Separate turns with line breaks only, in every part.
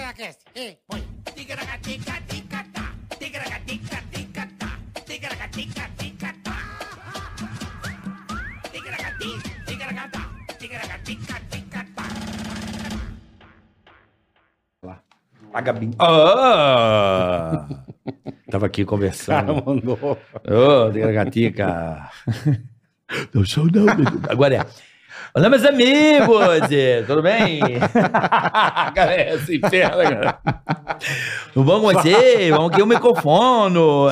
podcast. Ei, põe.
Ticaracatica-ticatá, ticaracatica-ticatá, ticaracatica-ticatá. Ticaracati, ticaracatá, ticaracatica-ticatá.
A Gabi.
Ah! Tava aqui conversando.
mandou.
Ô, Gatica. Não sou não, meu Deus. Agora é. Olá, meus amigos! eh, Tudo bem? cara, é assim, perna, cara. Tudo bom com você? Vamos aqui o microfone.
Fala,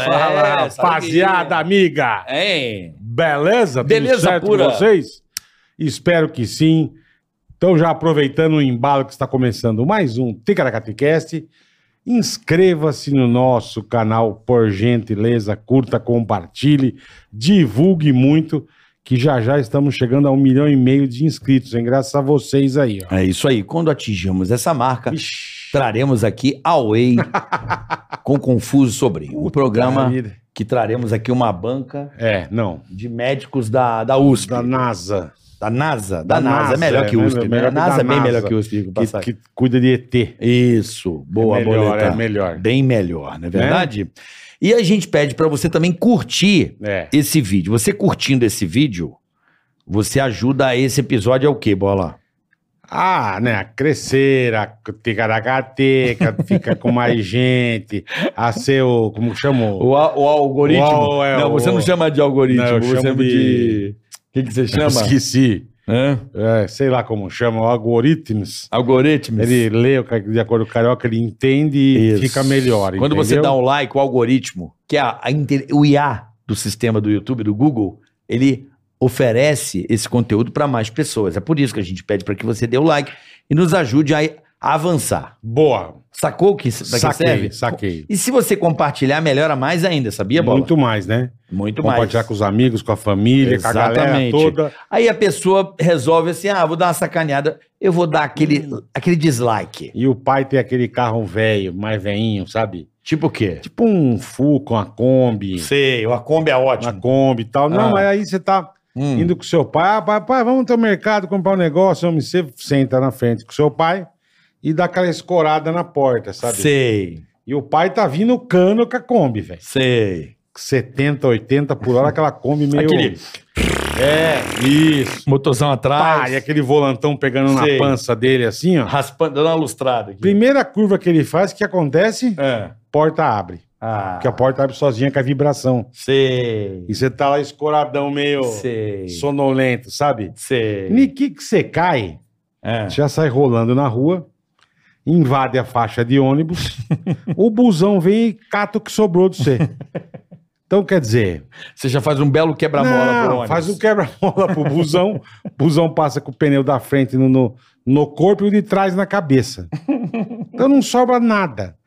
É, sabe
rapaziada, amiga.
que- Hein?
Beleza? Tudo
Beleza
certo
pura.
com vocês? Espero que sim. Então, já aproveitando o embalo que está começando mais um Ticaracaticast, inscreva-se no nosso canal, por gentileza, curta, compartilhe, divulgue muito, que já já estamos chegando a um milhão e meio de inscritos, hein? Graças a vocês aí, ó.
É isso aí. Quando atingirmos essa marca,
Vixe,
traremos aqui a Way com Confuso Sobrinho. O programa
maravilha.
que traremos aqui uma banca
É, não.
de médicos da, da USP.
Da NASA,
Da NASA? Da,
Da
NASA,
NASA,
é melhor que
é,
o USP.
melhor
né?
que
A NASA
da
é bem
NASA,
melhor que o USP. digo, passar.
que, que cuida de ET.
Isso, boa,
é
boa.
melhor, é melhor.
Bem melhor, não é verdade? E a gente pede pra você também curtir
É.
esse vídeo. Você curtindo esse vídeo, você ajuda esse episódio ao quê, Bola?
Ah, né? A crescer, a ticaracateca, fica com mais gente, a ser o. Como chamou?
O, a- o algoritmo?
O- é,
não,
o-
você não chama de algoritmo,
Não, eu
você
chamo
chama de...
de-
O que, que você chama?
Esqueci.
Hã?
É, sei lá como chama, o algoritmos.
Algoritmos.
Ele lê o ca- de acordo com o carioca, ele entende e
Isso.
fica melhor.
Quando você
entendeu?
dá um like, o algoritmo, que é a- a inte- o IA do sistema do YouTube, do Google, ele oferece esse conteúdo para mais pessoas. É por isso que a gente pede para que você dê o like e nos ajude a, a avançar.
Boa.
Sacou que isso daqui
Saquei,
serve?
saquei.
E se você compartilhar, melhora mais ainda, sabia, Bola?
Muito mais, né?
Muito
Compartilhar com os amigos, com a família, com a galera
Exatamente.
toda.
Aí a pessoa resolve assim, ah, vou dar uma sacaneada, eu vou dar aquele, aquele dislike.
E o pai tem aquele carro velho, mais veinho, sabe?
Tipo o quê?
Tipo um Fuca, uma Kombi.
Sei, a Kombi é
Uma
ótima.
Kombi e tal. Não,
Ah.
mas aí você tá.
Hum.
indo com seu pai, ah, pai, pai, vamos até o mercado comprar um negócio, homem, você senta na frente com seu pai e dá aquela escorada na porta, sabe?
Sei,
E o pai tá vindo cano com a Kombi, velho.
sei.
70, 80 por hora, aquela Kombi meio...
Aquele-
É, isso.
Motorzão atrás.
Pá, e aquele volantão pegando
Sei.
na pança dele, assim, ó.
Raspando, dando uma lustrada aqui.
Primeira curva que ele faz, o que acontece?
É.
Porta abre.
Ah,
Porque a porta abre sozinha com a vibração.
Sei.
E você tá lá escoradão, meio
Sei.
sonolento, sabe?
Sei.
Niki que você cai...
É.
Já sai rolando na rua, invade a faixa de ônibus, o busão vem e cata o que sobrou de você. Então, quer dizer,
Você já faz um belo quebra-mola
não,
pro ônibus.
faz o quebra-mola pro busão, o busão passa com o pneu da frente no, no, no corpo e o de trás na cabeça. Então não sobra nada.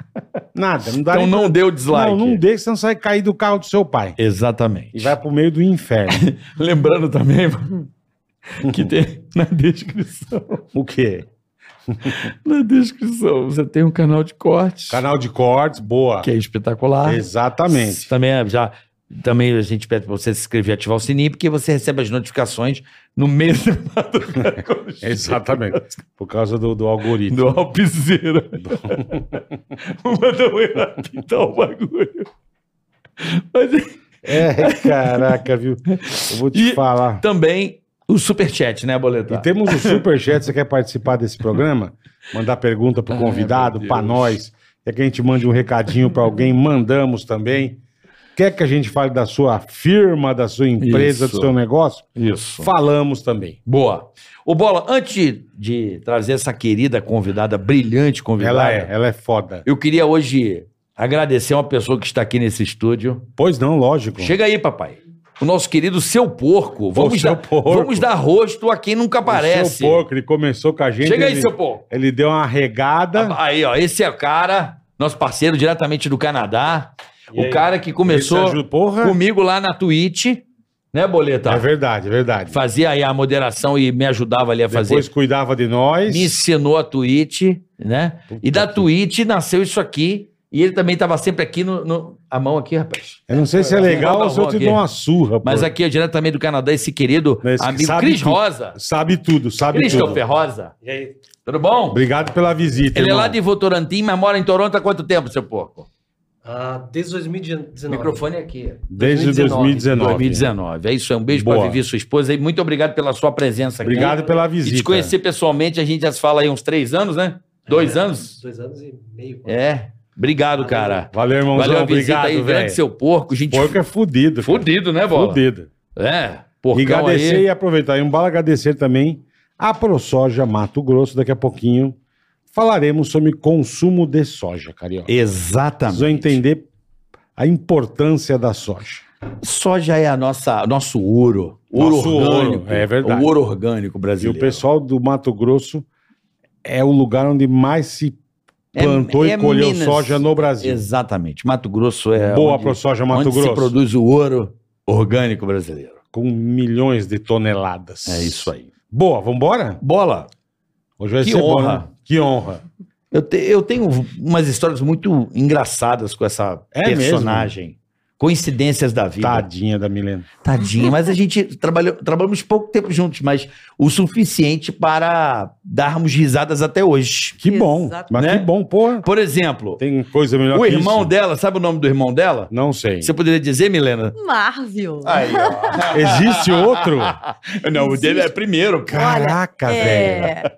Nada. Não dá
Então
nem pra-
não deu dislike.
Não, não deixa, senão você vai cair do carro do seu pai.
Exatamente.
E vai pro meio do inferno.
Lembrando também que tem na descrição.
o quê?
Na descrição você tem um canal de cortes
Canal de cortes, boa.
que é espetacular.
Exatamente.
Também é- já também a gente pede pra você se inscrever e ativar o sininho porque você recebe as notificações no meio da madrugada quando chega.
Exatamente. Por causa do, do algoritmo.
Do Alpizeira. Manda um eu pintar o bagulho. Mas,
É, caraca, viu? Eu vou te
E-
falar.
também o superchat, né, Boleta?
E temos o Superchat, você quer participar desse programa? Mandar pergunta pro
Ai,
convidado,
Ah, meu
pra
Deus.
nós. Quer que a gente mande um recadinho pra alguém? Mandamos também. Quer que a gente fale da sua firma, da sua empresa,
Isso.
do seu negócio?
Isso.
Falamos também.
Boa. Ô, Bola, antes de trazer essa querida convidada, brilhante convidada,
Ela é, ela é foda.
eu queria hoje agradecer uma pessoa que está aqui nesse estúdio.
Pois não, lógico.
Chega aí, papai. O nosso querido Seu Porco. Vamos,
Seu
dar,
Porco.
vamos dar rosto a quem nunca
O
aparece.
seu porco, é ele começou com a gente.
Chega aí,
ele,
Seu Porco.
ele deu uma regada.
Aí, ó, esse é o cara, nosso parceiro diretamente do Canadá.
E
o
aí?
cara que
Esse
começou É.
ajuda- Porra.
comigo lá na Twitch, né, Boleta?
É verdade, é verdade.
Fazia aí a moderação e me ajudava ali a fazer.
Depois cuidava de nós.
Me ensinou a Twitch, né?
Puta
e da
que-
Twitch nasceu isso aqui. E ele também estava sempre aqui no, no- a mão aqui, rapaz.
Eu não sei se é legal ou se eu te dou uma surra. pô.
Mas é aqui, ó, diretamente do Canadá, esse querido
Mas que
amigo
sabe
Cris
tudo.
Rosa.
Sabe tudo, sabe tudo.
Christopher Rosa. Tudo bom?
Obrigado pela visita.
Ele é
irmão.
lá de Votorantim, mas mora em Toronto há quanto tempo, seu porco?
Ah, desde 2019.
O microfone é aqui.
Desde 2019.
2019. É isso, é um beijo
né? Boa.
pra Vivi, sua esposa. E muito obrigado pela sua presença aqui.
Obrigado pela
E
visita.
te conhecer pessoalmente, a gente já se fala aí uns três anos, né? Dois anos?
Dois anos e meio.
É. Obrigado, cara.
É. Valeu, irmãozão.
Valeu a visita aí,
obrigado,
grande
velho.
seu porco, gente.
Porco é fudido. cara.
Fudido, né, Bola?
Fudido.
É,
E
porcão
agradecer
aí.
e aproveitar. E um bala agradecer também a ProSoja Mato Grosso. Daqui a pouquinho falaremos sobre consumo de soja, carioca.
Exatamente.
Precisam entender a importância da soja.
Soja é a nossa, nosso ouro. Ouro
Nosso
orgânico.
ouro, é verdade.
O ouro orgânico
E o
brasileiro.
pessoal do Mato Grosso é o lugar onde mais se
É-
plantou
é
e colheu
Minas.
soja no Brasil.
Exatamente. Mato Grosso é
Boa
onde,
ProSoja Mato
onde se
Grosso.
produz o ouro orgânico brasileiro.
Com milhões de toneladas.
É isso aí.
Boa, vambora?
Bola,
Hoje vai
Que
ser bom,
honra.
né? Que honra.
eu, te- eu tenho umas histórias muito engraçadas com essa
É Tá.
personagem. Coincidências da vida.
Tadinha da Milena.
Tadinha, mas a gente trabalhou, trabalhamos pouco tempo juntos, mas o suficiente para darmos risadas até hoje.
Que bom.
Exato.
Mas
Né?
que bom, porra.
Por exemplo,
Tem coisa melhor
o
que
irmão
isso?
dela, sabe o nome do irmão dela?
Não sei.
Você poderia dizer, Milena?
Marvel.
Ah, Existe outro?
Não, o dele é primeiro.
Caraca, velho.
É,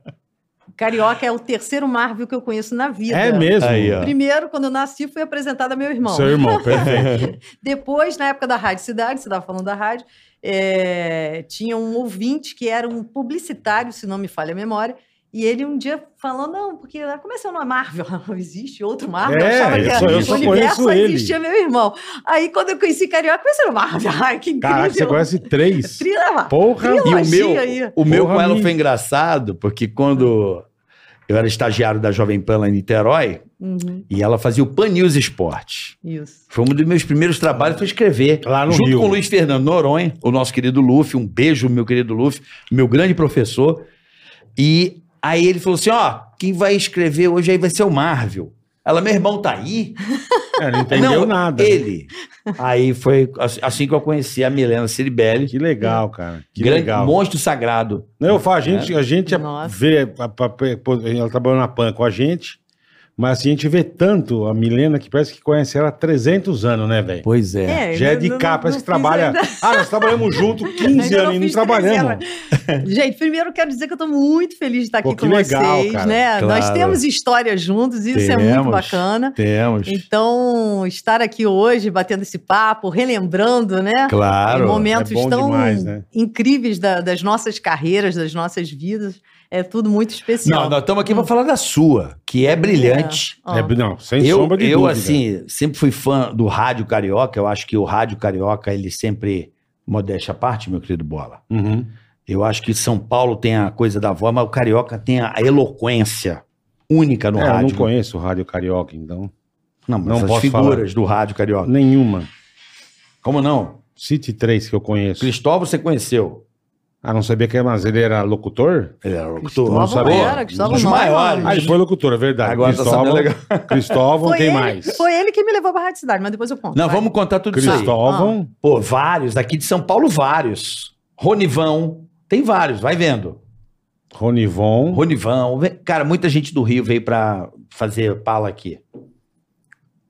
Carioca é o terceiro Marvel que eu conheço na vida.
É mesmo?
Aí, ó.
Primeiro, quando eu nasci, fui apresentada a meu irmão.
Seu irmão, perfeito.
Depois, na época da Rádio Cidade, você estava falando da rádio, é, tinha um ouvinte que era um publicitário, se não me falha a memória, e ele um dia falou, não, porque ah, como é seu nome? Marvel. Não existe outro Marvel.
É,
achava que
eu
era-
só- eu só
o universo
conheço
só
ele.
existia meu irmão. Aí, quando eu conheci Carioca, eu conheci o Marvel. Ai, que incrível.
Caraca, você conhece três?
Trila, Marvel.
Porra.
Trila.
E o
Magia
meu,
aí.
o meu
Porra,
com ela
minha.
foi engraçado, porque quando eu era estagiário da Jovem Pan lá em Niterói,
Uhum,
e ela fazia o Pan News Esporte.
isso.
Foi um dos meus primeiros trabalhos, foi escrever.
Lá no
junto
Rio.
com o Luiz Fernando Noronha, o nosso querido Luffy, um beijo, meu querido Luffy, meu grande professor. E aí ele falou assim: ó, quem vai escrever hoje aí vai ser o Marvel. Ela, meu irmão, tá aí?
É, não entendeu
Não,
nada.
Ele. Aí foi ass- assim que eu conheci a Milena Ciribelli.
Que
É.
legal, cara. Que
grande
legal.
monstro né? sagrado.
Não, eu falo, a gente, a gente é
Nossa.
vê. a- a- a- ela trabalhou na PAN com a gente, mas assim, a gente vê tanto a Milena que parece que conhece ela há 300 anos, né, velho?
Pois
Já é
eu
de
não-
cá,
não-
parece
não
que
fiz
trabalha.
ainda.
Ah, nós trabalhamos junto 15
Ainda não
anos e não
fiz 13
trabalhamos.
anos. Gente, primeiro eu quero dizer que eu estou muito feliz de estar aqui
Pô, que
com
legal,
vocês,
cara.
né?
Claro.
Nós temos histórias juntos, e isso é muito
Temos.
bacana.
Temos.
Então, estar aqui hoje, batendo esse papo, relembrando, né?
Claro.
momentos
é bom
tão
demais, né?
incríveis da- das nossas carreiras, das nossas vidas. É tudo muito especial.
assim,
Não, nós estamos aqui para falar da sua, que é brilhante.
Ó,
É, não, sem
Eu,
sombra de
eu
dúvida.
assim, sempre fui fã do rádio carioca. Eu acho que o rádio carioca, ele sempre. Modéstia à parte, meu querido Bola.
Uhum.
Eu acho que São Paulo tem a coisa da voz, mas o carioca tem a eloquência única no
É, eu
rádio.
não conheço o Rádio Carioca, então.
Não, mas
Não
as
posso
figuras do rádio carioca.
Nenhuma.
Como não?
City 3 que eu conheço.
Cristóvão você conheceu.
Ah, não sabia que era, mas ele era locutor?
Ele era
Cristóvão
não sabia.
era, Cristóvão
Dos
não era,
maiores.
não.
Ah, ele foi locutor, é verdade.
Agora tá
Cristóvão,
sabendo legal.
Cristóvão
Foi
tem
ele-
mais.
Foi ele que me levou para a Rádio Cidade, mas depois eu conto.
Não,
vai.
vamos contar tudo isso aí.
Cristóvão.
Pô, vários, daqui de São Paulo, vários. Ronivão, tem vários, vai vendo.
Ronivon.
Ronivão, vem- cara, muita gente do Rio veio pra fazer pala aqui.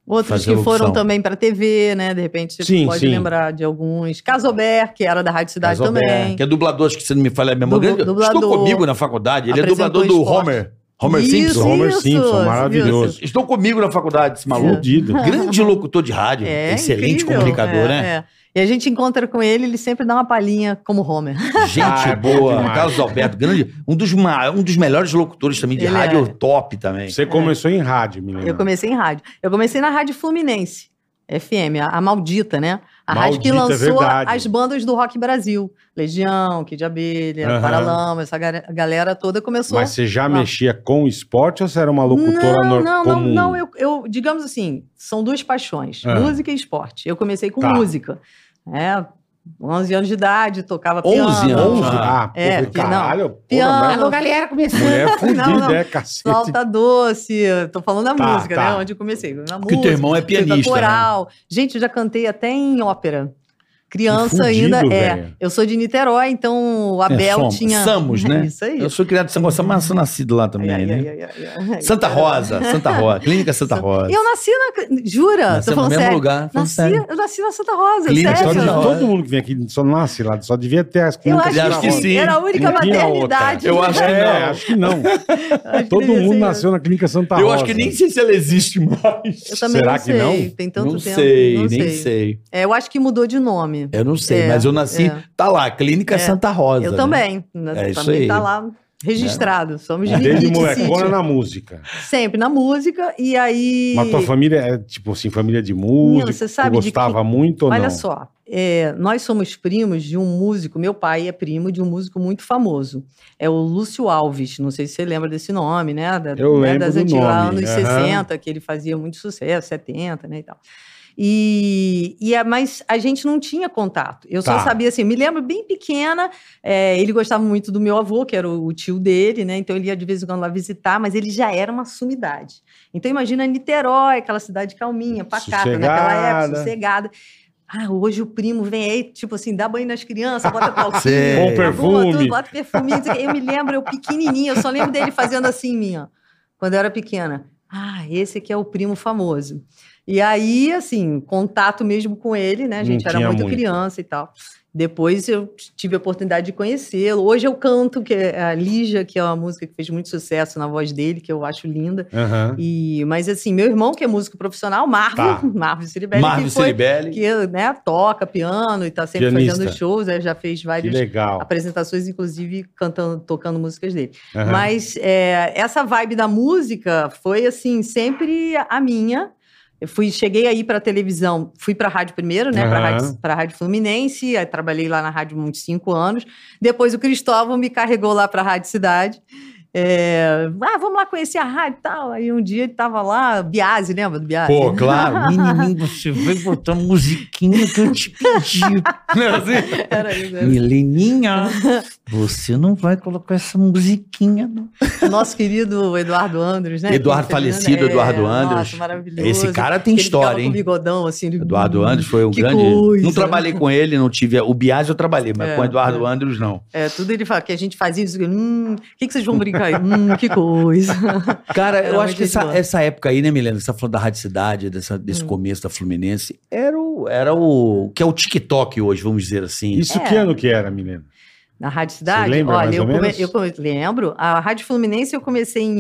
Outros
fazer
que foram
locução.
também para TV, né? De repente, você
Sim,
pode
sim.
lembrar de alguns. Casober, que era da Rádio Cidade
Casober,
também.
Que é dublador, acho que se não me falha a memória.
Dublo-
Grande- Estou
dublador.
comigo na faculdade, ele é
Apresentou
dublador do
esporte.
Homer. Homer
Isso,
Simpson.
Homer
isso,
Simpson, maravilhoso.
isso.
Estou comigo na faculdade, esse maluco.
Fudido.
Grande locutor de rádio,
É,
excelente
incrível.
comunicador,
É,
né?
é. E a gente encontra com ele, ele sempre dá uma palhinha como Homer.
Gente
Ah, é bom
boa.
demais.
Carlos Alberto, grande, um dos, ma- um dos melhores locutores também de
Ele
rádio,
é.
top também.
Você começou em rádio, Milena.
Eu comecei em rádio. Eu comecei na Rádio Fluminense, FM, a, a maldita, né? A rádio que
Maldita, é
lançou
verdade.
as bandas do Rock Brasil. Legião, Kid Abelha,
Aham.
Paralama, essa ga- galera toda começou.
Mas você já
Ah.
mexia com esporte ou você era uma locutora
não,
nor-
não,
comum?
não, não, eu, eu-
É.
digamos assim, são duas paixões,
Ah.
música e esporte. Eu comecei com
Tá.
música, né? 11 anos de idade, tocava
11
piano.
anos?
Ah,
É,
pô,
porque não.
caralho. porra,
Piano.
mas-
Alô,
galera, começando.
Mulher é fudida,
Não, não.
é, cacete.
Solta doce, tô falando da
Tá,
música,
tá.
né? Onde eu comecei. Na
Porque teu
música,
irmão é
fui pra
pianista, né?
coral. Gente, eu já cantei até em ópera. Criança
Fudido,
ainda
velho.
é. Eu sou de Niterói, então o Abel
somos-
tinha. É
somos, É, né?
Isso aí.
Eu sou criado em São Gonçalo, mas sou nascido lá também,
Ai,
né?
ai, ai, ai, ai.
Santa Rosa, Santa Rosa, Clínica Santa Rosa.
E eu nasci na. Jura? tô
Nascemos no
falando
mesmo
sério.
lugar. falando
Nasci,
sério.
eu nasci na Santa Rosa,
Clínica,
Só
Essa
de-
sério.
não. é.
todo mundo que vem aqui só nasce lá, só devia ter as
Eu
clínicas
acho,
da
acho que
que
Rosa.
sim.
sim. Era a única
Não tinha
maternidade. né?
outra.
Eu acho que
é,
não.
acho que não.
Acho que
Todo
devia
mundo
ser
nasceu na clínica Santa Rosa.
Eu acho que nem sei se ela existe mais.
Eu também
Será
não
que
sei.
não?
Tem tanto
não
tempo.
sei,
não
nem sei.
É, eu acho que mudou de nome.
Eu não sei,
É,
mas eu nasci.
é.
Tá lá, Clínica Santa Rosa.
eu
né?
também. Nós
É isso
também
aí.
tá lá registrado. Somos de
Desde
Nikit
molecona
City.
na música.
Sempre na música. E aí.
Mas tua família é, tipo assim, família de música.
Menino, você sabe de
gostava muito ou não?
Olha só, é, nós somos primos de um músico, meu pai é primo de um músico muito famoso. É o Lúcio Alves, não sei se você lembra desse nome, né? Da,
Eu
né,
lembro
das
do
antigas
nome,
anos
aham.
60, que ele fazia muito sucesso, 70, né, e tal. E, e a- mas a gente não tinha contato. Eu
Tá.
só sabia assim, me lembro bem pequena. é, ele gostava muito do meu avô, que era o, o tio dele, né? Então ele ia de vez em quando lá visitar, mas ele já era uma sumidade. Então imagina Niterói, aquela cidade calminha, pacata, naquela
Sossegada.
época, sossegada. Ah, hoje o primo vem aí, tipo assim, dá banho nas crianças, bota talquinho,
Sei.
Com
arruma
perfume.
tudo, bota perfume. não sei o quê. Eu me lembro, eu pequenininha, eu só lembro dele fazendo assim em mim, ó, quando eu era pequena. Ah, esse aqui é o primo famoso. E aí, assim, contato mesmo com ele, né? A
Não
gente era
tinha
muito,
muito.
criança e tal. Depois eu tive a oportunidade de conhecê-lo. Hoje eu canto que é a Lígia, que é uma música que fez muito sucesso na voz dele, que eu acho linda.
Aham.
E, mas assim, meu irmão, que é músico profissional, Marvin,
Tá.
Marvin Ciribelli,
Marvel
que foi
Ciribelli.
que né, toca piano e tá sempre
Pianista.
fazendo shows, né, já fez
Que
várias
legal.
apresentações, inclusive cantando, tocando músicas dele.
Aham.
tá Mas é, essa vibe da música foi assim sempre a minha. Eu fui, cheguei aí para televisão, fui para rádio primeiro, né? Para
Aham.
rádio, pra rádio Fluminense, aí trabalhei lá na rádio uns cinco anos. Depois o Cristóvão me carregou lá para rádio Cidade. É, ah, vamos lá conhecer a rádio e tal. Aí um dia ele tava lá, Biase, lembra do Biase?
Pô, claro. Menininho, você vai botar musiquinha que eu te pedi. Não é assim?
Era isso, era
Heleninha, você não vai colocar essa musiquinha, não.
O nosso querido Eduardo Andros, né?
Eduardo
Que tá fazendo-
falecido, Eduardo Andros.
Nossa, maravilhoso.
Esse cara tem
Que ele ficava
história,
Com
hein?
bigodão, assim. ele-
Eduardo Andros foi um
Que
grande.
coisa. né?
Não trabalhei com ele, não tive. O Bias eu trabalhei, mas
É,
com o Eduardo Andros não.
É, tudo ele fala, que a gente fazia isso. Hum, o que, que vocês vão brincar aí? Hum, que coisa.
Cara,
Era
eu acho
muito
que essa,
boa.
essa época aí, né, Milena? Você tá falando da Rádio Cidade, dessa- desse
Hum.
começo da Fluminense, era o, era o. que é o TikTok hoje, vamos dizer assim.
Isso que
É.
ano que era, menina?
Na Rádio Cidade?
Você lembra
olha,
mais
eu,
ou
come-
menos?
eu come- lembro. A Rádio Fluminense eu comecei em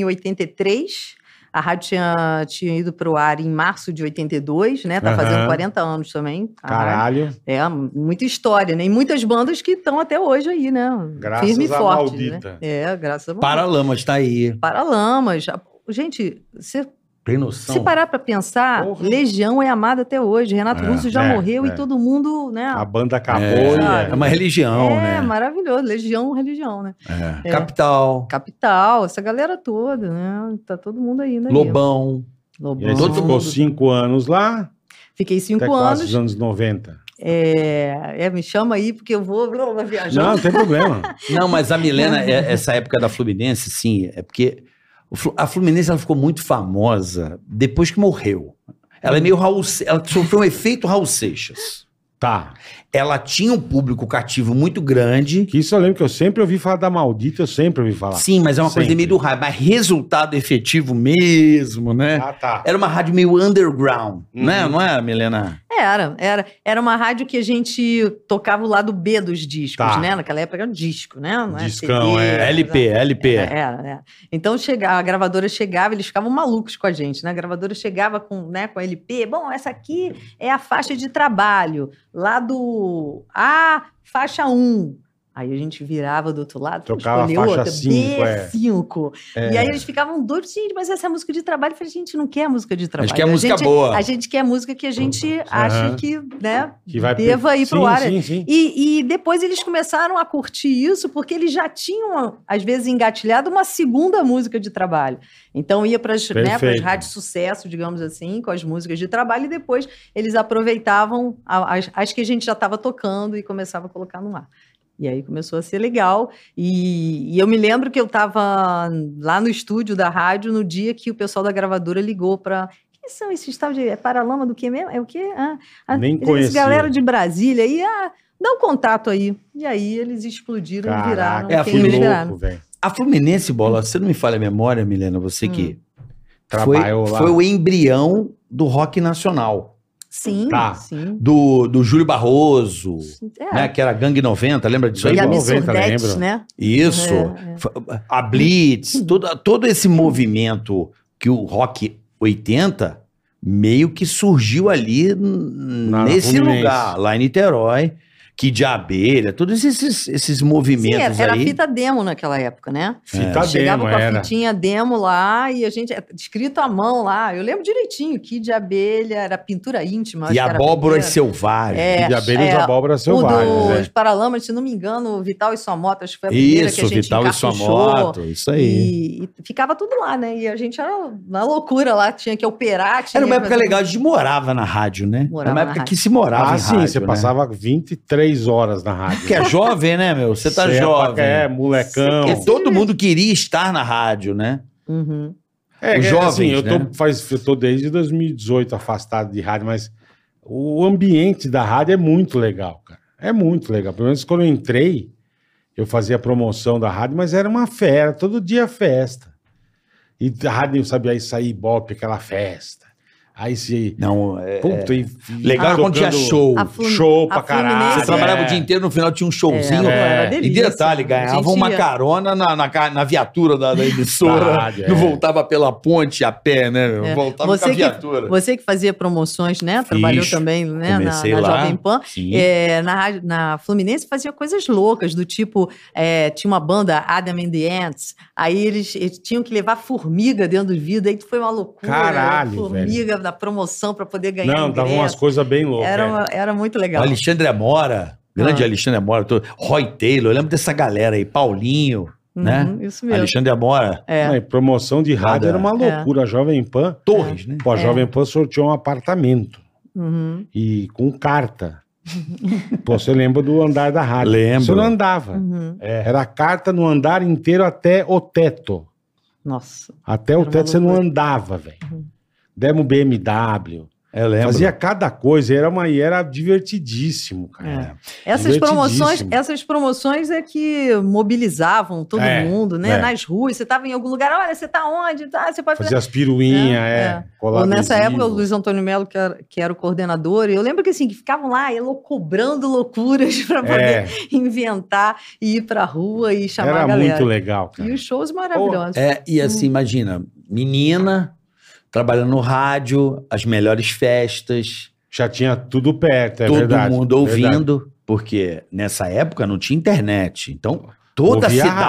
83. A rádio tinha, tinha ido pro ar em março de 82, né? Tá
Aham.
fazendo 40 anos também. a rádio.
Caralho.
É, muita história, né? E muitas bandas que estão até hoje aí, né?
Graças
Firme e
à
forte,
maldita.
Né? É, graças a maldita.
Paralamas tá aí.
Paralamas. já- Gente, se,
Tem
se
noção?
parar pra pensar,
Porra.
Legião é amada até hoje. Renato
É,
Russo já
é,
morreu
é.
e todo mundo, né?
A banda acabou. né?
É,
e
sabe?
é uma religião,
é,
né?
maravilhoso. Legião, religião, né?
É.
É.
Capital,
Capital, essa galera toda, né? Tá todo mundo aí, né?
Lobão.
E aí
Lobão.
você
Todo
ficou cinco anos lá,
Fiquei
é até
cinco
quase
anos.
os anos 90.
É, é, me chama aí, porque eu vou viajar.
Não, não tem problema.
Não, mas a Milena, é- essa época da Fluminense, sim, é porque o Flu- a Fluminense ela ficou muito famosa depois que morreu. Ela é meio Raul, Se- ela sofreu um efeito Raul Seixas.
Tá.
Ela tinha um público cativo muito grande.
Que isso eu lembro que eu sempre ouvi falar da maldita, eu sempre ouvi falar.
Sim, mas é uma coisa
Sempre.
meio do raio, mas resultado efetivo mesmo, né?
Ah, tá.
Era uma rádio meio underground,
Uhum.
né? Não é, Milena?
Era, era. Era uma rádio que a gente tocava o lado B dos discos,
Tá.
né? Naquela época era um disco, né? Não é
Discão, é.
LP, LP.
Era, era, era. Então chega, a gravadora chegava, eles ficavam malucos com a gente, né? A gravadora chegava com, né, com a LP. Bom, essa aqui é a faixa de trabalho, lá do A, faixa 1. Aí a gente virava do outro lado, vamos
Tocava a
escolher
faixa
outra,
cinco, é.
B5. E aí eles ficavam doidos, gente, mas essa é música de trabalho. Eu falei, gente, não quer música de trabalho.
quer é música boa.
A gente quer música que a gente acha que, né,
Que vai
deva ir pro
sim,
ar.
Sim, sim.
E, e depois eles começaram a curtir isso porque eles já tinham, às vezes, engatilhado uma segunda música de trabalho. Então ia para as né,
Perfeito.
rádios sucesso, digamos assim, com as músicas de trabalho, e depois eles aproveitavam a- as, as que a gente já estava tocando e começava a colocar no ar. E aí começou a ser legal. E, e eu me lembro que eu estava lá no estúdio da rádio no dia que o pessoal da gravadora ligou para. Quem são esses tal de. É Paralama do que mesmo? É o quê? Ah, ah,
Nem
eles-
conhecia.
galera de Brasília. E ah, dá um contato aí. E aí eles explodiram e viraram.
Caraca,
É,
quem
que
filme
eles
louco,
viraram.
louco, velho.
A Fluminense, Bola, você não me falha a memória, Milena, você que
Hum.
foi,
Trabalhou lá.
foi o embrião do rock nacional,
Sim,
Tá.
sim.
do, do Júlio Barroso,
É.
né, que era Gangue 90, lembra disso aí?
e a
Bola?
Miss
90,
Surdete,
lembro.
né?
Isso,
É,
Fa- a Blitz,
Uhum.
todo, todo esse movimento que o rock 80 meio que surgiu ali n-
Na- na
nesse
Fluminense.
lugar, lá em Niterói, que de abelha, todos esses, esses
Sim, era,
movimentos
era
aí.
fita demo naquela época, né?
Fita
Chegava
demo,
com a
era.
fitinha demo lá e a gente. é, Escrito à mão lá. Eu lembro direitinho. Que de abelha, era pintura íntima. acho
E
que era
abóboras
pintura.
selvagens.
É,
E de abelhas
é,
abóboras
O
selvagens.
dos
é.
Paralamas, se não me engano, o Vital e sua moto, acho que foi a primeira que a
Isso,
gente
Vital e sua
encapuchou.
moto, isso aí.
E, e ficava tudo lá, né? E a gente era na loucura lá, tinha que operar. Tinha
Era uma
que
época
fazer-
legal, a gente morava na rádio, né?
Morava
Era uma
na
época
rádio.
que se morava
Ah,
em
sim,
rádio,
você
né?
passava 23 horas na rádio.
Que é jovem, né, meu? Você tá
Você é pra-
jovem.
É, molecão.
E todo mundo queria estar na rádio, né?
Uhum.
É,
Os
é,
jovens,
assim, eu tô,
né?
faz, eu tô desde 2018 afastado de rádio, mas o ambiente da rádio é muito legal, cara. É muito legal. Pelo menos quando eu entrei, eu fazia promoção da rádio, mas era uma fera, todo dia é festa. E a rádio, sabe, aí saía Ibope, aquela festa. Aí se...
Não, é...
Puta, e, e
Legal era Ah, quando tinha
tocando
show.
A Flu-
Show pra
a Fluminense-
caralho.
Você
É.
trabalhava o dia inteiro, no final tinha um showzinho.
É, era uma
E
delícia.
detalhe, ganhava
A gente é.
uma
ia.
carona na, na, ca- na viatura da, da emissora.
Da rádio,
não
é.
voltava pela ponte a pé, né? meu?
É.
Voltava
Você
com a
que-
viatura.
Você que fazia promoções, né? Trabalhou
Fiz.
também né? na,
Comecei
na
lá.
Jovem Pan.
Sim.
É, na, rádio- na Fluminense fazia coisas loucas, do tipo, é, tinha uma banda, Adam and the Ants, aí eles, eles tinham que levar formiga dentro do vidro, aí foi uma loucura.
Caralho, velho.
Formiga na promoção para poder ganhar
Não, davam umas
ingresso.
coisas bem loucas.
Era,
é.
uma- era muito legal.
Alexandre Amora, grande
Ah.
Alexandre Amora, todo- Roy Taylor, eu lembro dessa galera aí, Paulinho,
Uhum,
né?
Isso mesmo.
Alexandre Amora,
É.
Não, e promoção de rádio era uma
Nada. É.
loucura. A Jovem Pan...
Torres, né?
Pô, a Jovem Pan sorteou um apartamento.
Uhum,
e com carta. Pô, você lembra do andar da rádio?
Lembro.
Você não andava.
uhum.
Era carta no andar inteiro até o teto.
Nossa.
Até o
Era uma
teto você não
loucura. Uhum.
andava, velho. Demos BMW.
É, Eu lembro.
Fazia cada coisa. Era, uma, e era divertidíssimo, cara.
Essas promoções,
Divertidíssimo.
essas promoções é que mobilizavam todo
É,
mundo, né?
é.
Nas ruas, você estava em algum lugar, olha, você está onde? Ah, você pode
Fazia as piruinhas,
É,
é.
é.
colar
Ou nessa
adesivo.
época, o Luiz Antônio Melo, que era, que era o coordenador, eu lembro que assim, que ficavam lá elo- cobrando loucuras para poder
É,
inventar e ir pra rua e chamar a
era
galera.
muito legal, cara.
E os shows maravilhosos.
É, e assim, imagina, menina, trabalhando no rádio, as melhores festas,
Já tinha tudo perto, é
todo
verdade.
mundo
verdade.
ouvindo, porque nessa época não tinha internet. Então, toda
Ouvia
a
rádio,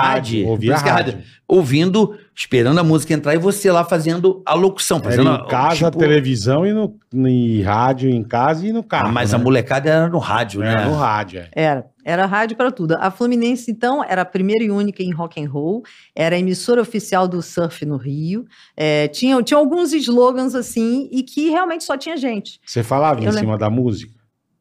cidade
ouvia
por isso que a
rádio.
rádio- ouvindo, esperando a música entrar e você lá fazendo a locução,
Era
fazendo
em casa,
tipo,
televisão e, no, e rádio em casa e no
ah,
carro.
mas
né?
a molecada era no rádio,
Era
né?
no rádio, é.
Era. Era rádio para tudo. A Fluminense, então, era a primeira e única em rock and roll, era a emissora oficial do surf no Rio. É, tinha, tinha alguns slogans assim, e que realmente só tinha gente.
Você falava em
Eu
cima da música?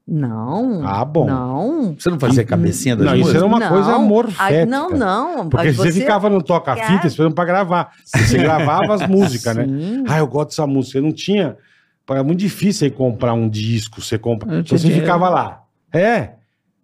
Não.
Ah, bom.
Não.
Você não fazia cabecinha das
Não, isso
músicas?
era uma
Não.
coisa morfética.
Ah, não, não.
Porque você, ficava no toca-fita
Cara.
esperando pra gravar. Você gravava as músicas, né? Ah, eu gosto dessa música. Eu não tinha... Era muito difícil você comprar um disco, você compra...
Eu não
Então
tinha
você
dinheiro.
ficava lá. É.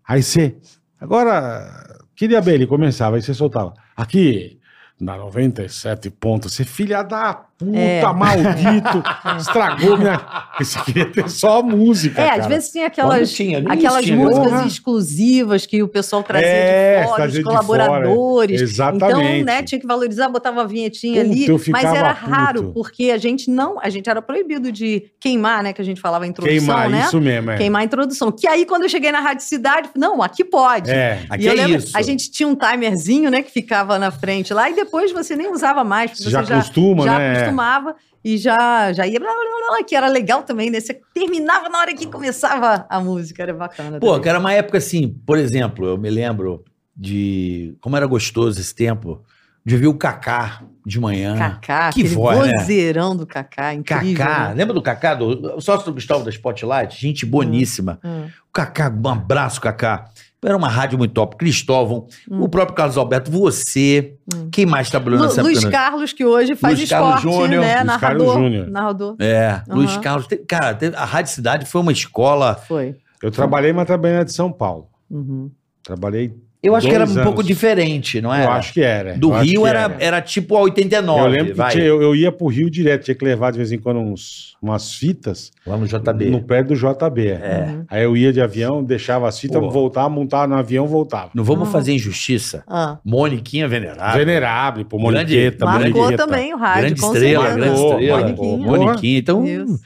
Aí você... Agora, queria bem, ele começava, aí você soltava. Aqui, na 97 pontos, você filha da puta,
É.
maldito, estragou minha. Você queria ter só música.
É,
cara.
às vezes tem
Quando
aquelas,
tinha, no
aquelas
início, né?
músicas
Porra.
exclusivas que o pessoal trazia
É,
de fora,
trazia de
os
fora,
colaboradores.
Exatamente.
é Então, né, tinha que valorizar, botava uma vinhetinha
Puta,
ali,
eu
mas
ficava
era
puto.
raro, porque a gente não, a gente era proibido de queimar, né, que a gente falava a introdução,
Queimar,
né?
isso mesmo. É.
Queimar a introdução. Que aí, quando eu cheguei na Rádio Cidade, não, aqui pode.
É.
Aqui
E eu
é
lembro,
isso.
a gente tinha um timerzinho, né, que ficava na frente lá, e depois você nem usava mais, porque
Você
você
já
já,
acostuma,
já
né?
acostumava e já, já ia. Blá, blá, blá, blá, que era legal também, né? Você terminava na hora que começava a música, era bacana.
Pô,
também.
cara, uma época assim, por exemplo, eu me lembro de como era gostoso esse tempo de ver o Kaká de manhã.
Cacá,
que
aquele
voz, né?
vozeirão do Cacá, incrível.
Kaká,
né? Uhum.
lembra do Kaká, do o sócio do Gustavo da Spotlight? Gente boníssima.
Hum,
O Kaká, um abraço, Kaká. Era uma rádio muito top. Cristóvão,
hum,
o próprio Carlos Alberto, você.
hum.
Quem mais trabalhou
Lu-
nessa
Luiz
época?
Carlos, que hoje faz
Luiz Carlos
esporte,
Júnior,
né?
Luiz Carlos
narrador.
Júnior.
narrador.
É,
Aham.
Luiz Carlos. Te- Cara, te- a Rádio Cidade foi uma escola.
Foi.
Eu trabalhei, mas também era de São Paulo.
Uhum.
Trabalhei.
Eu acho que era
Dois
um
anos.
pouco diferente, não é?
Eu acho que era.
Do
eu acho
Rio
que
era, era. tipo a 89.
eu lembro que
vai.
tinha- eu, eu ia pro Rio direto, tinha que levar de vez em quando uns, umas fitas
Lá no JB.
no pé do JB.
É.
Uhum.
Aí eu ia de avião, deixava as fitas,
Pô.
voltava, montava no avião, voltava.
Não vamos
Ah.
fazer injustiça.
Ah,
Moniquinha Venerável.
Venerável, pô,
Grande-
Moniqueta,
marcou
Moniqueta.
também o rádio,
grande
com
estrela,
certeza.
grande estrela.
Moniquinha.
Porra.
Moniquinha. Então,
Isso.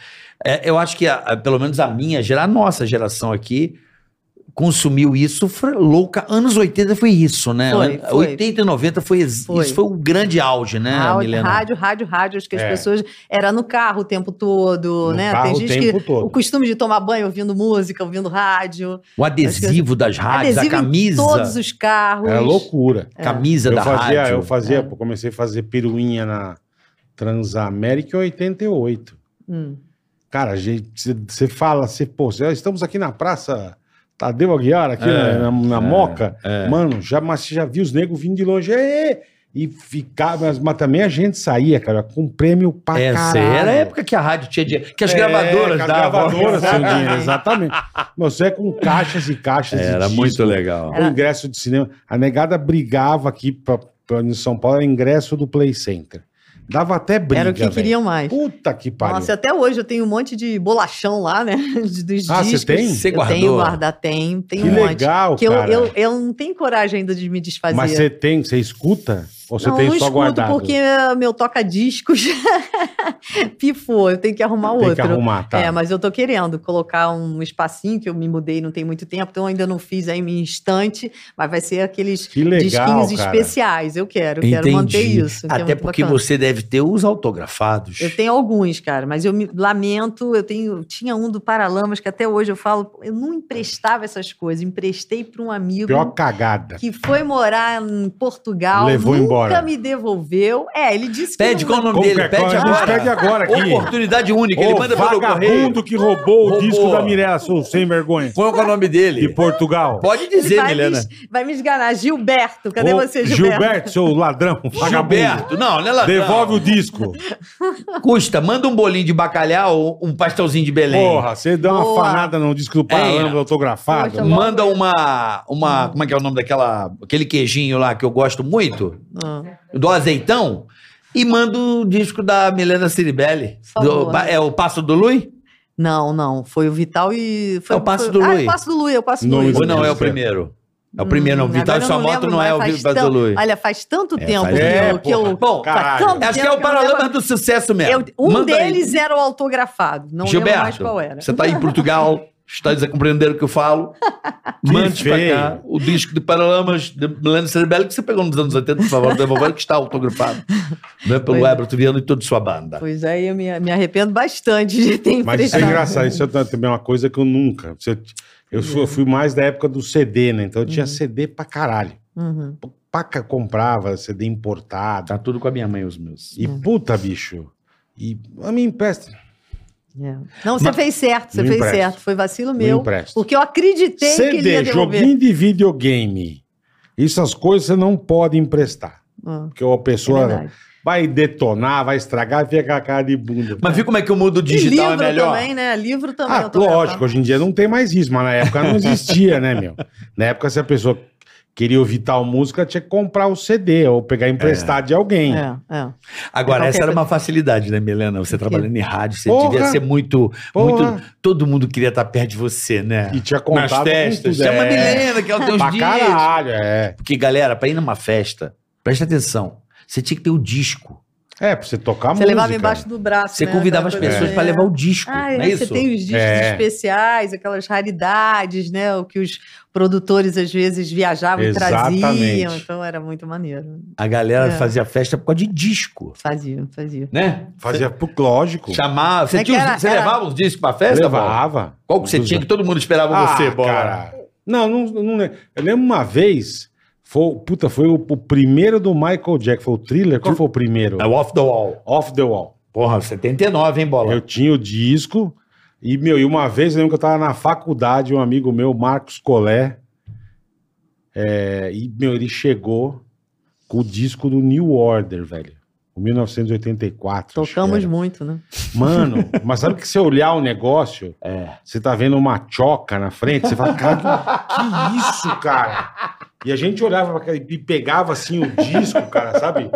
é, eu acho que a- a- pelo menos a minha geração, a nossa geração aqui, consumiu isso foi louca. Anos 80 foi isso, né?
Foi,
An-
foi.
80 e 90 foi, ex-
Foi.
isso foi o grande auge, né,
Rádio,
Milena?
Ah, rádio, rádio, rádio. Acho que as
É.
pessoas. Era no carro o tempo todo,
No
né?
carro
Tem
o
gente
tempo
que.
todo.
O costume de tomar banho ouvindo música, ouvindo rádio.
O adesivo das rádios,
adesivo
a camisa,
em todos os carros.
Era loucura.
camisa
Eu
da
fazia,
rádio.
eu fazia,
É.
pô, comecei a fazer piruinha na Transamérica em 88.
Hum.
Cara, a gente, você fala, você, pô, cê- estamos aqui na praça Tadeu Aguiar, aqui
É,
na, na- na
é,
Moca. Mano, já, mas você já viu os negros vindo de longe. "Ê!" E ficava, mas, mas também a gente saía, cara, com prêmio pra
Essa
caralho.
É, era a época que a rádio tinha dinheiro. Que as
É,
gravadoras
que as
davam.
gravadoras tinham
Exatamente.
dinheiro, exatamente. Meu, Você é com caixas e caixas de
Era
disco,
muito legal.
com ingresso de cinema. A negada brigava aqui pra, pra- em São Paulo, era ingresso do Play Center. Dava até briga,
Era o que
velho.
queriam mais.
Puta que pariu.
Nossa, e até hoje eu tenho um monte de bolachão lá, né? Dos discos.
Ah, você tem?
Você
É, Eu tenho um
guardou?
guardar, tem, tem
que
um monte.
legal,
Que eu,
cara.
eu, eu não tenho coragem ainda de me desfazer.
Mas você tem, você escuta? Ou você
não,
tem
não
só
escuto
guardado?
porque é meu toca-discos pifou, eu tenho que arrumar
tem
outro.
que arrumar, tá?
É, mas eu tô querendo colocar um espacinho que eu me mudei não tem muito tempo, então eu ainda não fiz aí minha estante, mas vai ser aqueles
Que legal,
disquinhos
cara.
especiais. Eu quero, eu quero
Entendi.
manter isso. que é
Até
muito
porque
bacana.
você deve ter os autografados.
Eu tenho alguns, cara, mas eu me lamento, eu tenho, tinha um do Paralamas que até hoje eu falo, eu não emprestava essas coisas, emprestei para um amigo
Pior cagada.
que foi morar em Portugal,
Levou
nunca
embora.
me devolveu. É, ele disse
Pede
que
qual
não-
o nome
Como que
dele?
é?
Pede
a gente
agora.
pede agora aqui.
Oportunidade única. Ele
Ô,
manda pelo correio.
vagabundo que roubou o
Roubou.
disco da Mirella Souza, sem vergonha.
Qual que é o nome
De
dele?
Portugal.
Pode
ele
dizer,
vai,
Milena.
me, vai me esganar. Gilberto, cadê
Ô,
você,
Gilberto?
Gilberto?
seu ladrão, vagabundo.
Gilberto. Não, não é ladrão.
Devolve o disco.
Custa, manda um bolinho de bacalhau, um pastelzinho de Belém.
Porra, você dá uma
Boa.
fanada no disco do Paralamas
É.
autografado.
Poxa,
Manda uma, uma. Como é que é o nome daquela. Aquele queijinho lá que eu gosto muito,
Ah,
do azeitão. E manda o disco da Milena Ciribelli.
Por favor.
Do- é o Passo do Lui?
Não, não, foi o Vital e... Foi,
É o Passo
foi-
do
ah,
Lui.
é o passo do Lui, é o passo do
Não
Lui.
existe.
Ou não, é o
Sim.
primeiro? É o primeiro, não.
Hum,
Vital e
agora eu
sua
não
moto
lembro
não é o
mais, faz
Vital do
tão-
Lui.
Olha, faz tanto
É,
tempo
faz-
que
É,
eu... que eu-
Bom,
faz tanto
Acho que é o
tempo eu não lembro-
Paralamas do Sucesso mesmo.
Eu- um
Manda aí.
deles era o autografado. Não lembro mais
Gilberto,
qual era.
você tá aí em Portugal, está a compreender o que eu falo.
Que
Mande pra
feio.
cá o disco de Paralamas de Milena Cerebelli que você pegou nos anos 80, por favor, devolver, que está autografado. Né, pelo
Pois é.
Ebert Viana e toda sua banda.
Pois aí eu me, me arrependo bastante de ter
Mas isso é
emprestado.
engraçado. Isso é também uma coisa que eu nunca. se Eu, eu fui, eu fui mais da época do CD, né? Então eu tinha CD pra caralho.
Uhum.
Paca comprava CD importado.
Tá tudo com a minha mãe, os meus.
Uhum.
E puta, bicho. E a minha empresta.
É. Não, você
Mas- um
fez certo, você
Não
fez
empresta.
certo. Foi vacilo
Não
meu.
empresta.
Porque eu acreditei que ele ia
CD,
devolver.
joguinho de videogame. Essas coisas você não pode emprestar.
Ah,
Porque a
é
pessoa
verdade.
vai detonar, vai estragar, fica com a cara de bunda.
Mas viu como é que o mundo
E
digital é
livro
melhor?
também, né? Livro também.
Ah,
autografado.
lógico, hoje em dia não tem mais isso, mas na época não existia, né, meu? Na época, se a pessoa queria ouvir tal música, tinha que comprar o CD ou pegar emprestado de alguém.
É, é.
Agora,
Qualquer
essa era
coisa.
uma facilidade, né, Milena? Você trabalhando em rádio, você
Porra!
devia ser muito,
Porra.
muito. Todo mundo queria estar perto de você, né?
E tinha contato
Nas festas.
com tudo.
Chama a
é.
Milena, que ela tem uns
Pra
dias.
caralho, é.
Porque, galera, pra ir numa festa, presta atenção, você tinha que ter o disco.
É, pra você tocar
Você
música.
levava embaixo do braço.
Você
né,
convidava as
aquela coisa,
pessoas
é.
pra levar o disco.
Ah, é,
não é isso?
você tem os discos
É.
especiais, aquelas raridades, né? O que os produtores às vezes viajavam e traziam.
Exatamente.
Então era muito maneiro.
A galera
É.
fazia festa por causa de disco,
Fazia, fazia.
né?
Fazia pro lógico.
Chamava. Você,
É que
tinha os-
era-
você
era-
levava os discos pra festa, Bola?
Levava.
Qual que você tinha que todo mundo esperava
Ah,
você, Bola?
cara. Não, não, não lembro. Eu lembro uma vez, foi, puta, foi o, o primeiro do Michael Jack, foi o thriller? Qual foi o primeiro?
É o Off the Wall.
Off the Wall.
Porra, 79, hein, Bola?
Eu tinha o disco. E, meu, e uma vez eu lembro que eu tava na faculdade, um amigo meu, Marcos Colé. é, e, meu, ele chegou com o disco do New Order, velho. O 1984. acho que
Tocamos
era.
muito, né?
Mano, mas sabe que se eu olhar o negócio, você tá vendo uma choca na frente, você fala, cara, que, que isso, cara? E a gente olhava pra aquela- e pegava assim o disco, cara, sabe?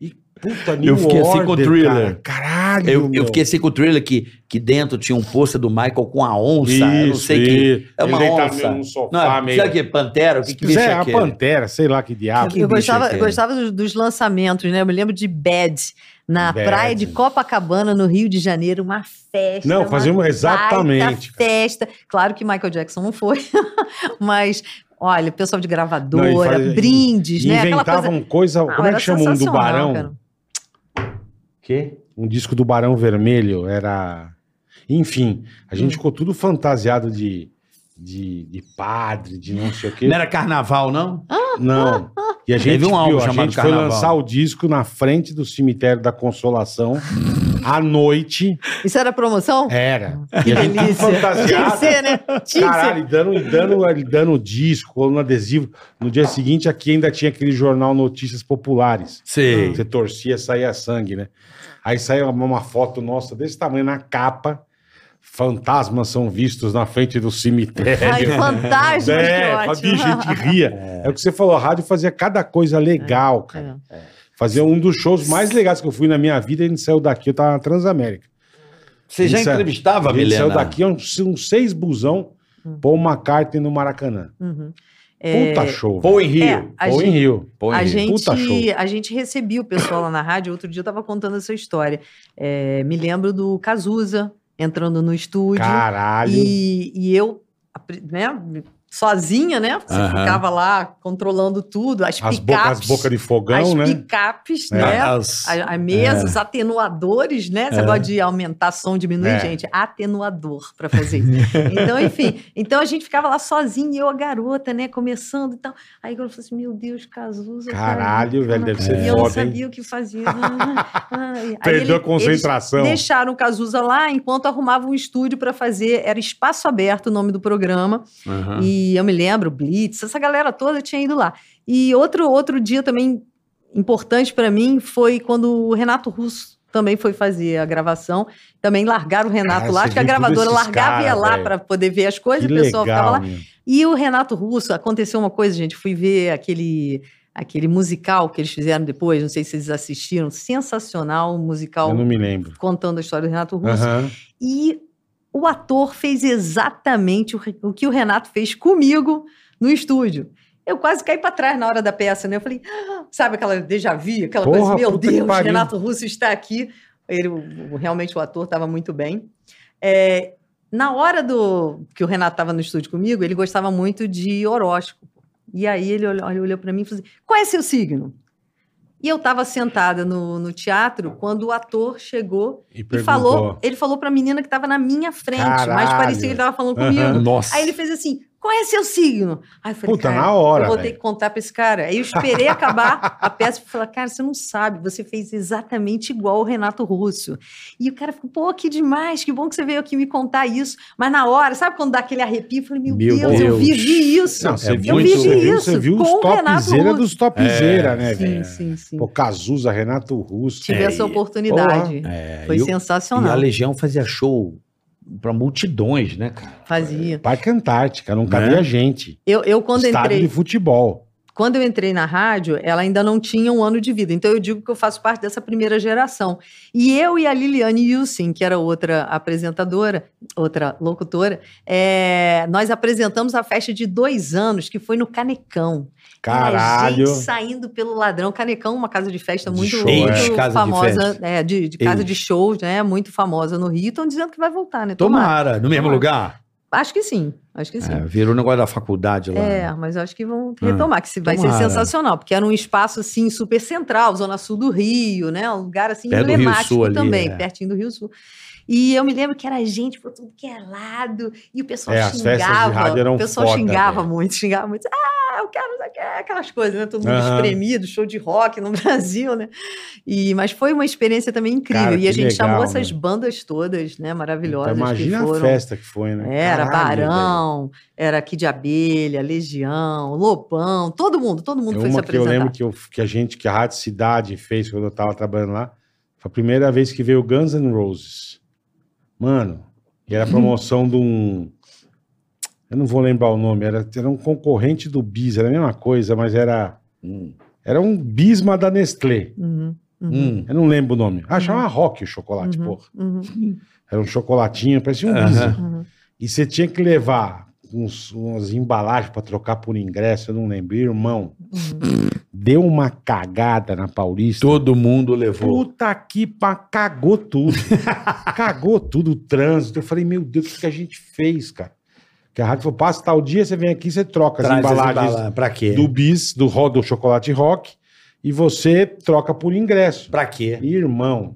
E puta, New
fiquei assim com o
Order,
Thriller.
Cara. Caralho,
Eu, eu
meu.
fiquei assim com o thriller que, que dentro tinha um pôster do Michael com a onça. eu não
Isso,
sei que.
isso.
É uma
Ele deitava
onça.
meio num sofá,
Não, é-
meio-
Sabe que pantera? O que,
Se
que bicho
quiser,
é
a
aquele?
pantera, sei lá Ah, que diabo.
Que
eu
bicho é
gostava,
aquele?
gostava dos, dos lançamentos, né? Eu me lembro de Bad, na
Bad.
praia de Copacabana, no Rio de Janeiro, uma festa.
Não, fazia uma- exatamente,
baita festa. Claro que Michael Jackson não foi, mas, olha, o pessoal de gravadora,
Não, e fazia-
brindes, né? Aquela coisa.
Inventavam coisa,
Não,
como é
era
que chama um do
sensacional,
Barão?
cara.
Que?
um disco do Barão Vermelho, era. Enfim, a
Hum.
gente ficou tudo fantasiado de, de, de padre, de não sei o quê.
Né?
Não era carnaval, não?
Não. E a gente,
Teve um álbum
viu, a
chamado
gente foi
Carnaval.
lançar o disco na frente do cemitério da Consolação à noite.
Isso era promoção?
Era.
Que delícia. Tinha que
É, fantasiado.
ser, né? Tinha que ser.
Caralho, e dando, e dando, e dando disco, colando adesivo. No dia seguinte, aqui ainda tinha aquele jornal Notícias Populares.
Sei.
Você torcia, saía sangue, né? Aí saiu uma- uma foto nossa desse tamanho na capa. Fantasmas são vistos na frente do cemitério.
Ai, fantástico,
é,
que
fazia, a
ótimo.
gente ria. É. o que você falou, a rádio fazia cada coisa legal, cara.
É.
Fazia um dos shows mais legais que eu fui na minha vida. A gente saiu daqui, eu tava na Transamérica.
Você já
Isso é-
entrevistava,
A gente
Milena?
saiu daqui, uns, uns seis busão,
Hum.
pôr uma carta no Maracanã.
Uhum.
Puta show.
Pô em
É,
Rio.
a
Ou em
gente-
Rio.
Pô em
A
Rio.
Puta
gente,
show.
a gente recebia o pessoal lá na rádio, outro dia eu tava contando essa história. É, me lembro do Cazuza entrando no estúdio.
Caralho.
E, e eu, a pri- né, sozinha, né? Você
Aham.
ficava lá controlando tudo, as,
As bocas
picapes.
boca de
as
fogão, né?
picapes, né?
As-
É.
A, a mesa, os atenuadores, né? Você gosta de aumentar som, diminuir,
É.
gente. Atenuador pra fazer isso. então, enfim. Então a gente ficava lá sozinha, e eu, a garota, né? Começando e tal. Aí eu falei assim: meu Deus, Cazuza.
Caralho, velho, deve ser
E eu não
foda, hein?
sabia o que fazia. Ah, Ai, aí
Perdeu a
ele- eles
concentração.
Deixaram o Cazuza lá enquanto arrumavam um estúdio pra fazer. Era Espaço Aberto o nome do programa.
Ah.
Aham.
E eu me lembro, Blitz, essa galera toda tinha ido lá. E outro, outro dia também importante pra mim foi quando o Renato Russo também foi fazer a gravação. Também largaram o Renato
Cara,
lá,
Ah, você
acho que a
viu todos
gravadora
esses
largava e ia
caras,
lá
velho.
pra poder ver as coisas,
Que
o pessoal ficava lá.
legal, meu.
E o Renato Russo, aconteceu uma coisa, gente, fui ver aquele aquele musical que eles fizeram depois, não sei se vocês assistiram, sensacional, um musical
Eu não me lembro.
contando a história do Renato Russo.
Aham.
E o ator fez exatamente o, re- o que o Renato fez comigo no estúdio. Eu quase caí para trás na hora da peça, né? Eu falei, "Ah", sabe aquela déjà vu, aquela
Porra,
coisa, meu
puta que
Deus,
pariu."
Renato Russo está aqui. Ele, o- o- realmente o ator estava muito bem. É, na hora do que o Renato estava no estúdio comigo, ele gostava muito de horóscopo. E aí ele olhou, ele olhou para mim e falou assim, qual é seu signo? E eu estava sentada no- no teatro quando o ator chegou
E
e
perguntou.
falou, ele falou pra menina que tava na minha frente, mas
Caralho.
parecia que ele tava falando comigo.
Aham.
Nossa.
Aí ele fez assim: qual é seu signo? Aí eu falei,
Puta,
cara,
na hora,
eu vou ter
velho.
que contar pra esse cara. Aí eu esperei acabar a peça e falei, cara, você não sabe, você fez exatamente igual o Renato Russo. E o cara ficou, pô, que demais, que bom que você veio aqui me contar isso. Mas na hora, sabe quando dá aquele arrepio? Eu falei, meu,
Meu
Deus, eu
Deus.
vivi isso.
Não, você
É
viu,
muito-
isso, você
Eu vi
viu, você
isso
viu
com
os
o Renato
topzera
Russo.
dos topzera, né,
sim,
velho?
sim, sim.
Pô, Cazuza, Renato Russo.
Tive
É, e-
essa oportunidade.
É,
Foi
e, o- e
sensacional.
a Legião fazia show pra multidões, né, cara?
Fazia.
Parque Antártica, não
Né?
cabia gente.
Eu, eu quando
Estádio
entrei.
de futebol.
quando eu entrei na rádio, ela ainda não tinha um ano de vida. Então eu digo que eu faço parte dessa primeira geração. E eu e a Liliane Yussin, que era outra apresentadora, outra locutora, é, nós apresentamos a festa de dois anos, que foi no Canecão. Era
Caralho.
gente saindo pelo ladrão. Canecão, é uma casa de festa
De
muito,
show,
muito
é. Ex-casa de
famosa.
festa.
é, de, de casa de shows, né? Muito famosa no Rio. Estão dizendo que vai voltar, né? Tomara.
Tomara, no mesmo lugar.
Acho que sim. Acho que sim.
É, virou um negócio da faculdade lá.
É,
né?
mas eu acho que vão
Ah,
retomar, que se- vai ser
tomara.
sensacional, porque era um espaço assim super central, zona sul do Rio, né? Um lugar assim
Perto do Rio
emblemático
Sul ali,
também,
é.
pertinho do Rio Sul. E eu me lembro que era gente por tudo que é lado, e o pessoal
É, as festas de
xingava.
rádio eram
o pessoal
foda,
xingava
velho.
muito, xingava muito. Ah, eu quero isso aqui", aquelas coisas, né? Todo mundo
Aham.
espremido, show de rock no Brasil, né? E, mas foi uma experiência também incrível.
Cara,
e
que
a gente
legal,
chamou essas
velho.
bandas todas, né? Maravilhosas.
Então,
que
imagina
foram.
a festa que foi, né?
Era
Caralho,
Barão, era Aqui de Abelha, Legião, Lobão, todo mundo, todo mundo
velho. É
foi se
uma que eu
apresentar.
lembro que, eu- que a gente, que a Rádio Cidade fez quando eu tava trabalhando lá, foi a primeira vez que veio Guns N' Roses. Mano, e era a promoção de um... Eu não vou lembrar o nome, era, era um concorrente do Bis, era a mesma coisa, mas era...
Hum,
Era um Bisma da Nestlé.
Uhum, uhum,
hum.
Eu não lembro o nome. Ah, chamava Rock o chocolate,
Uhum.
porra.
uhum,
Era um chocolatinho, parecia um
Aham.
Bisma.
uhum.
E você tinha que levar uns, umas embalagens pra trocar por ingresso, eu não lembro. Irmão, deu uma cagada na Paulista.
Todo mundo levou.
Puta que pa... cagou tudo. cagou tudo, o trânsito. Eu falei, meu Deus, o que, que a gente fez, cara? Porque a rádio falou, passa tal dia, você vem aqui, você troca as
Traz as
embalagens
embalagens. Pra quê?
do bis, do, ro- do chocolate rock, e você troca por ingresso.
Pra quê?
Irmão.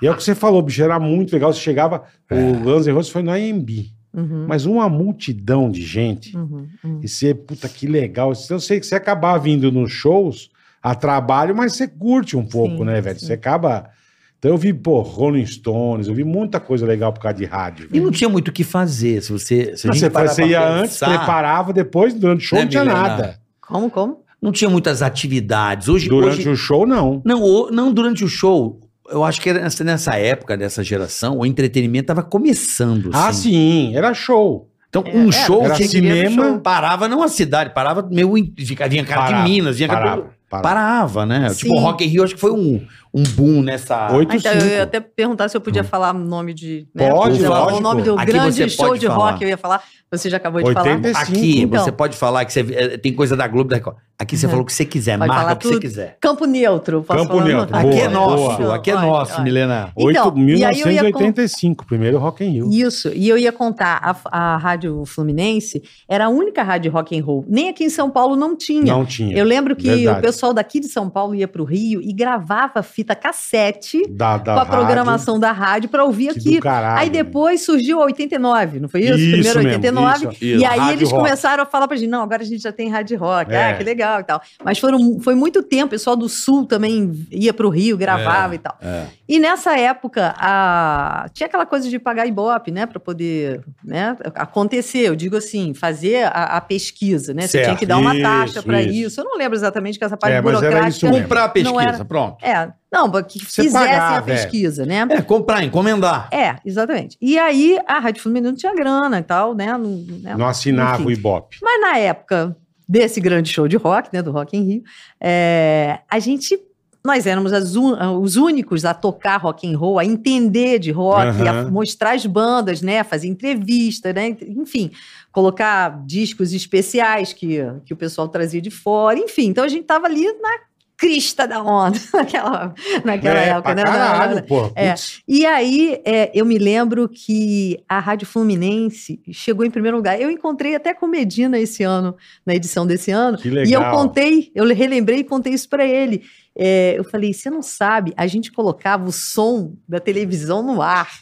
e é o que você falou, bicho, era muito legal. Você chegava,
É.
o Guns N' Roses foi no AMB.
Uhum,
Mas uma multidão de gente.
uhum, uhum.
E você, puta, que legal. Eu sei que você acabar vindo nos shows a trabalho, mas você curte um pouco,
Sim,
né, velho?
sim.
Você acaba. Então eu vi, pô, Rolling Stones, eu vi muita coisa legal por causa de rádio.
E
velho.
não tinha muito o que fazer. Se você. Se a
Mas
gente
Você,
parar
você
pra
ia
pensar,
antes, preparava, depois, durante o show
Né,
não tinha
Milena?
nada.
Como, como?
Não tinha muitas atividades. Hoje.
Durante
hoje-
o show, não.
Não, o- não durante o show. Eu acho que era nessa, nessa época, dessa geração, o entretenimento tava começando.
Ah,
assim.
sim, era show.
Então,
É,
um
era.
show
Era
tinha que vir no
cinema.
show. Parava não a cidade, parava meio. em- Vinha vinha cara
Parava,
de Minas, vinha cara.
Parava.
Parava, né?
Sim.
Tipo, o Rock in Rio acho que foi um, um boom nessa.
Oito,
Ah, então, eu ia
cinco.
até perguntar se eu podia falar o nome de. né,
Hum. Pode,
por exemplo,
lógico.
O nome do
Aqui você
grande show
pode
de
falar.
rock eu ia falar. Você já acabou de falar.
85.
Aqui,
Então.
você pode falar que você, eh, tem coisa da Globo da Record. Aqui você
Uhum.
falou o que você quiser,
Pode
marca
falar
o que você
tudo.
quiser.
Campo Neutro. Posso
Campo
falar o nome?
Neutro,
aqui
Boa,
é nosso,
Então,
aqui é
olha,
nosso,
olha.
Milena.
Então,
Oito-
e aí eu ia con-
1985, primeiro Rock in Rio.
Isso, e eu ia contar, a, a Rádio Fluminense era a única rádio rock and roll. Nem aqui em São Paulo não tinha.
Não tinha.
Eu lembro que
Verdade.
o pessoal daqui de São Paulo ia para o Rio e gravava fita cassete
Da, da
com a
rádio,
programação da rádio para ouvir
que
aqui.
do caralho,
Aí
né?
depois surgiu a 89, não foi isso?
Isso
Primeiro
mesmo,
89.
isso,
E
isso.
aí
Rádio
eles
rock.
começaram a falar pra gente, não, agora a gente já tem rádio rock,
É.
ah, que legal e tal. Mas foram, foi muito tempo, o pessoal do Sul também ia pro Rio, gravava e tal.
é.
E nessa época, a- tinha aquela coisa de pagar Ibope, né, pra poder né, acontecer, eu digo assim, fazer a, a pesquisa, né? Você
Certo.
tinha que dar uma
Isso,
taxa pra
isso.
isso. Eu não lembro exatamente que essa parte
É, mas era isso
burocrática...
mesmo.
Comprar a pesquisa,
Não era-
pronto.
É, não, que
Você
fizessem
pagar,
a
velho.
pesquisa, né?
É, comprar, encomendar.
É, exatamente. E aí a Rádio Fluminense não tinha grana e tal, né? Não, né?
Não assinava
Enfim.
o Ibope.
Mas na época desse grande show de rock, né? Do Rock em Rio, é, a gente. Nós éramos as un- os únicos a tocar rock and roll, a entender de rock,
Aham.
a mostrar as bandas, né? Fazer entrevista, né? Enfim, colocar discos especiais que, que o pessoal trazia de fora, enfim. Então a gente tava ali na crista da onda naquela, naquela
é,
época,
pra
né?
caralho, porra.
É.
Putz,
E aí, é, eu me lembro que a Rádio Fluminense chegou em primeiro lugar. Eu encontrei até com o Medina esse ano, na edição desse ano.
que legal.
E eu contei, eu relembrei e contei isso pra ele. É, eu falei: você não sabe, a gente colocava o som da televisão no ar.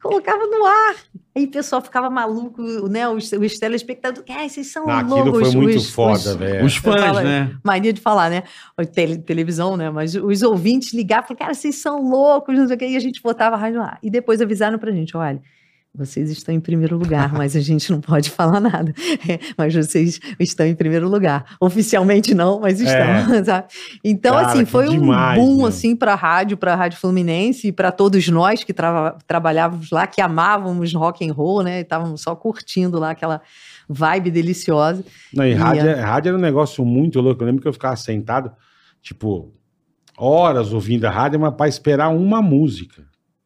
Colocava no ar. Aí o pessoal ficava maluco, né? Os, os telespectadores. Ah, vocês são
Ah, aquilo
loucos.
foi muito
os-
foda,
os-
velho.
Os fãs,
Eu falo-
né?
mania de falar, né? O tele- televisão, né? Mas os ouvintes ligavam e falaram, cara, vocês são loucos, não sei o quê. E a gente botava a rádio lá. E depois avisaram pra gente, olha, Vocês estão em primeiro lugar, mas a gente não pode falar nada. É, mas vocês estão em primeiro lugar. Oficialmente não, mas estão,
É.
sabe? Então,
Cara,
assim,
que
foi
demais,
um boom,
meu.
assim, para a rádio, para a Rádio Fluminense e para todos nós que trava- trabalhávamos lá, que amávamos rock and roll, né? E estávamos só curtindo lá aquela vibe deliciosa.
Não, e
E
rádio, rádio era um negócio muito louco. Eu lembro que eu ficava sentado, tipo, horas ouvindo a rádio, mas pra esperar uma música.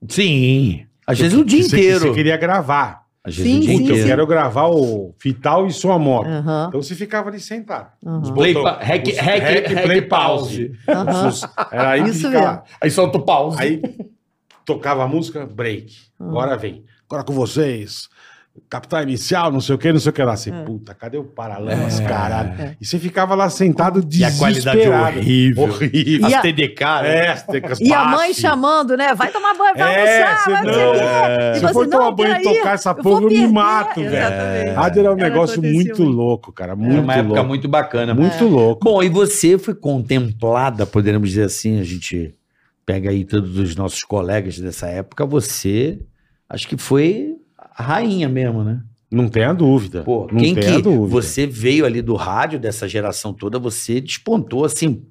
Sim. Às vezes o dia
Que você- que
inteiro.
Você queria gravar.
Às
Sim,
o dia
sim, É.
Puta, eu
inteiro.
quero gravar o Fital e sua moto.
Aham,
Então você ficava ali sentado.
aham,
Os
Play
botões-
pa- rec-
os
rec-
rec,
rec-
play,
pause.
pause.
aham,
Os- Era aí que
Ah. Isso
ficava-
mesmo.
Aí solta o pause.
Aí tocava a música, break.
Ah.
Agora vem. Agora com vocês. Capital inicial, não sei o que, não sei o que lá. Você,
É.
puta, cadê o paralamas, caralho? E você ficava lá sentado
E a
desesperado.
qualidade horrível.
Horrível.
E a-
TDK, né?
É, as tecas,
E a mãe
passe.
chamando, né? Vai tomar banho, vai
É,
almoçar,
você
vai não sei
não-
o quê.
é.
E
Se for
você, não,
tomar banho e
peraí,
tocar essa
eu
porra,
vou
eu me
perder.
mato, velho.
Exatamente.
Rádio era um
Era,
negócio
acontecia
muito
muito.
louco, cara.
Era
Muito
uma época
louco.
muito
É.
bacana.
Muito louco.
Bom, e você foi contemplada, poderíamos dizer assim, a gente pega aí todos os nossos colegas dessa época, você acho que foi a rainha mesmo, né?
Não tenha dúvida.
Pô,
não
quem
tenha
que
dúvida.
você veio ali do rádio dessa geração toda, você despontou assim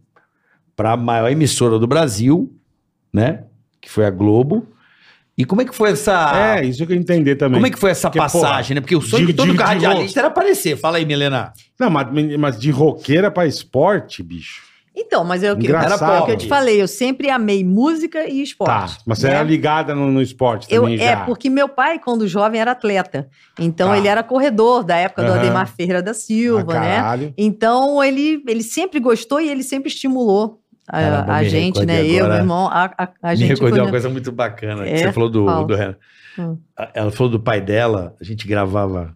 para a maior emissora do Brasil, né? Que foi a Globo. E como é que foi essa
É, isso que eu entender também.
Como é que foi essa
Porque,
passagem, né? Porque o sonho
de-
de todo
de- de
radialista era aparecer. Fala aí, Milena.
Não, mas, mas de roqueira pra esporte, bicho.
Então, mas é o que,
Engraçado.
é o que eu te falei, eu sempre amei música e esporte.
Tá, mas você
né?
era ligada no, no esporte
Eu,
também já.
é, porque meu pai, quando jovem, era atleta. Então,
Tá.
ele era corredor da época do
Aham.
Ademar Ferreira da Silva,
Ah,
né?
caralho.
Então, ele, ele sempre gostou e ele sempre estimulou a,
Caramba,
a
me
gente,
recordei
né? Eu,
agora.
meu irmão, a, a, a gente.
Me recordou
foi
uma
na-
coisa muito bacana que
É,
você falou do,
fala.
do Renan.
Hum.
A- Ela falou do pai dela, a gente gravava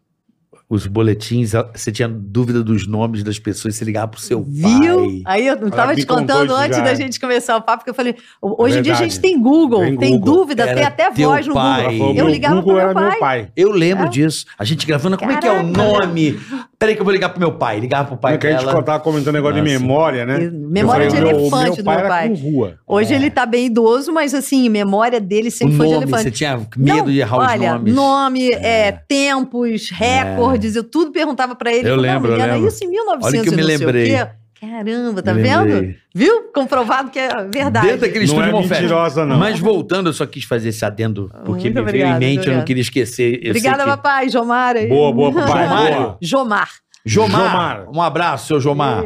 os boletins, a- você tinha dúvida dos nomes das pessoas, você ligava pro seu
Viu?
pai.
Aí eu não
Ela
tava
me
te
contou
contando
isso
antes
já,
da
é.
gente começar o papo, porque eu falei, hoje em dia a
Verdade.
gente tem Google,
Tem
tem,
Google.
dúvida,
Era
tem até
teu
voz no
pai.
Google.
Ela falou,
Eu
meu
ligava
Google
pro meu
era meu
pai.
pai.
Eu lembro
É.
disso. A gente gravando, como é que é o
Caraca.
nome? Peraí que eu vou ligar pro meu pai. Ligava pro pai
Não, que a gente
dela.
tava comentando um negócio de
Nossa.
memória, né?
Memória
Eu
de
falei, meu-
elefante do meu
era
pai.
com rua.
Hoje ele tá bem idoso, mas assim, memória dele
É. O
sempre foi de
nome,
elefante.
você tinha medo
Não,
de errar
Olha,
os nomes. É.
nome, é, tempos, recordes, eu tudo perguntava pra ele.
Eu
falava,
lembro,
não,
eu
Milena,
lembro.
isso em 1900
Olha que eu
e
me
não sei o
lembrei.
quê. Caramba, tá vendo?
Lembrei.
Viu? Comprovado que é verdade.
Dentro daquele
Não
estúdio
é
Monfete.
mentirosa, não.
Mas voltando, eu só quis fazer esse adendo, porque me
Muito
veio em
obrigada,
mente, eu não
obrigada.
queria esquecer. Eu
Obrigada,
sei que...
papai, Jomar. aí.
Boa, boa, papai.
Mário.
boa.
Jomar.
Jomar,
Jomar.
um abraço, seu Jomar.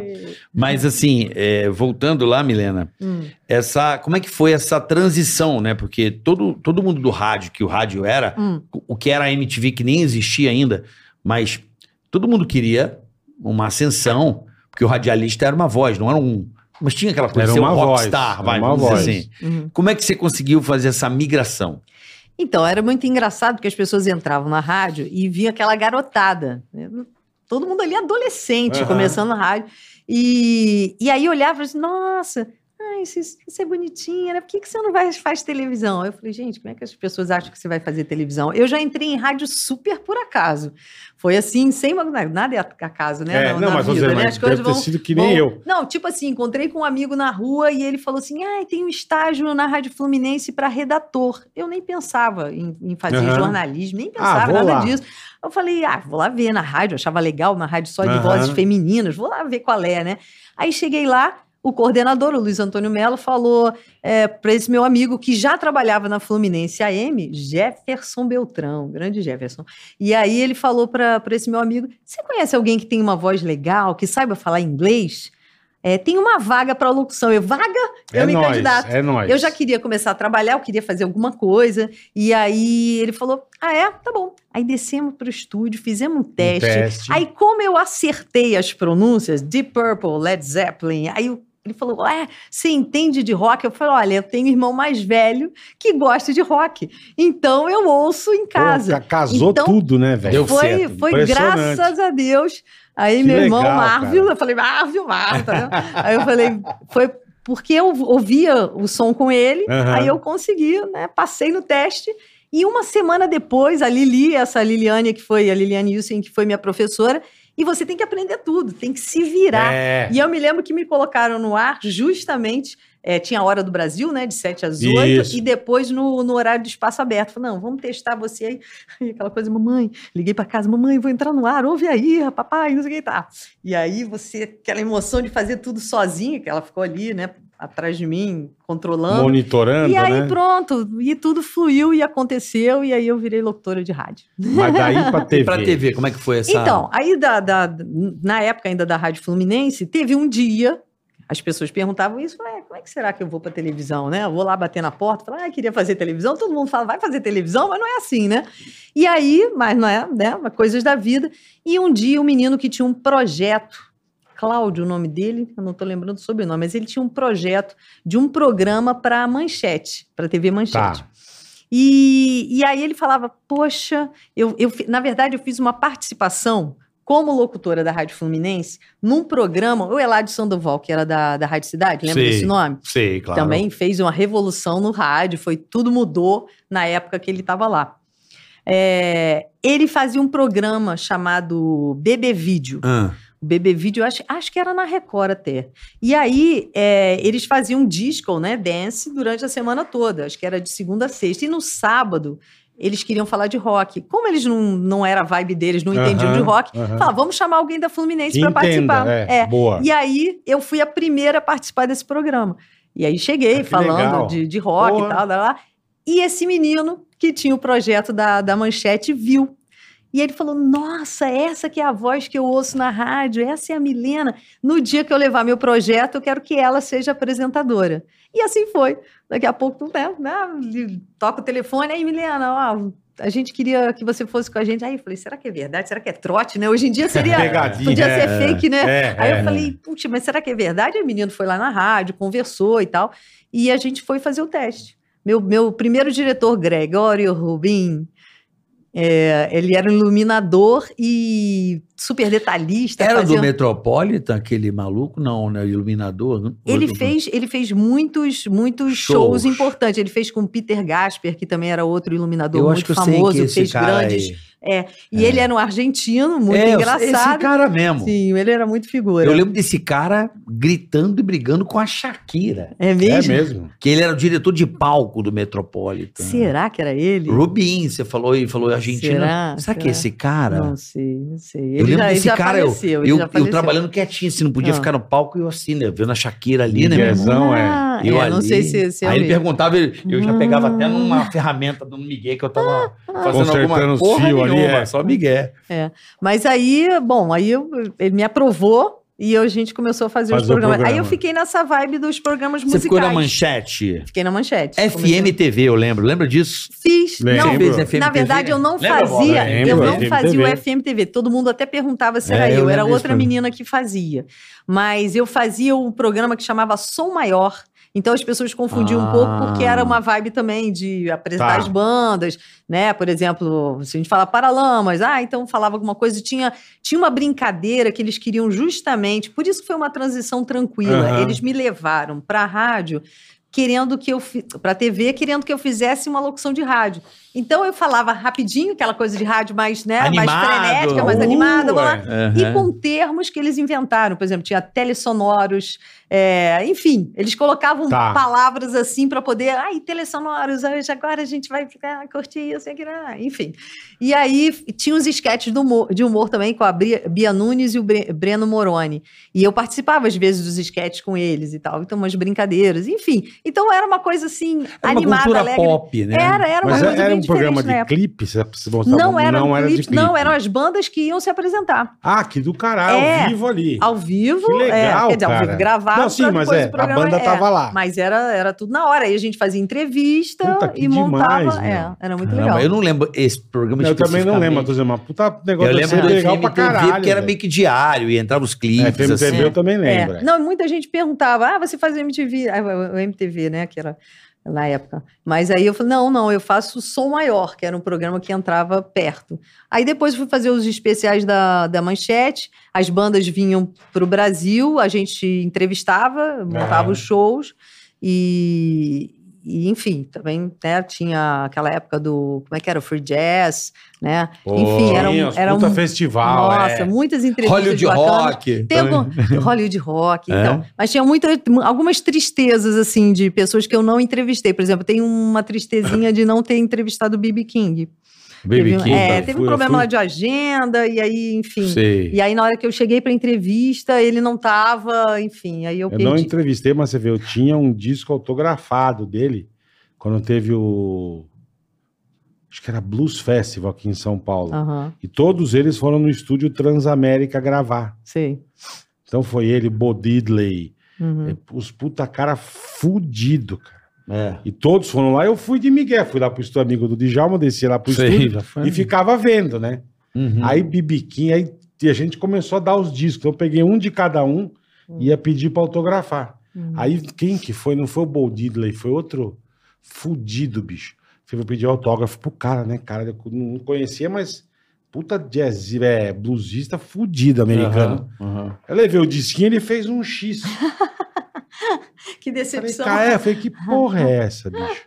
Mas assim, é, voltando lá, Milena,
Hum.
essa, como é que foi essa transição, né? Porque todo, todo mundo do rádio, que o rádio era,
Hum.
o que era a MTV, que nem existia ainda, mas todo mundo queria uma ascensão, porque o radialista era uma voz, não era um... Mas tinha aquela coisa,
Era
ser um
uma voz,
rockstar,
era
vai,
uma
vamos
voz.
dizer assim.
Uhum.
Como é que você conseguiu fazer essa migração?
Então, era muito engraçado porque as pessoas entravam na rádio e vinha aquela garotada. né? Todo mundo ali adolescente,
Aham.
começando na rádio. E, e aí olhava e assim, nossa, ai, isso, isso é bonitinha, né? Por que, que você não vai, faz televisão? Eu falei, gente, como é que as pessoas acham que você vai fazer televisão? Eu já entrei em rádio super por acaso. Foi assim, sem nada é acaso, né?
É,
na-
não,
na
mas
vida,
você
né?
mas
As coisas
deve ter
vão-
sido que nem
Bom,
eu.
Não, tipo assim, encontrei com um amigo na rua e ele falou assim: ah, tem um estágio na Rádio Fluminense para redator. Eu nem pensava em, em fazer
Aham.
jornalismo, nem
Ah,
pensava
vou
nada
lá.
disso. Eu falei, ah, vou lá ver na rádio, eu achava legal uma rádio só de
Aham.
vozes femininas, vou lá ver qual é, né? Aí cheguei lá, o coordenador, o Luiz Antônio Melo, falou para É, esse meu amigo que já trabalhava na Fluminense AM, Jefferson Beltrão, grande Jefferson. E aí ele falou para esse meu amigo: Você conhece alguém que tem uma voz legal, que saiba falar inglês? É, tem uma vaga para locução. Eu, vaga? Eu
é
me
nóis,
candidato.
é nóis.
Eu já queria começar a trabalhar, eu queria fazer alguma coisa. E aí ele falou: Ah, é? Tá bom. Aí descemos para o estúdio, fizemos um
Um
teste. Aí, como eu acertei as pronúncias, Deep Purple, Led Zeppelin, aí o- ele falou: Ué, você entende de rock? Eu falei: Olha, eu tenho um irmão mais velho que gosta de rock. Então eu ouço em
Pô,
casa.
ca- casou
Então,
tudo, né, velho?
deu
foi
certo.
foi
Impressionante.
graças a Deus. Aí
Que
meu irmão,
legal,
Marvel,
cara.
eu falei: Marvel, Marta. né? aí eu falei: Foi porque eu ouvia o som com ele,
Aham.
aí eu consegui, né? Passei no teste. E uma semana depois, a Lili, essa Liliane que foi, a Liliane Wilson, que foi minha professora, E você tem que aprender tudo, tem que se virar.
É.
E eu me lembro que me colocaram no ar justamente. eh, tinha a hora do Brasil, né? De 7 às 8,
Isso.
e depois no, no horário do espaço aberto. Falei, não, vamos testar você aí. Aí aquela coisa, mamãe, liguei pra casa, mamãe, vou entrar no ar, ouve aí, papai, não sei o que tá. E aí você, aquela emoção de fazer tudo sozinha, que ela ficou ali, né, atrás de mim, controlando.
Monitorando,
e aí
né?
pronto, e tudo fluiu e aconteceu, e aí eu virei locutora de rádio.
Mas daí pra TV.
E pra TV, como é que foi essa?
Então, aí da, da- na época ainda da Rádio Fluminense, teve um dia, as pessoas perguntavam isso, falei, "É, como é que será que eu vou pra televisão, né? Eu vou lá bater na porta, falar, ah, queria fazer televisão, todo mundo fala, vai fazer televisão, mas não é assim, né? E aí, mas não é, né? Mas Coisas da vida. E um dia, um menino que tinha um projeto, Cláudio, o nome dele, eu não tô lembrando o sobrenome, mas ele tinha um projeto de um programa pra manchete, pra TV Manchete.
Tá.
E, e aí ele falava, poxa, eu, eu fi- na verdade eu fiz uma participação como locutora da Rádio Fluminense num programa, o Eladio Sandoval, que era da, da Rádio Cidade, lembra
Sim,
desse nome?
Sei, claro.
Também fez uma revolução no rádio, foi tudo mudou na época que ele estava lá. É, ele fazia um programa chamado Bebê Vídeo.
Ah,
O Bebê Vídeo, acho, acho que era na Record até. E aí, é, eles faziam disco, né, dance, durante a semana toda. Acho que era de segunda a sexta. E no sábado, eles queriam falar de rock. Como eles não, não era a vibe deles, não entendiam de
Aham,
rock,
aham.
falaram, vamos chamar alguém da Fluminense
Que
para
entenda,
participar.
É,
É.
Boa.
E aí, eu fui a primeira a participar desse programa. E aí, cheguei
Ah, que legal.
falando de, de rock
Porra.
e tal, lá, lá. E esse menino, que tinha o projeto da, da Manchete, viu. E ele falou, nossa, essa que é a voz que eu ouço na rádio, essa é a Milena. No dia que eu levar meu projeto, eu quero que ela seja apresentadora. E assim foi. Daqui a pouco, tu, né, né, li- toca o telefone, aí, Milena, ó... A gente queria que você fosse com a gente. Aí eu falei, será que é verdade? Será que é trote, né? Hoje em dia seria...
Pegadinha.
Podia ser
é.
fake, né?
É,
Aí
é.
eu falei, putz, mas será que é verdade? Aí o menino foi lá na rádio, conversou e tal. E a gente foi fazer o teste. Meu, meu primeiro diretor, Gregório Rubim, é, ele era um iluminador e super detalhista.
Era
fazia- um
do Metropolitan, aquele maluco? Não, né? Iluminador. não?
ele
Ou-
fez, ele fez muitos, muitos
Shows.
shows. importantes. Ele fez com Peter Gasper, que também era outro iluminador
Eu acho
muito
que eu sei
famoso,
que esse
fez
cara
grandes.
aí-
E ele era um argentino, muito
É, eu- Esse
engraçado.
cara mesmo.
Sim, ele era muito figura. É
Eu lembro desse cara gritando e brigando com a Shakira,
É
É
mesmo?
mesmo.
que ele era o diretor de palco do Metropolitan.
Será que era ele?
Rubim, você falou e falou Argentina. Será,
Será?
que é
Será?
esse cara?
Não sei, não sei.
eu
Ele
lembro
já, ele
desse
já
cara, eu-
faleceu,
eu,
ele já
eu
faleceu.
trabalhando quietinho, assim, não podia
Ah.
ficar no palco e eu assim, né? Vendo a Shakira ali, né, meu irmão?
Miguelzão, é.
Ah,
Eu
é,
ali.
não sei se, se é
Aí ele
mesmo.
perguntava, ele- eu já
Hum.
pegava até numa ferramenta do Miguel que eu
Ah,
tava fazendo
Consertando
alguma
os
porra
fios ali,
nenhuma,
é.
só Miguel.
Mas aí, bom, aí eu- ele me aprovou e a gente começou a fazer
Fazer
os
o
programas.
programa.
Aí eu fiquei nessa vibe dos programas
Você
musicais.
ficou na manchete. É
Fiquei na manchete. Comecei-
FM TV, eu lembro. Lembra disso?
Fiz.
Lembro.
Não,
Você fez
FM
na verdade, eu não
Lembra, Bola?
fazia,
Lembro,
eu não
FMTV.
fazia o FMTV. Todo mundo até perguntava se era
É, eu
eu,
lembro
era
disso
outra
também.
menina que fazia. Mas eu fazia um programa que chamava Som Maior. Então as pessoas confundiam
Ah.
um pouco porque era uma vibe também de apresentar
Tá.
as bandas, né? Por exemplo, se a gente fala Paralamas, ah, então falava alguma coisa, tinha tinha uma brincadeira que eles queriam justamente, por isso que foi uma transição tranquila.
Aham.
Eles me levaram para a rádio querendo que eu para TV querendo que eu fizesse uma locução de rádio. Então eu falava rapidinho, aquela coisa de rádio mais, né,
Animado.
mais frenética, mais
Uh,
animada, blá, blá,
Aham.
e com termos que eles inventaram, por exemplo, tinha telesonoros, é, enfim, eles colocavam
Tá.
palavras assim para poder, ai, telesonoros, hoje agora a gente vai ficar, curtir isso, aquilo, ah", enfim. E aí f- tinha os esquetes do humor- de humor também com a Bri- Bia Nunes e o Bre- Breno Moroni. E eu participava às vezes dos esquetes com eles e tal, então umas brincadeiras, enfim. Então era uma coisa assim,
Era uma
animada,
cultura
alegre.
pop, né?
Era, era uma
Mas
coisa bem
era um
diferente
programa
na
de
época.
clipe? Você você mostrava-
Não era, um
não era de clipe.
não, eram as bandas que iam se apresentar.
Ah, que do caralho,
É.
ao vivo ali.
Ao vivo,
Que legal,
é, quer dizer, ao
cara.
vivo gravado.
Não, sim,
pra
mas
depois
é,
o
a
programa-
banda
é.
tava lá.
Mas era, era tudo na hora. Aí a gente fazia entrevista
Puta, que
e montava.
demais,
é,
meu.
era muito
Caramba,
legal.
Eu não lembro esse programa
eu também não lembro, tô
especificamente.
dizendo, mas puta negócio
Eu
deve
lembro
ser
do
legal pra
FMTV,
caralho.
porque era
velho.
meio que diário, e entrava os
É,
clipes,
FMTV
assim.
eu também lembro.
É.
é.
Não, muita gente perguntava: ah, você faz o MTV, ah, o o MTV, né? Que era na época. Mas aí eu falei: não, não, eu faço o Som Maior, que era um programa que entrava perto. Aí depois fui fazer os especiais da, da Manchete, as bandas vinham para o Brasil, a gente entrevistava, montava
Aham.
os shows. E, e, enfim, também né, tinha aquela época do. Como é que era? O Free Jazz, né?
Pô,
enfim, era um.
tinha
Era
puta
um
festival,
nossa,
é.
muitas entrevistas.
Hollywood
bacanas.
Rock.
Tem algum- Hollywood Rock,
Então, É?
então. Mas tinha muita, algumas tristezas, assim, de pessoas que eu não entrevistei. Por exemplo, tem uma tristezinha de não ter entrevistado o B.B. King.
Baby
teve,
King.
é,
tá,
teve
fui-
um problema
fui-
lá de agenda, e aí, enfim.
Sei.
E aí, na hora que eu cheguei pra entrevista, ele não tava, enfim, aí eu,
Eu não
perdi.
entrevistei, mas você vê, eu tinha um disco autografado dele quando teve o. Acho que era Blues Festival aqui em São Paulo.
Aham,
E todos eles foram no estúdio Transamérica gravar.
sei.
Então foi ele, Bo Diddley,
Uhum.
eh, os puta cara fudido, cara.
É.
E todos foram lá, eu fui de Miguel, fui lá pro estúdio amigo do Djalma, desci lá pro
Sei,
estúdio
já foi.
e ficava vendo, né?
Uhum.
Aí bibiquinha, aí e a gente começou a dar os discos. Então eu peguei um de cada um
Hum.
e ia pedir pra autografar.
Hum.
Uhum.
Aí quem que foi? Não foi o Bo Diddley, foi outro fudido, bicho. Fui pedir autógrafo pro cara, né, cara? Eu não conhecia, mas puta jazz, é, bluesista fudido americano.
Aham, aham.
Eu levei o disquinho e ele fez um X.
É. Que
Falei,
decepção.
cara, é, falei, que porra é essa, bicho?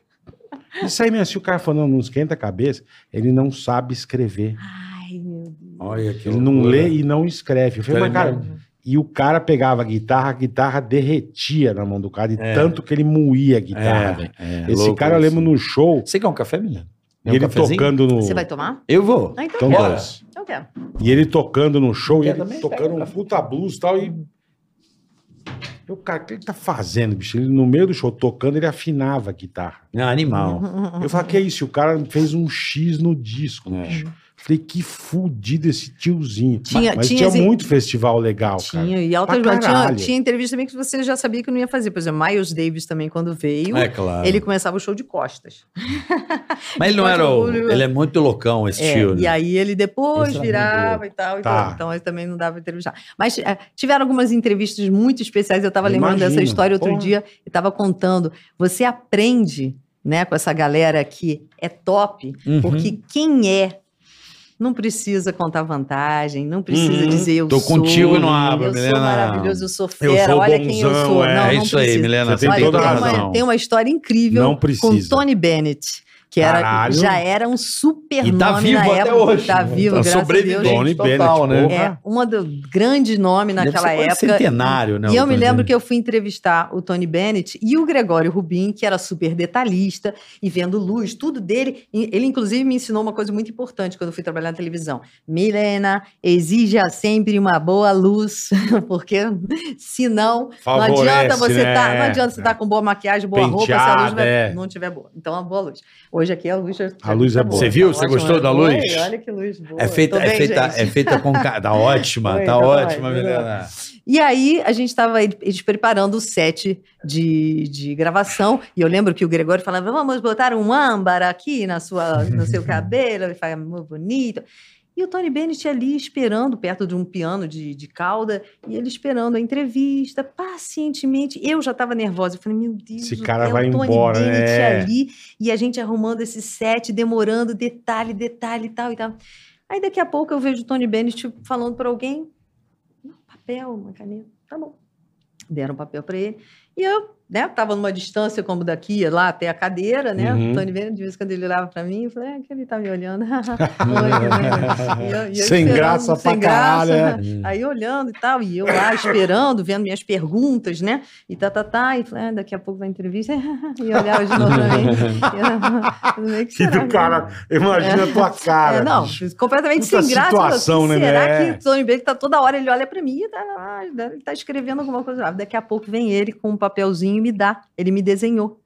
Isso aí, mesmo, se o cara falando, não esquenta a cabeça, ele não sabe escrever.
Ai, meu
Olha que
Ele não
loucura. Então,
lê e não escreve. Eu falei, mas, cara,
Tremendo.
e o cara pegava a guitarra, a guitarra derretia na mão do cara, de
É.
tanto que ele moía a guitarra,
É,
tá, velho.
é,
Esse
louco
cara eu lembro
isso.
no show,
Você quer um café, menino?
e
Quer um
ele
cafezinho?
tocando no.
Você vai tomar?
Eu vou.
Ah, então,
Então,
quero.
Bora.
dois.
Então quero.
E ele tocando no show, e
Quer
ele
também?
tocando
Pega
um
pra-
puta blues e tal. E. Eu, cara, o que ele tá fazendo, bicho? Ele, no meio do show, tocando, ele afinava a guitarra.
Não, É
Uhum,
animal.
Eu falei, que é isso? E O cara fez um X no disco,
É.
bicho. Falei, que fudido esse tiozinho.
Tinha-
Mas
tinha
tinha,
esse-
muito festival legal, cara.
Tinha, e altas
Pra
bandas. Tinha,
caralho.
tinha entrevista também que você já sabia que não ia fazer. Por exemplo, Miles Davis também, quando veio,
É claro.
ele começava o show de costas.
Mas ele não era o. Ele é muito loucão, esse
É,
tio. né?
e aí ele depois
Esse era
virava e tal, e
Tá.
tal. Então ele também não dava pra entrevistar. Mas é, tiveram algumas entrevistas muito especiais. Eu estava
Eu
lembrando dessa
imagino,
história outro
porra.
dia e estava contando. Você aprende, né, com essa galera que é top,
Uhum.
porque quem é não precisa contar vantagem, não precisa
Uhum.
dizer eu
Tô
sou.
contigo e não abro,
eu
Milena.
sou maravilhoso, eu sou fera,
sou
olha quem eu
bonzão,
sou.
é.
Não,
é
não
isso aí,
precisa.
Milena.
Você tem
Olha,
toda
tem,
a
uma,
razão.
tem uma história incrível
Não precisa.
com Tony Bennett, que era,
Caralho.
já era um super
E tá
nome
vivo
na
até
época.
hoje.
Tá vivo,
Tá
graças a Deus.
sobrevivente.
Tony
total,
Bennett,
né?
porra.
É um do- grande nome
Deve
naquela
ser quase
época.
centenário, né?
E eu
o
me
Tony
lembro
Bennett.
que eu fui entrevistar o Tony Bennett e o Gregório Rubim, que era super detalhista e vendo luz, tudo dele. E Ele, inclusive, me ensinou uma coisa muito importante quando eu fui trabalhar na televisão. Milena, exija sempre uma boa luz, porque senão não adianta
Favorece,
você
né?
tá, não adianta você estar com boa maquiagem, boa roupa, se a luz
Penteada,
vai-
é.
não tiver boa. Então, a boa luz. Hoje aqui a luz já
A luz é boa.
Você viu? Você gostou da luz?
Oi, né? olha que luz boa.
É feita,
Tô
é,
bem,
feita,
gente.
é feita com. ca- Tá ótima,
Oi,
tá
tudo
ótima,
bem, tudo
Milena.
E aí, a gente estava eles preparando o set de, de gravação, e eu lembro que o Gregório falava, vamos botar um âmbar aqui na sua, no seu cabelo, ele fala, muito bonito. E o Tony Bennett ali esperando, perto de um piano de, de cauda, e ele esperando a entrevista, pacientemente. Eu já estava nervosa, eu falei, meu Deus,
Esse
do
cara
céu,
vai
o Tony
embora,
Bennett
né?
ali, e a gente arrumando esse set, demorando, detalhe, detalhe e tal e tal. Aí daqui a pouco eu vejo o Tony Bennett falando para alguém, um papel, uma caneta, tá bom. Deram um papel para ele. E eu, né, tava numa distância como daqui, lá até a cadeira, né?
Uhum.
O Tony Bennett, de vez em quando ele olhava para mim, eu falei, ah, que ele tá me olhando. Oi, oi, oi. E eu- e eu
Sem
esperando, Uhum.
graça pra caralho, é.
Aí olhando e tal, e eu lá esperando, vendo minhas perguntas, né? E tá, tá, tá, e falei, ah, daqui a pouco vai entrevista. e olhava de novo pra mim. E eu, "Meio que
Que
será, né?"
do cara, imagina a tua cara.
é, não,
bicho.
completamente
Puta
sem graça.
situação, né,
Será
né?
que o Tony Bennett tá toda hora, ele olha pra mim e tá, lá, ele tá escrevendo alguma coisa. lá. Daqui a pouco vem ele com um papelzinho e me dá. Ele me desenhou.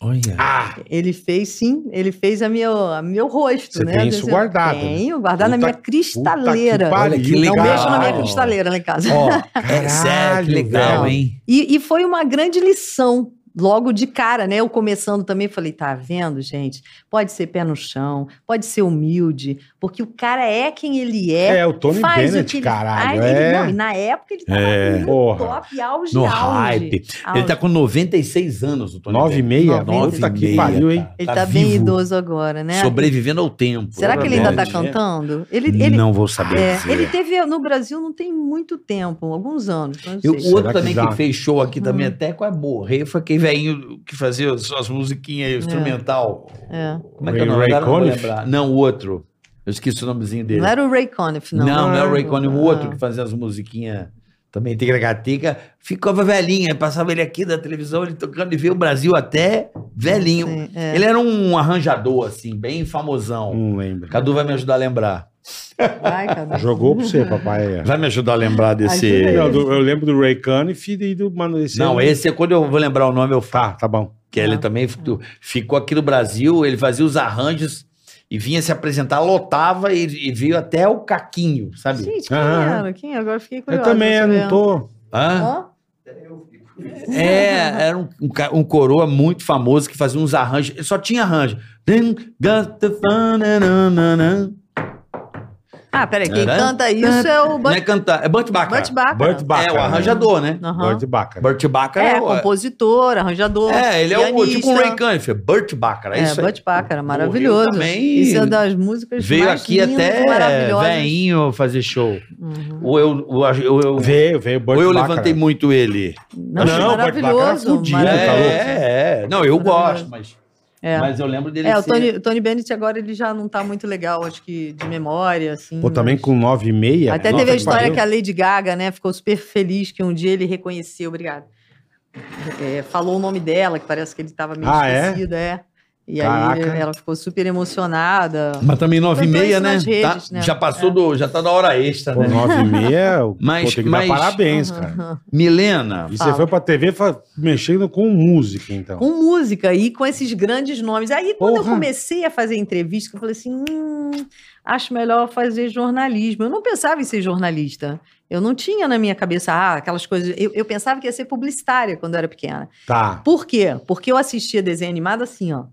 Olha.
Ah,
Ele fez, sim, ele fez a meu, a meu rosto,
Você
né?
tem isso
Desenho-
guardado, né?
Tenho, guardado na
Puta-
minha cristaleira.
puta
Olha que
pariu,
Dá um
legal.
tá beijo na minha
cara.
cristaleira lá em casa.
Ó, é
Caralho,
sério, que legal,
velho.
hein?
E, e foi uma grande lição. Logo de cara, né? Eu começando também, falei, tá vendo, gente? Pode ser pé no chão, pode ser humilde, porque o cara é quem ele é.
É, o Tony
faz o
Bennett,
que ele
caralho.
faz, ele- não,
é.
e na época ele tava
É.
no
Porra.
top, auge,
No
auge.
hype.
auge.
Ele tá com 96 anos, o Tony
Nove e
Bennett.
meia?
Nove e
Puta que
meia,
pariu, hein?
cara.
Ele tá bem
vivo,
idoso agora, né?
Sobrevivendo ao tempo.
Será que ele ainda tá
Provavelmente.
cantando? Ele, ele,
Não vou saber
é,
dizer.
ele teve no Brasil não tem muito tempo, alguns anos. não
Eu-
sei.
o outro
Será que
também que,
dá?
fez show aqui também
Hum.
até quase morrer foi Kevin velhinho que fazia as suas musiquinhas instrumental.
É.
Como é que é o nome?
Ray
Agora eu não vou
Conniff?
lembrar. Não, o outro. Eu esqueci o nomezinho dele.
Não era o Ray Conniff,
Não,
não.
não, é o Ray Conniff, o outro
Ah.
que fazia as musiquinhas também, tigra-gatica, ficava velhinha, passava ele aqui da televisão, ele tocando e veio o Brasil até velhinho.
Sim, é.
Ele era um arranjador, assim, bem famosão.
Não lembro.
Cadu vai me ajudar a lembrar.
Vai, Cadu.
Jogou pra você, papai.
Vai me ajudar a lembrar
Ajuda
desse...
aí.
Não, do- eu lembro do Ray Cunningham e do- e do Mano desse
Não,
aí.
esse é quando eu vou lembrar o nome, eu
Tá,
falo.
tá bom.
Que ele
Ah.
também fico- ficou aqui no Brasil, ele fazia os arranjos e vinha se apresentar, lotava e, e veio até o Caquinho, sabe?
Gente, quem
Aham.
era? Quem? Agora fiquei
Eu
curiosa.
também, eu não tô.
Hã?
Hã?
É, era um, um, ca- um coroa muito famoso que fazia uns arranjos. Ele só tinha arranjo. Then got the fun, nananana.
Ah, peraí, quem
Era?
canta isso é o
Não
Burt
é cantar, é Burt Bacharach.
Burt Bacharach.
Burt Bacharach.
É, o arranjador, né?
Aham.
Burt Bacharach.
Burt Bacharach
É,
é, o-
compositor, arranjador,
é, ele é o, tipo um
pianista.
Ray Cunningham, Burt Bacharach.
É,
isso aí.
Bud Packer,
O Rio
maravilhoso.
também
Isso é uma das músicas
veio
mais
aqui
lindas,
até
maravilhosas.
veinho fazer show.
Uhum.
Ou eu, ou a- ou eu,
Veio, veio o Burt
ou eu
Bacharach.
levantei muito ele.
Não,
Não,
Bud Packer era
maravilhoso.
fudido,
É,
tá
maravilhoso.
louco?
é, é. Não, eu gosto, mas,
É.
mas eu lembro dele
É, o
ser-
Tony, o Tony Bennett agora ele já não tá muito legal, acho que de memória, assim.
Pô, também
mas-
com 9,5.
Até
nossa,
teve a
que
história
pariu.
que a Lady Gaga, né, ficou super feliz que um dia ele reconheceu, obrigado. É, falou o nome dela, que parece que ele tava meio
Ah, é?
esquecido, é. E
Caraca.
aí ela ficou super emocionada.
Mas também nove e
Cantou
meia,
isso
né?
nas redes,
Tá-
né?
Já passou do. Já tá na hora extra,
Pô,
né?
9,5 é. o-
Mas-
pô, tem que
mas-
dar parabéns,
Aham,
cara.
aham.
Milena.
E você
Fala.
foi pra TV fa- mexendo com música, então.
Com música e com esses grandes nomes. Aí, quando eu
Porra.
comecei a fazer entrevista, que eu falei assim: hum, acho melhor fazer jornalismo. Eu não pensava em ser jornalista. Eu não tinha na minha cabeça ah, aquelas coisas. Eu, eu pensava que ia ser publicitária quando eu era pequena.
Tá.
Por quê? Porque eu assistia desenho animado assim, ó.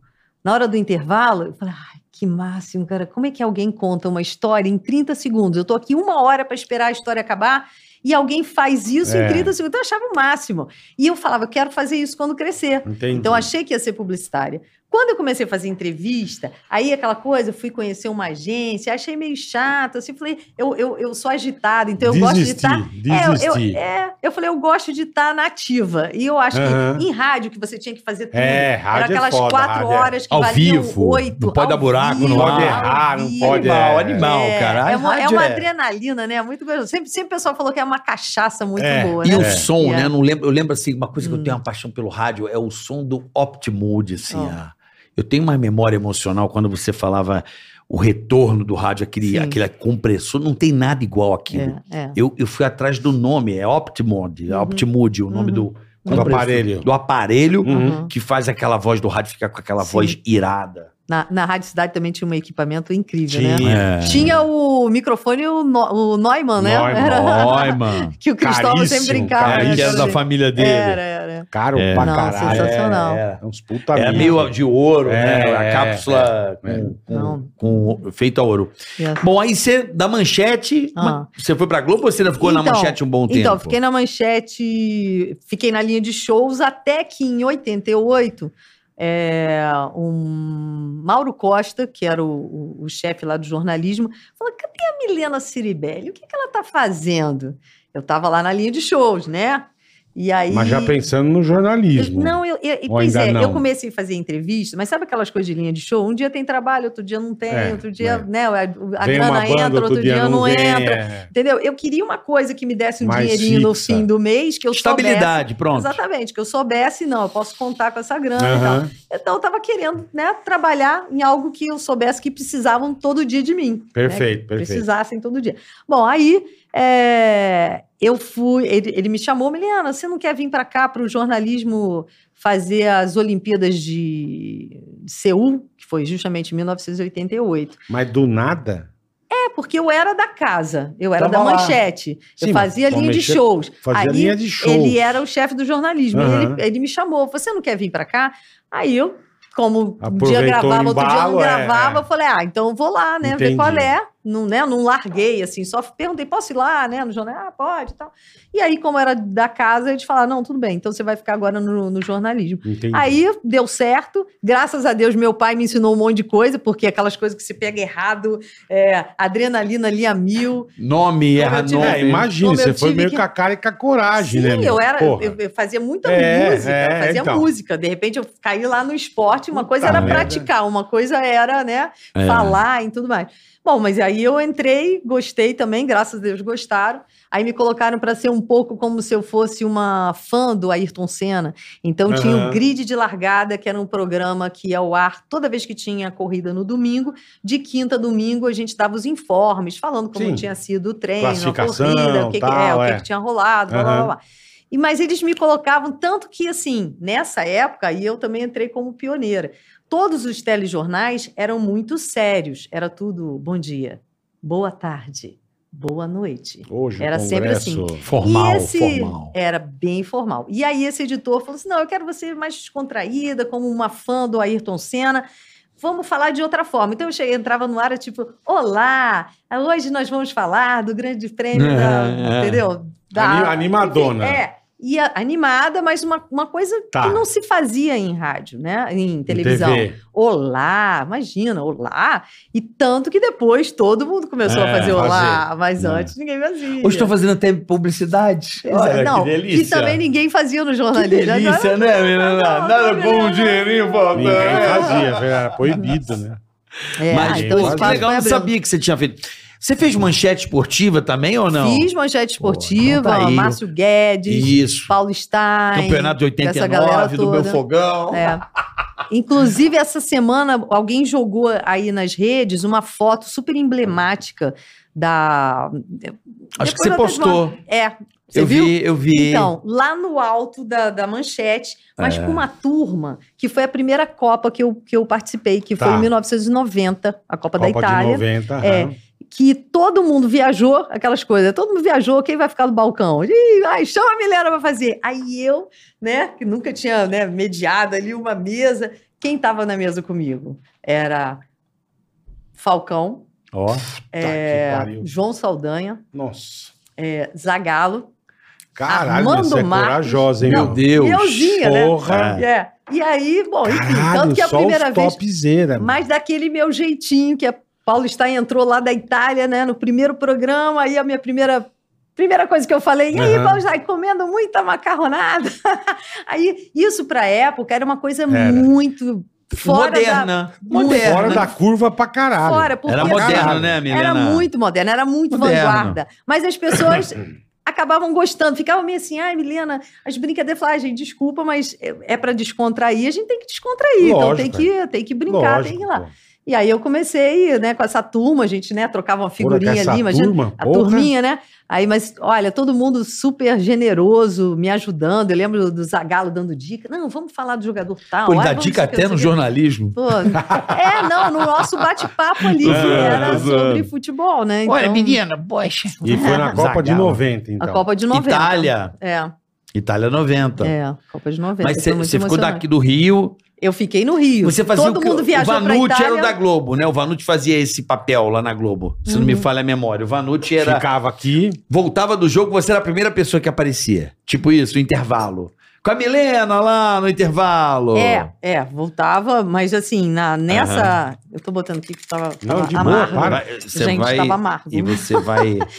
Na hora do intervalo, eu falei, ai, que máximo, cara. Como é que alguém conta uma história em 30 segundos? Eu tô aqui uma hora para esperar a história acabar e alguém faz isso
É.
em 30 segundos. Então eu achava o máximo. E eu falava, eu quero fazer isso quando crescer.
Entendi.
Então achei que ia ser publicitária. Quando eu comecei a fazer entrevista, aí aquela coisa, eu fui conhecer uma agência, achei meio chato, assim, falei, eu, eu, eu sou agitada, então eu gosto de
desistir,
estar é, eu,
desistir.
é, eu falei, eu gosto de estar nativa. E eu acho
Aham.
que em rádio que você tinha que fazer tudo.
É,
Era
rádio é
aquelas
foda.
quatro
rádio é-
horas que
Ao
valiam
vivo,
oito.
não pode dar
ao
buraco, não
vivo,
pode
ao
errar, não
vivo.
pode-
Animal,
é.
animal,
é,
cara.
É uma, é
Rádio
uma
é-
adrenalina, né? Muito gostoso. Sempre, sempre o pessoal falou que é uma cachaça muito
É,
boa,
E
né?
o
É.
som, né?
Yeah.
Não lembro, eu lembro assim, uma coisa que eu
Hum.
tenho uma paixão pelo rádio é o som do Optimood, assim.
Ó.
ah. Eu tenho uma memória emocional quando você falava o retorno do rádio, aquele,
Sim.
aquele compressor, não tem nada igual aquilo.
É, é.
Eu, eu fui atrás do nome, é Optimood, é
Uhum.
Optimood, o nome
Uhum.
do,
Do
compressor-
aparelho.
Do aparelho
Uhum.
que faz aquela voz do rádio ficar com aquela
Sim.
voz irada.
Na, na Rádio Cidade também tinha um equipamento incrível, né?
Tinha.
É.
Tinha o microfone e o, no, o Neumann, né?
Neumann.
Era-
mano.
que o Cristóvão sempre
Caríssimo,
brincava.
cara,
né?
que era da
família
Era, era.
Caro
É.
pra
Não,
caralho.
sensacional.
É uns puta
Era
merda.
meio de ouro,
É,
né? A
é,
cápsula
é.
com- com-
Não.
com- feita a ouro.
Yes.
Bom, aí você, da manchete,
Ah.
ma- você foi pra Globo ou você ainda ficou na
Então,
manchete um bom tempo?
Então, fiquei na manchete, fiquei na linha de shows até que em 88, é, um Mauro Costa, que era o, o- o chefe lá do jornalismo, falou: cadê a Milena Ciribelli? O que, que ela tá fazendo? Eu tava lá na linha de shows, né? E aí.
Mas já pensando no jornalismo.
Não, eu, eu-
Ou
pois é,
ainda
eu
não?
comecei a fazer entrevista, mas sabe aquelas coisas de linha de show? Um dia tem trabalho, outro dia não tem,
É,
outro dia,
é.
né? A, a
Vem
grana
uma banda,
entra, outro, dia, não
vem,
entra.
é.
Entendeu? Eu queria uma coisa que me desse um
Mais
dinheirinho
fixa.
no fim do mês, que eu soubesse.
Estabilidade, pronto.
Exatamente, que eu soubesse, não, eu posso contar com essa grana e tal.
Aham,
Então eu tava querendo, né, trabalhar em algo que eu soubesse que precisavam todo dia de mim.
Perfeito, perfeito.
né, Precisassem todo dia. Bom, aí é, eu fui, ele, ele me chamou, Milena, você não quer vir para cá para o jornalismo fazer as Olimpíadas de Seul, que foi justamente em 1988.
Mas do nada,
É, porque eu era da casa, eu era
Tava
da
lá.
manchete,
Sim,
eu fazia
mas
linha de
mexer-
shows.
fazia
Aí,
linha de show.
Ele era o chefe do jornalismo.
Aham.
Ele, ele me chamou, você não quer vir pra cá? Aí eu, como um dia
Aproveitou o
gravava, outro dia não
embalo, é,
gravava,
é.
eu falei, ah, então eu vou lá, né, ver qual
Entendi.
é. não, né, não larguei, assim, só perguntei, posso ir lá, né, no jornal? Ah, pode e tal. E aí, como era da casa, eles falaram, não, tudo bem, então você vai ficar agora no, no jornalismo.
Entendi.
Aí deu certo, graças a Deus meu pai me ensinou um monte de coisa, porque aquelas coisas que se pega errado, é, adrenalina ali a mil.
Nome,
Como
erra
eu tive-
é,
nome.
imagina,
Como eu
você foi
tive
meio
que-
com a cara e com a coragem,
Sim,
né? meu?
eu era,
Porra.
eu, eu fazia muita
É,
música,
é,
eu fazia
então.
música. De repente eu caí lá no esporte, uma coisa
Puta
era
merda.
praticar, uma coisa era, né,
É.
falar e tudo mais. Bom, mas aí eu entrei, gostei também, graças a Deus gostaram. Aí me colocaram para ser um pouco como se eu fosse uma fã do Ayrton Senna. Então tinha
Aham.
o Grid de Largada, que era um programa que ia ao ar toda vez que tinha corrida no domingo. De quinta a domingo a gente dava os informes, falando como
Sim.
tinha sido o treino, a
Classificação,
corrida, o que, que- é,
tal,
o que
é.
que tinha rolado, blá, blá, blá, blá. E, mas eles me colocavam tanto que, assim, nessa época, e eu também entrei como pioneira, todos os telejornais eram muito sérios. Era tudo bom dia, boa tarde, boa noite.
Hoje,
Era
o
sempre assim.
Congresso-
Formal,
e esse
formal.
era bem formal. E aí esse editor falou assim, não, eu quero você mais descontraída, como uma fã do Ayrton Senna. Vamos falar de outra forma. Então eu cheguei, entrava no ar, eu tipo, olá, hoje nós vamos falar do grande prêmio da...
É.
Entendeu? Da,
Ani- animadona.
Enfim, é, e a- animada, mas uma, uma coisa
Tá.
que não se fazia em rádio, né? Em televisão.
TV.
Olá, imagina, olá. E tanto que depois todo mundo começou
É,
a fazer olá, mas
É.
antes ninguém fazia.
Hoje estou fazendo até publicidade.
Exa-
Olha,
é, não,
que delícia.
E também ninguém fazia no
Que
jornalismo. né?
delícia, né, menina?
não,
Nada
não,
bom,
não,
um
não.
dinheirinho faltando.
Ninguém fazia, velho, era proibido, né?
É,
Mas,
ah, então
pô,
esse
que legal,
espaço foi
não
abrindo.
sabia que você tinha feito. Você fez manchete esportiva também ou não?
Fiz manchete
Pô,
esportiva,
então tá aí.
Márcio Guedes,
Isso.
Paulo Stein.
Campeonato de
essa galera
89, do meu
toda.
fogão.
É. Inclusive, essa semana, alguém jogou aí nas redes uma foto super emblemática da.
Acho que você
Depois eu até te
postou.
É. Você
Eu
viu?
vi, eu vi.
Então, lá no alto da, da manchete, mas
É.
com uma turma, que foi a primeira Copa que eu, que eu participei, que
Tá.
foi em 1990, a Copa, da
Copa de né?
Itália.
90.
É.
aham.
que todo mundo viajou, aquelas coisas, todo mundo viajou, quem vai ficar no balcão? Ih, ai, chama a Milena pra fazer. Aí eu, né, que nunca tinha né, mediado ali uma mesa, quem tava na mesa comigo? Era Falcão,
Ó, tá
é,
que pariu.
João Saldanha,
Nossa.
é, Zagalo,
Caralho,
Armando
você é
Marcos.
corajosa, hein,
Não,
Meu Deus.
Euzinha, né?
Porra.
É. E aí, bom, enfim,
Caralho,
assim, tanto que a
só
primeira
os
vez
topzera, mano.
Mas daquele meu jeitinho, que a Paulo Stein entrou lá da Itália, né, no primeiro programa, aí a minha primeira. Primeira coisa que eu falei, e aí,
Aham.
Paulo Stein, comendo muita macarronada. aí, isso pra época era uma coisa
Era.
muito fora da.
Moderna.
Moderna.
Fora da curva pra caralho.
Fora, porque assim,
Era
Pra
moderna,
caralho.
né, menina?
era muito moderna, era muito
Moderna.
vanguarda. Mas as pessoas acabavam gostando, ficavam meio assim, ai, Milena, as brincadeiras falavam, gente, desculpa, mas é, é para descontrair, a gente tem que descontrair, então tem
Lógico,
que, tem que brincar, tem que ir lá.
pô.
E aí eu comecei, né, com essa turma, a gente, né, trocava
Porra,
uma
com
figurinha
essa
ali, imagina,
Turma,
a
porra.
turminha, né? Aí, mas, olha, todo mundo super generoso, me ajudando. Eu lembro do Zagalo dando dica. Não, vamos falar do jogador tal.
Pô, ele
Ai,
dá
vamos
dica
não sei o
até
que,
no
não sei o que.
jornalismo.
Pô, é, não, no nosso bate-papo ali,
Tô
que
zoando, tô
era sobre
zoando.
futebol, né? Então,
poxa.
E foi na Copa de 90, então.
A Copa de 90.
Itália.
É,
Itália 90.
é, Copa de 90.
Mas
foi
você
muito
você ficou
emocionante.
daqui do Rio.
Eu fiquei no Rio.
Você fazia
Todo
o que
mundo
o
viajou pra
Vanucci era o
Itália.
da Globo, né? O Vanucci fazia esse papel lá na Globo. Se não me
Uhum.
falha a memória. O Vanucci era.
Ficava aqui.
Voltava do jogo, você era a primeira pessoa que aparecia. Tipo isso, no intervalo. Com a Milena lá no intervalo.
É, é, voltava, mas assim, na, nessa. Eu tô botando aqui que tava,
Não,
tava
de boa,
amargo.
para.
Vai- Você
Gente,
vai...
tava amargo. né?
E você vai.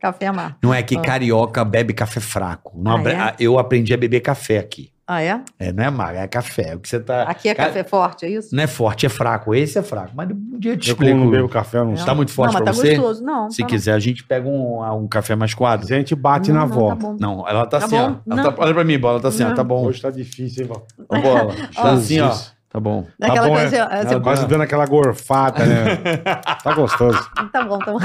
Café amargo.
Não é que
Ah.
carioca bebe café fraco. Não
Ah,
abra-
é?
ah, Eu aprendi a beber café aqui.
Ah, é?
É, não é amargo, é café. O que você tá.
Aqui é
Ca-
café forte, é isso?
Não é forte, é fraco. Esse é fraco. Mas um dia eu te
Eu como
explico.
não bebo café, eu não
Não.
Tá
sei.
muito forte
não, mas
pra
tá
você?
gostoso. Não.
Se
tá
quiser, a gente pega um, um café mais
A
coado.
gente
não.
bate
Não,
na
não,
avó.
Tá bom.
Não, ela tá
Tá
assim, ó.
bom.
Ela
Não.
tá- olha pra mim, bola. Ela tá assim, ó.
Não.
Tá bom.
Hoje tá difícil, hein, vó?
Ô, bola. Tá assim, ó.
Jesus.
Tá bom.
Daquela
bom,
coisa,
é?
é, você-
Ela quase dando aquela gorfada, né? tá gostoso.
Tá bom, tá bom.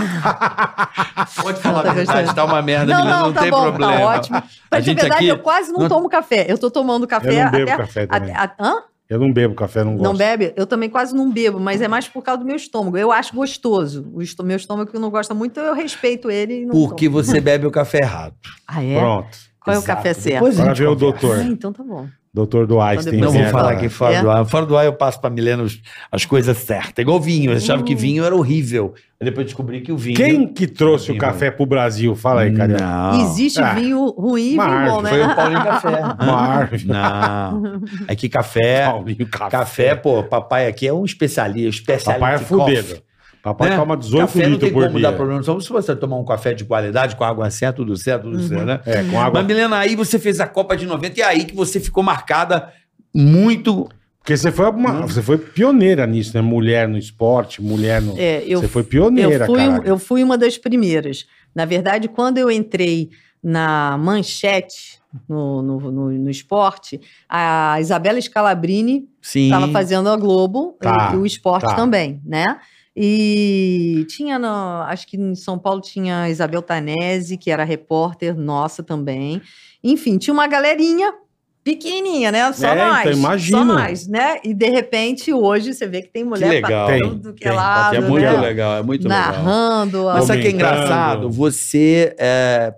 Pode falar
Não, tá
a verdade,
gostando.
tá uma merda,
não,
menina,
não,
não,
tá
tem
bom,
problema.
tá ótimo.
A
Mas de
gente
verdade,
aqui-
eu quase não,
não-
tomo café. Eu tô tomando café
eu não bebo
até.
café também.
a- a- hã?
Eu não bebo café, não gosto.
Não bebe? Eu também quase não bebo, mas é mais por causa do meu estômago. Eu acho gostoso. O esto- meu estômago que não gosta muito, eu respeito ele. E não
Porque
tomo.
você bebe o café errado.
Ah, é?
Pronto.
Qual é o
Exato.
café certo?
Depois a
Para
gente
ver o
conversa.
doutor.
Ah, então tá bom.
Doutor do Einstein.
Não
Não
vou
vou
Sim,
falar
agora.
aqui fora
É.
do ar. Fora do ar eu passo pra Milena os- as coisas certas. Igual vinho. Eu achava
Hum.
que vinho era horrível. Aí depois descobri que o vinho...
Quem que trouxe o café pro Brasil? Fala aí, cara.
Não.
Existe
Ah,
vinho ruim e vinho
Marge,
bom, né?
Foi o Paulinho Café.
Marge.
Não. É que café...
Paulinho, café.
Café, pô, papai aqui é um especialista. especialista
Papai é fudido. Papai
Né?
toma 18
Café não
litros
tem
por
como
dia.
dar problema. Só se você tomar um café de qualidade, com água certa, tudo certo, tudo
Uhum.
certo, né?
É, com água.
Mas, Milena, aí você fez a Copa de 90 e é aí que você ficou marcada muito...
Porque você foi,
Hum?
uma, você foi pioneira nisso, né? Mulher no esporte, mulher no.
É, eu
você foi
Eu
pioneira,
fui, um-
cara.
eu fui uma das primeiras. Na verdade, quando eu entrei na manchete, no, no, no- no esporte, a Isabela Scalabrini
Sim.
estava fazendo a Globo
Tá,
e, e o esporte
tá.
também, né? E tinha, no- acho que em São Paulo tinha a Isabel Tanese, que era repórter nossa também. Enfim, tinha uma galerinha pequenininha, né? Só
É, então,
nós.
imagino.
Só nós, né? E de repente, hoje, você vê que tem mulher
legal.
pra
Tem,
tudo que é
Tem,
lado,
É muito
né?
legal, é muito legal.
narrando.
Mas
a-
sabe o que é
Comentando.
engraçado? Você. é,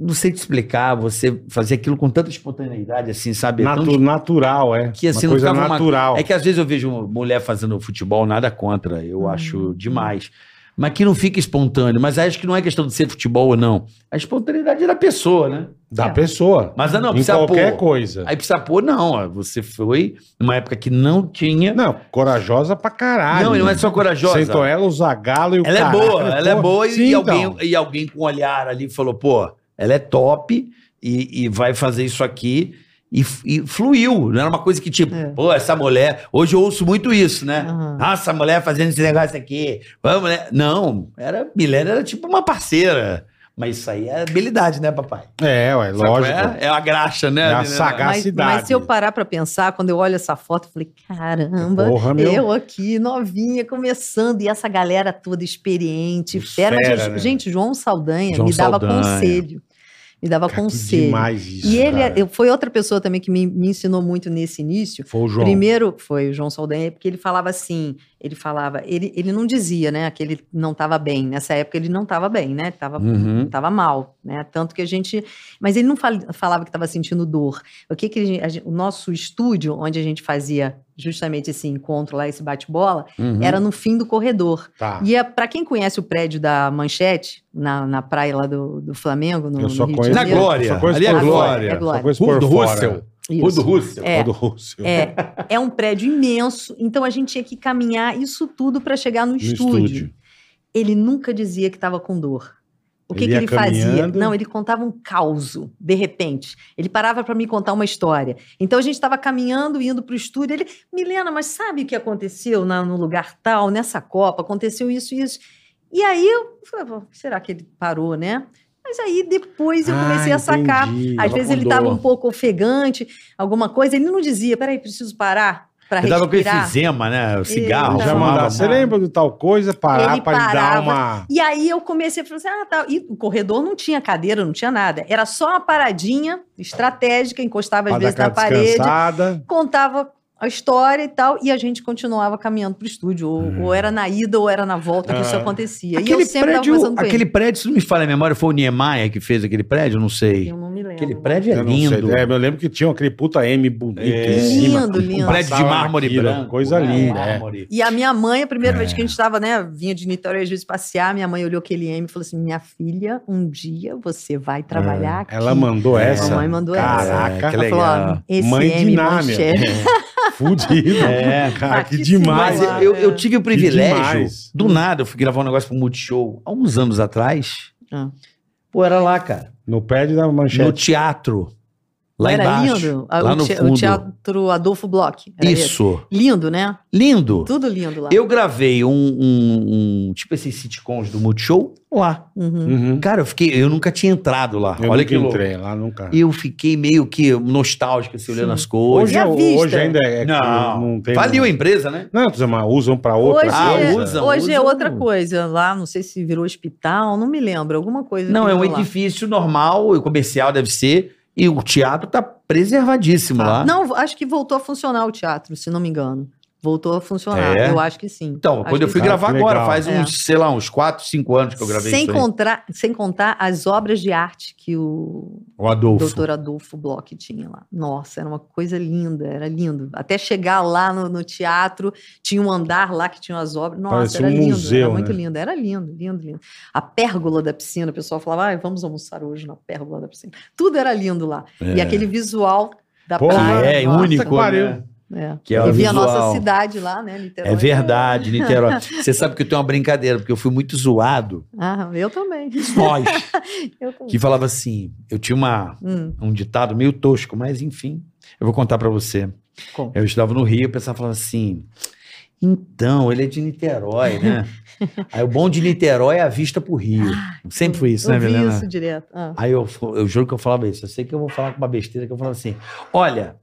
Não sei te explicar, você fazer aquilo com tanta espontaneidade, assim, sabe? Tão
Natu- natural, é.
Que assim,
uma
não
coisa
ficava uma-
natural.
É que às vezes eu vejo mulher fazendo futebol, nada contra, eu
Hum.
acho demais. Mas que não fica espontâneo. Mas acho que não é questão de ser futebol ou não. A espontaneidade é da pessoa, né?
Da
É.
pessoa.
Mas ah, não,
em
precisa
qualquer
pôr.
coisa.
Aí precisa pôr, não. ó, Você foi numa época que não tinha.
Não, corajosa pra caralho.
é- não, ele não é só corajosa.
Sentou ela, o Zagalo e o
Ela é
caralho,
boa, ela é
pô.
boa e,
Sim,
e
então.
alguém, e alguém com um olhar ali falou, pô, ela é top e, e vai fazer isso aqui. E, f- e fluiu, não era uma coisa que tipo,
É.
pô, essa mulher. Hoje eu ouço muito isso, né?
Aham.
Ah, essa mulher fazendo esse negócio aqui, vamos, né? Não, era, Milena era tipo uma parceira. Mas isso aí é habilidade, né, papai?
É, ué,
Sabe qual é?
lógico.
É uma graxa, né?
É uma
Milena?
saga-
Mas,
sagacidade.
mas se eu parar pra pensar, quando eu olho essa foto, eu falei, caramba,
Porra, Tá meu.
eu aqui, novinha, começando, e essa galera toda experiente,
Os
fera. Mas,
fera,
gente,
né?
gente, João Saldanha
João
me dava
Saldanha.
conselho. Me dava
Cara, que
conselho.
demais isso.
e ele é-
cara.
eu, foi outra pessoa também que me, me ensinou muito nesse início.
Foi o João.
Primeiro foi o João Saldanha, porque ele falava assim, ele falava, ele, ele não dizia, né, que ele não estava bem. Nessa época ele não estava bem, né? Tava
Uhum.
Tava mal, né? Tanto que a gente. Mas ele não fal- falava que estava sentindo dor. O que que a gente- a gente- o nosso estúdio, onde a gente fazia justamente esse encontro lá, esse bate-bola,
Uhum.
era no fim do corredor.
Tá.
E é, para quem conhece o prédio da Manchete, na, na praia lá do, do Flamengo, no,
Eu só
no Rio
conheço.
Na
de Janeiro.
Glória.
Só conheço
Ali é
por
Glória.
É Glória.
Só conheço
Rudo
por fora.
Russell.
Isso.
Rudo Russell.
É.
Rudo Russell.
É, é um prédio imenso, então a gente tinha que caminhar isso tudo para chegar no,
No
estúdio.
estúdio.
Ele nunca dizia que estava com dor. O que
Ele
ele,
ia
que ele fazia?
caminhando.
Não, ele contava um caos, de repente. Ele parava para me contar uma história. Então a gente estava caminhando, indo para o estúdio. Ele, Milena, mas sabe o que aconteceu na- no lugar tal, nessa Copa? Aconteceu isso e isso. E aí eu falei, "Pô, será que ele parou, né? Mas aí depois eu
Ah,
comecei a sacar.
entendi.
Às
Tava
vezes
com
ele estava
dor.
um pouco ofegante, alguma coisa, ele não dizia, peraí, preciso parar para
Eu tava com
respirar.
efizema, né? O cigarro.
Não,
Já
não,
mandava,
não.
você lembra de tal coisa? Parar
Ele
pra ele dar
parava.
uma.
E aí eu comecei a falar assim, ah, tá. E o corredor não tinha cadeira, não tinha nada. Era só uma paradinha estratégica, encostava às
Pra dar
vezes na
aquela
parede,
descansada.
contava a história e tal, e a gente continuava caminhando pro estúdio. Ou, ou era na ida ou era na volta que isso
Ah.
acontecia. e
Aquele
eu sempre estava
prédio,
conversando com
aquele
ele.
prédio, se não me falha a memória, foi o Niemeyer que fez aquele prédio? Eu não sei.
Eu não me lembro.
Aquele prédio é
Eu não sei.
lindo.
É, eu lembro que tinha aquele puta M bonito
É.
em cima.
Lindo, lindo.
um prédio de
Passava
mármore
naquilo,
branco.
Coisa
né?
linda, é.
Mármore.
E a minha mãe, a primeira
É.
vez que a gente estava, né, vinha de Niterói às vezes passear, minha mãe olhou aquele M e falou assim: minha filha, um dia você vai trabalhar aqui.
Ela mandou
É.
essa.
Mamãe mandou
Caraca,
essa.
que
É,
Ela
legal.
falou:
legal.
ó, esse
Mãe de
M
Ná,
manchete.
Fudido.
É.
Cara, que
Aqui
demais.
Mas
sim, lá.
eu, eu tive o privilégio,
demais.
Hum.
do nada, eu fui gravar um negócio pro Multishow, há uns anos atrás.
Ah.
Pô, era lá, cara.
No prédio da
No
manchete.
teatro. Lá
era
embaixo.
lindo? Ah,
Lá
o,
no
te- o
fundo.
Teatro Adolfo Bloch. era esse?
Isso.
Lindo, né?
Lindo.
Tudo lindo lá.
Eu gravei um, um- um- tipo esses sitcoms do Multishow lá.
Uhum.
Uhum.
Cara, eu fiquei, eu nunca tinha entrado lá.
Eu
Olha
nunca
que louco.
entrei lá, nunca.
Eu fiquei meio que nostálgico, assim, olhando
Sim.
as coisas.
Hoje,
E a
é-
vista?
hoje ainda é.
não,
não tem. um-
Faliu a empresa, né?
Não, tô dizendo, mas usam pra outra
Hoje,
Ah,
é-
coisa.
usa,
hoje é
usa.
outra coisa. Lá, não sei se virou hospital, não me lembro. Alguma coisa.
Não,
que
é um
virou lá.
edifício normal, e comercial deve ser, e o teatro tá preservadíssimo lá.
Não, acho que voltou a funcionar o teatro, se não me engano. Voltou a funcionar.
É?
Eu acho que sim.
Então,
Acho
quando eu
que
fui
sim.
Cara,
gravar
Ah, que
agora,
legal.
faz uns, sei lá, uns 4, 5 anos que eu gravei
É. sem,
isso aí.
contar, sem contar as obras de arte que o
O Adolfo.
doutor Adolfo Bloch tinha lá. Nossa, era uma coisa linda, era lindo. Até chegar lá no, no teatro, tinha um andar lá que tinha as obras. Nossa,
Parecia
era
um
lindo,
museu,
era muito
né?
lindo, era lindo, lindo, lindo. A pérgola da piscina, o pessoal falava, "Ai, vamos almoçar hoje na pérgola da piscina. Tudo era lindo lá. E
É.
aquele visual da
Pô,
praia.
é,
Ah, nossa,
único,
que pariu.
né?
É.
Que é o
eu vi a nossa
visual.
cidade lá, né, Niterói.
É verdade, Niterói. Você sabe que eu tenho uma brincadeira, porque eu fui muito zoado.
Ah, eu também.
Nós,
Eu também.
que falava assim, eu tinha uma,
Hum,
um ditado meio tosco, mas enfim, eu vou contar pra você.
Conta.
Eu estudava no Rio, o pessoal falava assim, então, ele é de Niterói, né? Aí o bom de Niterói é a vista pro Rio. Sempre foi isso,
Ah, hum. eu
né,
vi
Milena?
isso direto. Ah.
Aí eu, fo- eu juro que eu falava isso. Eu sei que eu vou falar com uma besteira que eu falava assim: olha,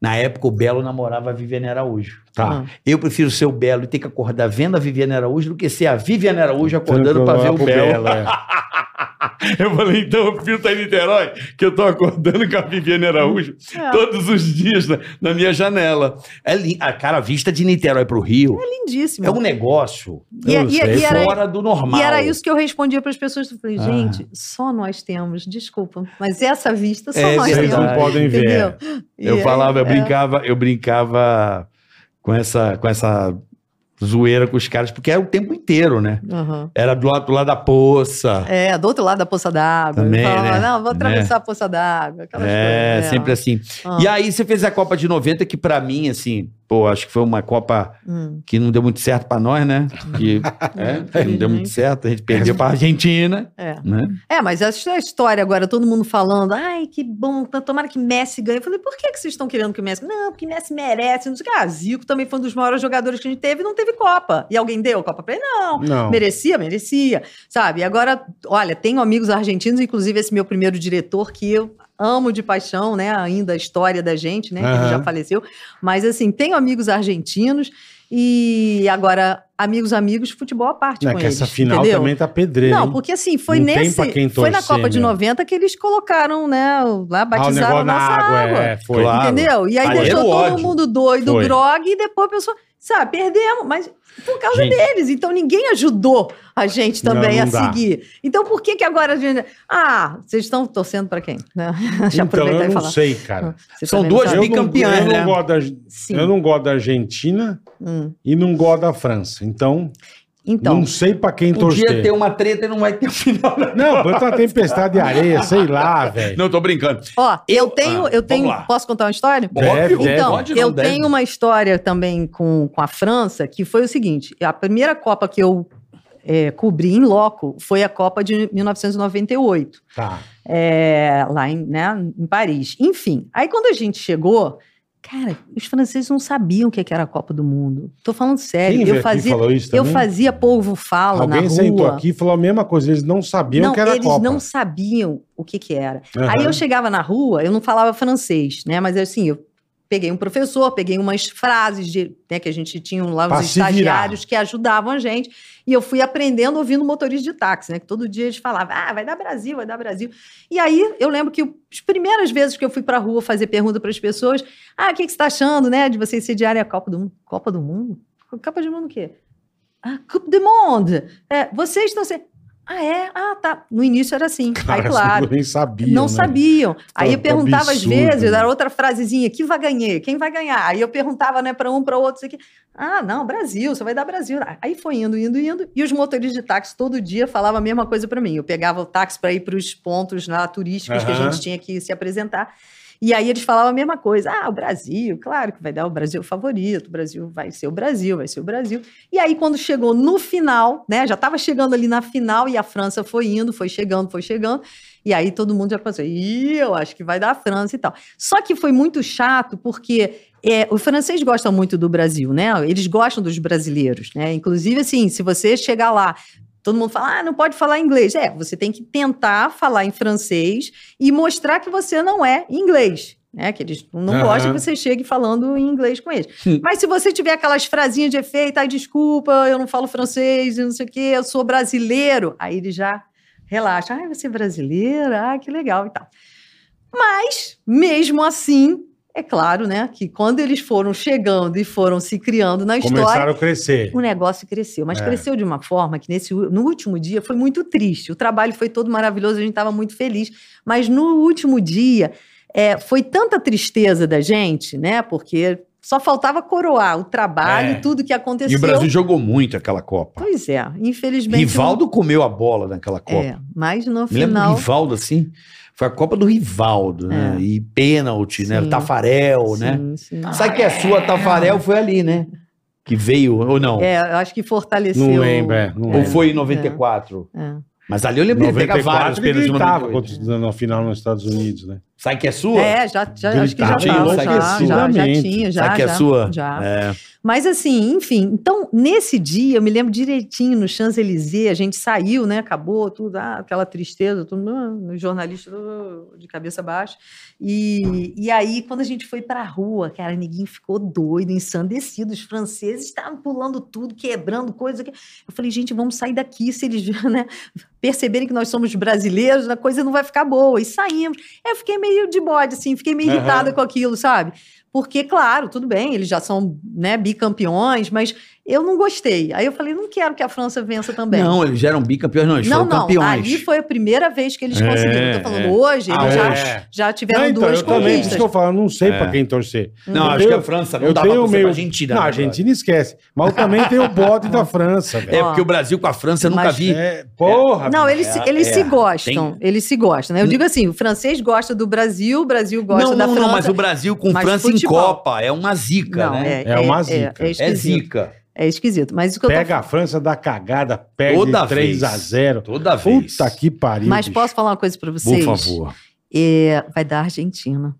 na época o Belo namorava a Viviane Araújo.
Tá.
Ah.
Eu prefiro ser o Belo e ter que acordar vendo a Viviane Araújo do que ser a Viviane Araújo
Tanto
acordando pra ver o
pro
Belo.
Belo, é.
Eu falei, então eu prefiro estar em Niterói, que eu tô acordando com a Viviane Araújo
É.
todos os dias na, na minha janela. É li- a cara, a vista de Niterói pro Rio
Lindíssimo.
é um negócio
E- é-
Eu
e-
sei,
e era-
fora do normal.
E era isso que eu respondia para as pessoas. Eu falei,
Ah.
gente, só nós temos, desculpa, mas essa vista só
É
nós
Vocês
verdade.
temos.
não podem ver.
Entendeu? E
Eu
aí,
falava, eu
é,
brincava, eu brincava com essa, com essa zoeira com os caras, porque era o tempo inteiro, né?
aham.
Era do lado, do lado da poça.
É, do outro lado da poça d'água. Eu
Também,
falava,
né?
não, vou
Né?
atravessar a poça d'água. Aquelas
É,
coisas,
sempre assim.
Ah.
E aí você fez a Copa de 90, que pra mim, assim, pô, acho que foi uma Copa
Hum.
que não deu muito certo pra nós, né? Que é, não deu
Uhum.
muito certo, a gente perdeu pra Argentina,
É.
né?
é, mas essa é a história agora, todo mundo falando, ai, que bom, tá- tomara que Messi ganhe. Eu falei, por que, que vocês estão querendo que o Messi... Não, porque Messi merece, não sei o que. Ah, Zico também foi um dos maiores jogadores que a gente teve e não teve Copa. E alguém deu Copa pra ele? Não.
Não.
Merecia, merecia, sabe? E Agora, olha, tenho amigos argentinos, inclusive esse meu primeiro diretor, que eu amo de paixão, né? Ainda a história da gente, né? Que ele já
Aham.
faleceu. Mas, assim, tenho amigos argentinos e agora, amigos, amigos, futebol à parte
Não, é
com
que
um eles,
essa final
entendeu?
também tá pedreira.
Não,
hein?
porque assim, foi
Não tem
nesse.
pra quem
foi na
torcer,
Copa de
meu.
90 que eles colocaram, né? Lá
Ah, o
batizaram
negócio
a
na
nossa água.
água, é, foi.
Claro.
Entendeu? E aí,
Aí era
deixou
o
todo
ódio.
mundo doido,
Foi.
grog, e depois a pessoa, sabe, perdemos, mas por causa
Gente.
deles. Então ninguém ajudou a gente também
Não,
a
não dá.
seguir. Então por que que agora a gente. Ah, vocês estão torcendo pra quem? Né? Deixa eu
Então,
aproveitar
eu
e
não
falar.
sei, cara.
Você
São
também não
duas
Eu
sabe?
não-
Bicampeãs,
eu não
né?
gosto da-
Sim.
Eu não gosto da Argentina
Hum.
e não gosto da França. Então,
Então,
não sei pra quem
Podia
torcer.
ter uma treta e não vai ter final. né?
Não, foi uma tempestade de areia, sei lá, velho.
Não, tô brincando.
ó, eu
eu-
tenho,
ah,
eu tenho.
vamos lá.
Posso contar uma história?
Deve,
Óbvio,
deve.
Então,
pode, não
eu
deve.
tenho uma história também com, com a França, que foi o seguinte: a primeira Copa que eu eh, cobri em loco foi a Copa de 1998,
Tá.
eh, lá em, né, em Paris. Enfim, aí quando a gente chegou, cara, os franceses não sabiam o que que era a Copa do Mundo. Tô falando sério,
Quem veio
É, eu
aqui
fazia,
falou isso
eu
também?
fazia polvo fala
Alguém
na
sentou
rua.
aqui e falou a mesma coisa. Eles não sabiam
Não,
que era
eles
Copa.
não sabiam o que que era.
Aham.
Aí eu chegava na rua, eu não falava francês, né? Mas assim, eu peguei um professor, peguei umas frases de, né, que a gente tinha lá
Pra
os
se virar.
estagiários que ajudavam a gente. E eu fui aprendendo ouvindo motorista de táxi, né? Que todo dia eles falavam, ah, vai dar Brasil, vai dar Brasil. E aí eu lembro que as primeiras vezes que eu fui pra rua fazer pergunta para as pessoas, ah, o que, que você tá achando, né? De vocês sediarem a Copa do Mundo. Copa do Mundo? Copa do Mundo o quê? Ah, Coupe du Monde. É, vocês estão sendo... Ah, é? Ah, tá. No início era assim.
Cara,
aí,
as
claro.
pessoas nem sabiam.
Não
né?
sabiam. Aí eu
Pô,
perguntava às
absurdo,
vezes,
né?
era outra frasezinha, que vai ganhar? Quem vai ganhar? Aí eu perguntava, né, para um, para outro, isso aqui. Ah, não, Brasil, você vai dar Brasil. Aí foi indo, indo, indo, e os motoristas de táxi todo dia falavam a mesma coisa para mim. Eu pegava o táxi para ir para os pontos lá, turísticos que a
Aham.
gente tinha que se apresentar. E aí eles falavam a mesma coisa. Ah, o Brasil, claro que vai dar o Brasil favorito, o Brasil vai ser o Brasil, vai ser o Brasil. E aí, quando chegou no final, né? Já estava chegando ali na final e a França foi indo, foi chegando, foi chegando. E aí todo mundo já pensou, Ih, eu acho que vai dar a França e tal. Só que foi muito chato, porque é, o francês gosta muito do Brasil, né? Eles gostam dos brasileiros, né? Inclusive, assim, se você chegar lá. Todo mundo fala, ah, não pode falar inglês. É, você tem que tentar falar em francês e mostrar que você não é inglês. Né? Que eles não
Aham.
gostam que você chegue falando em inglês com eles. Mas se você tiver aquelas frasinhas de efeito, ai, desculpa, eu não falo francês, eu não sei o quê, eu sou brasileiro, aí ele já relaxa. Ai, você é brasileira? Ah, que legal e tal. Mas, mesmo assim, É claro, né, que quando eles foram chegando e foram se criando na história,
Começaram a crescer.
o negócio cresceu. Mas
É.
cresceu de uma forma que nesse, u- no último dia foi muito triste. O trabalho foi todo maravilhoso, a gente estava muito feliz. Mas no último dia é, foi tanta tristeza da gente, né? Porque só faltava coroar o trabalho,
É.
tudo que aconteceu.
E o Brasil jogou muito aquela Copa.
Pois é, infelizmente.
Rivaldo comeu a bola naquela
não-
Copa.
É, mas no
Me lembro do
final.
Rivaldo, assim. Foi a Copa do Rivaldo, né?
É.
E pênalti, né?
Sim.
Tafarel, né?
sim, sim.
Sabe que a sua Tafarel foi ali, né? Que veio, ou não?
É, eu acho que fortaleceu.
Não lembro, é, não
Ou
lembro.
foi em 94?
É.
Mas ali eu lembrei de pegar
94
vários
ele
pênaltis no
gritava
98.
quando- na final nos Estados Unidos, né?
Sabe que é sua?
É, já, já acho que já
Gritava
tava, já, já, já
enlouquecidamente.
tinha, já.
Sabe que é
já,
sua?
Já.
É.
Mas assim, enfim, então nesse dia, eu me lembro direitinho no Champs-Élysées, a gente saiu, né? Acabou tudo, ah, aquela tristeza, tudo, ah, os jornalistas ah, de cabeça baixa. E, e aí, quando a gente foi pra rua, cara, ninguém ficou doido, ensandecido. Os franceses estavam pulando tudo, quebrando coisa. que- Eu falei, gente, vamos sair daqui. Se eles né, perceberem que nós somos brasileiros, a coisa não vai ficar boa. E saímos. É, Eu fiquei meio de bode, assim, fiquei meio
Aham.
irritada com aquilo, sabe? Porque, claro, tudo bem, eles já são né, bicampeões, mas eu não gostei. Aí eu falei, não quero que a França vença também.
Não, eles já eram bicampeões, não. Eles
não,
foram
não.
campeões.
Ali foi a primeira vez que eles
É,
conseguiram. Estou
é.
falando, hoje
Ah,
eles já,
é.
já tiveram
Não, então,
duas
eu também, por isso
conquistas.
que eu falo, eu não sei
É.
pra quem torcer.
Não,
Eu
acho
tenho-
que a França não
eu
dava pra
tenho
torcer
meio-
pra Argentina.
Não, a
né,
Argentina esquece. Mas eu também tem o bode da França,
brother? É,
velho.
porque o Brasil com a França eu nunca
Mas-
vi.
É, porra,
Não, eles, se-
É,
eles
é,
se gostam. Eles se gostam. né? Eu
N-
digo assim: o francês gosta do Brasil, o Brasil gosta
não,
da
não,
França.
não, mas o Brasil com
Mas
França
futebol.
em Copa é uma zica,
Não,
né?
É uma zica.
É,
É
É,
esquisito.
zica.
É esquisito. Mas o que eu tô
pega a França da cagada, perde
Toda
3
vez.
a 0
Toda vez.
Puta que pariu.
Mas
bicho.
posso falar uma coisa pra
Por
vocês?
favor.
É, vai dar Argentina.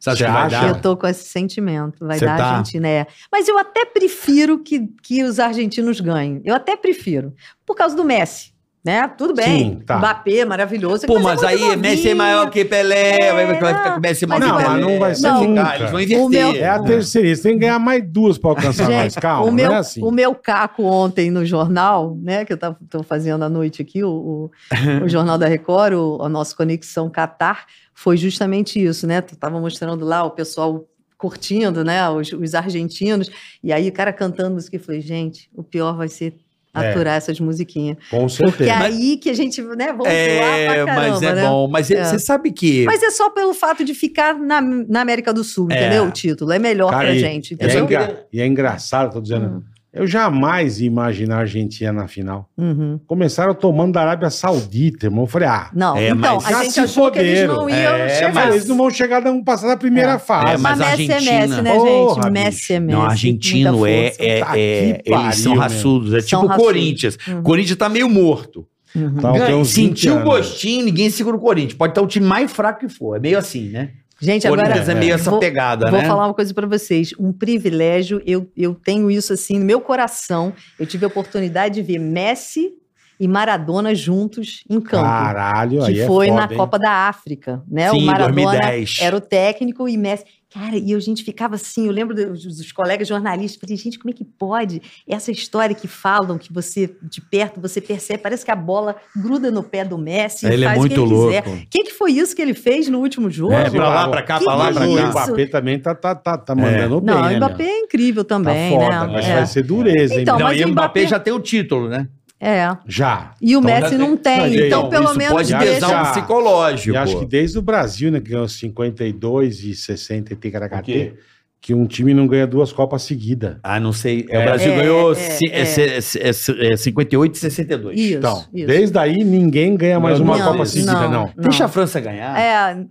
Você acha
Você
que vai
acha?
dar?
Eu tô com esse sentimento. Vai
Você
dar
tá?
Argentina, é. Mas eu até prefiro que, que os argentinos ganhem. Eu até prefiro. Por causa do Messi, né? Tudo bem.
Sim, tá.
Mbappé, maravilhoso.
Pô,
é
mas
muito
aí
novinho.
Messi é maior que Pelé,
É,
vai vai ficar com Messi maior
mas
que
não,
Pelé.
mas
não vai ser assim,
Não,
nunca.
Eles vão
O meu-
inverter.
É a terceira, você tem que ganhar mais duas pra alcançar
Hum. Gente,
mais. Calma,
o, meu,
não é assim.
o meu caco ontem no jornal, né? Que eu tava- tô fazendo à noite aqui, o, o, o Jornal da Record, o, a nossa Conexão Catar, foi justamente isso, né? Tu tava mostrando lá o pessoal curtindo, né? Os, os argentinos. E aí o cara cantando música. Eu falei, gente, o pior vai ser
É.
aturar essas musiquinhas.
Com
Porque
certeza.
aí que a gente, né? Vamos zoar
É,
pra caramba,
mas é
né?
bom. Mas é-
É.
você sabe que...
Mas é só pelo fato de ficar na, na América do Sul,
É.
entendeu? O título. É melhor
Cara,
pra
e-
gente,
E é,
entendeu?
engra-
engra- e é engraçado, tô dizendo.
Hum.
Eu jamais ia imaginar a Argentina na final.
Uhum.
Começaram tomando da Arábia Saudita, irmão. Eu falei, ah,
Não,
É,
então,
mas
a
já
gente
se
achou que eles não
foderam.
iam
É,
chegar.
mas eles não vão chegar, não passar da primeira
É.
fase.
É, mas a
Messi
Argentina-
é Messi, né,
Porra,
gente? Messi é Messi.
Não, argentino é,
muita
é,
Puta
é-
que pariu,
eles são
meu.
raçudos. É
São
tipo o
raçudos.
Corinthians.
Uhum.
O Corinthians tá meio morto.
força. Uhum.
Tá, tem uns 20
Sentiu o
anos.
gostinho, ninguém segura o Corinthians. Pode estar o time mais fraco que for. É meio assim, né?
Gente,
O Corinthians
agora
é meio essa
vou-
pegada,
vou
né?
falar uma coisa pra vocês. Um privilégio, eu, eu tenho isso assim no meu coração. Eu tive a oportunidade de ver Messi e Maradona juntos em campo.
Caralho, aí
que
é
foi
foda,
na
hein?
Copa da África, né? o
Sim,
Maradona
2010.
era o técnico e Messi. Cara, e a gente ficava assim, eu lembro dos, dos colegas jornalistas, falei, gente, como é que pode? Essa história que falam, que você, de perto, você percebe, parece que a bola gruda no pé do
É,
Messi e faz o que ele quiser. O que, que foi isso que ele fez no último jogo?
É, pra lá, pra cá,
Que
pra lá, pra
O
isso? É.
cá.
Mbappé também tá, tá, tá, tá mandando bem,
Não,
né,
o Mbappé
meu?
é incrível
tá
também,
foda,
né?
mas
é.
vai ser dureza, hein?
Então,
meu?
Não,
mas
e o
o
Mbappé,
Mbappé-
já tem o título, né?
é.
Já.
E o
Então,
Messi
já
não
Não,
tem,
e aí,
então pelo
isso
menos
pode
já-
pesar
deixa...
já-
um psicológico.
E acho que desde o Brasil, né, que ganhou 52 e 60 e
quê?
TKHT, que um time não ganha duas Copas seguidas.
Ah, não sei. É, o
É,
Brasil
é,
ganhou
é,
ci-
é.
é, c- é, c- é 58 e 62.
Isso,
Então,
isso.
desde aí ninguém ganha mais uma
Não,
Copa seguida, não.
não.
Deixa a França ganhar.
É,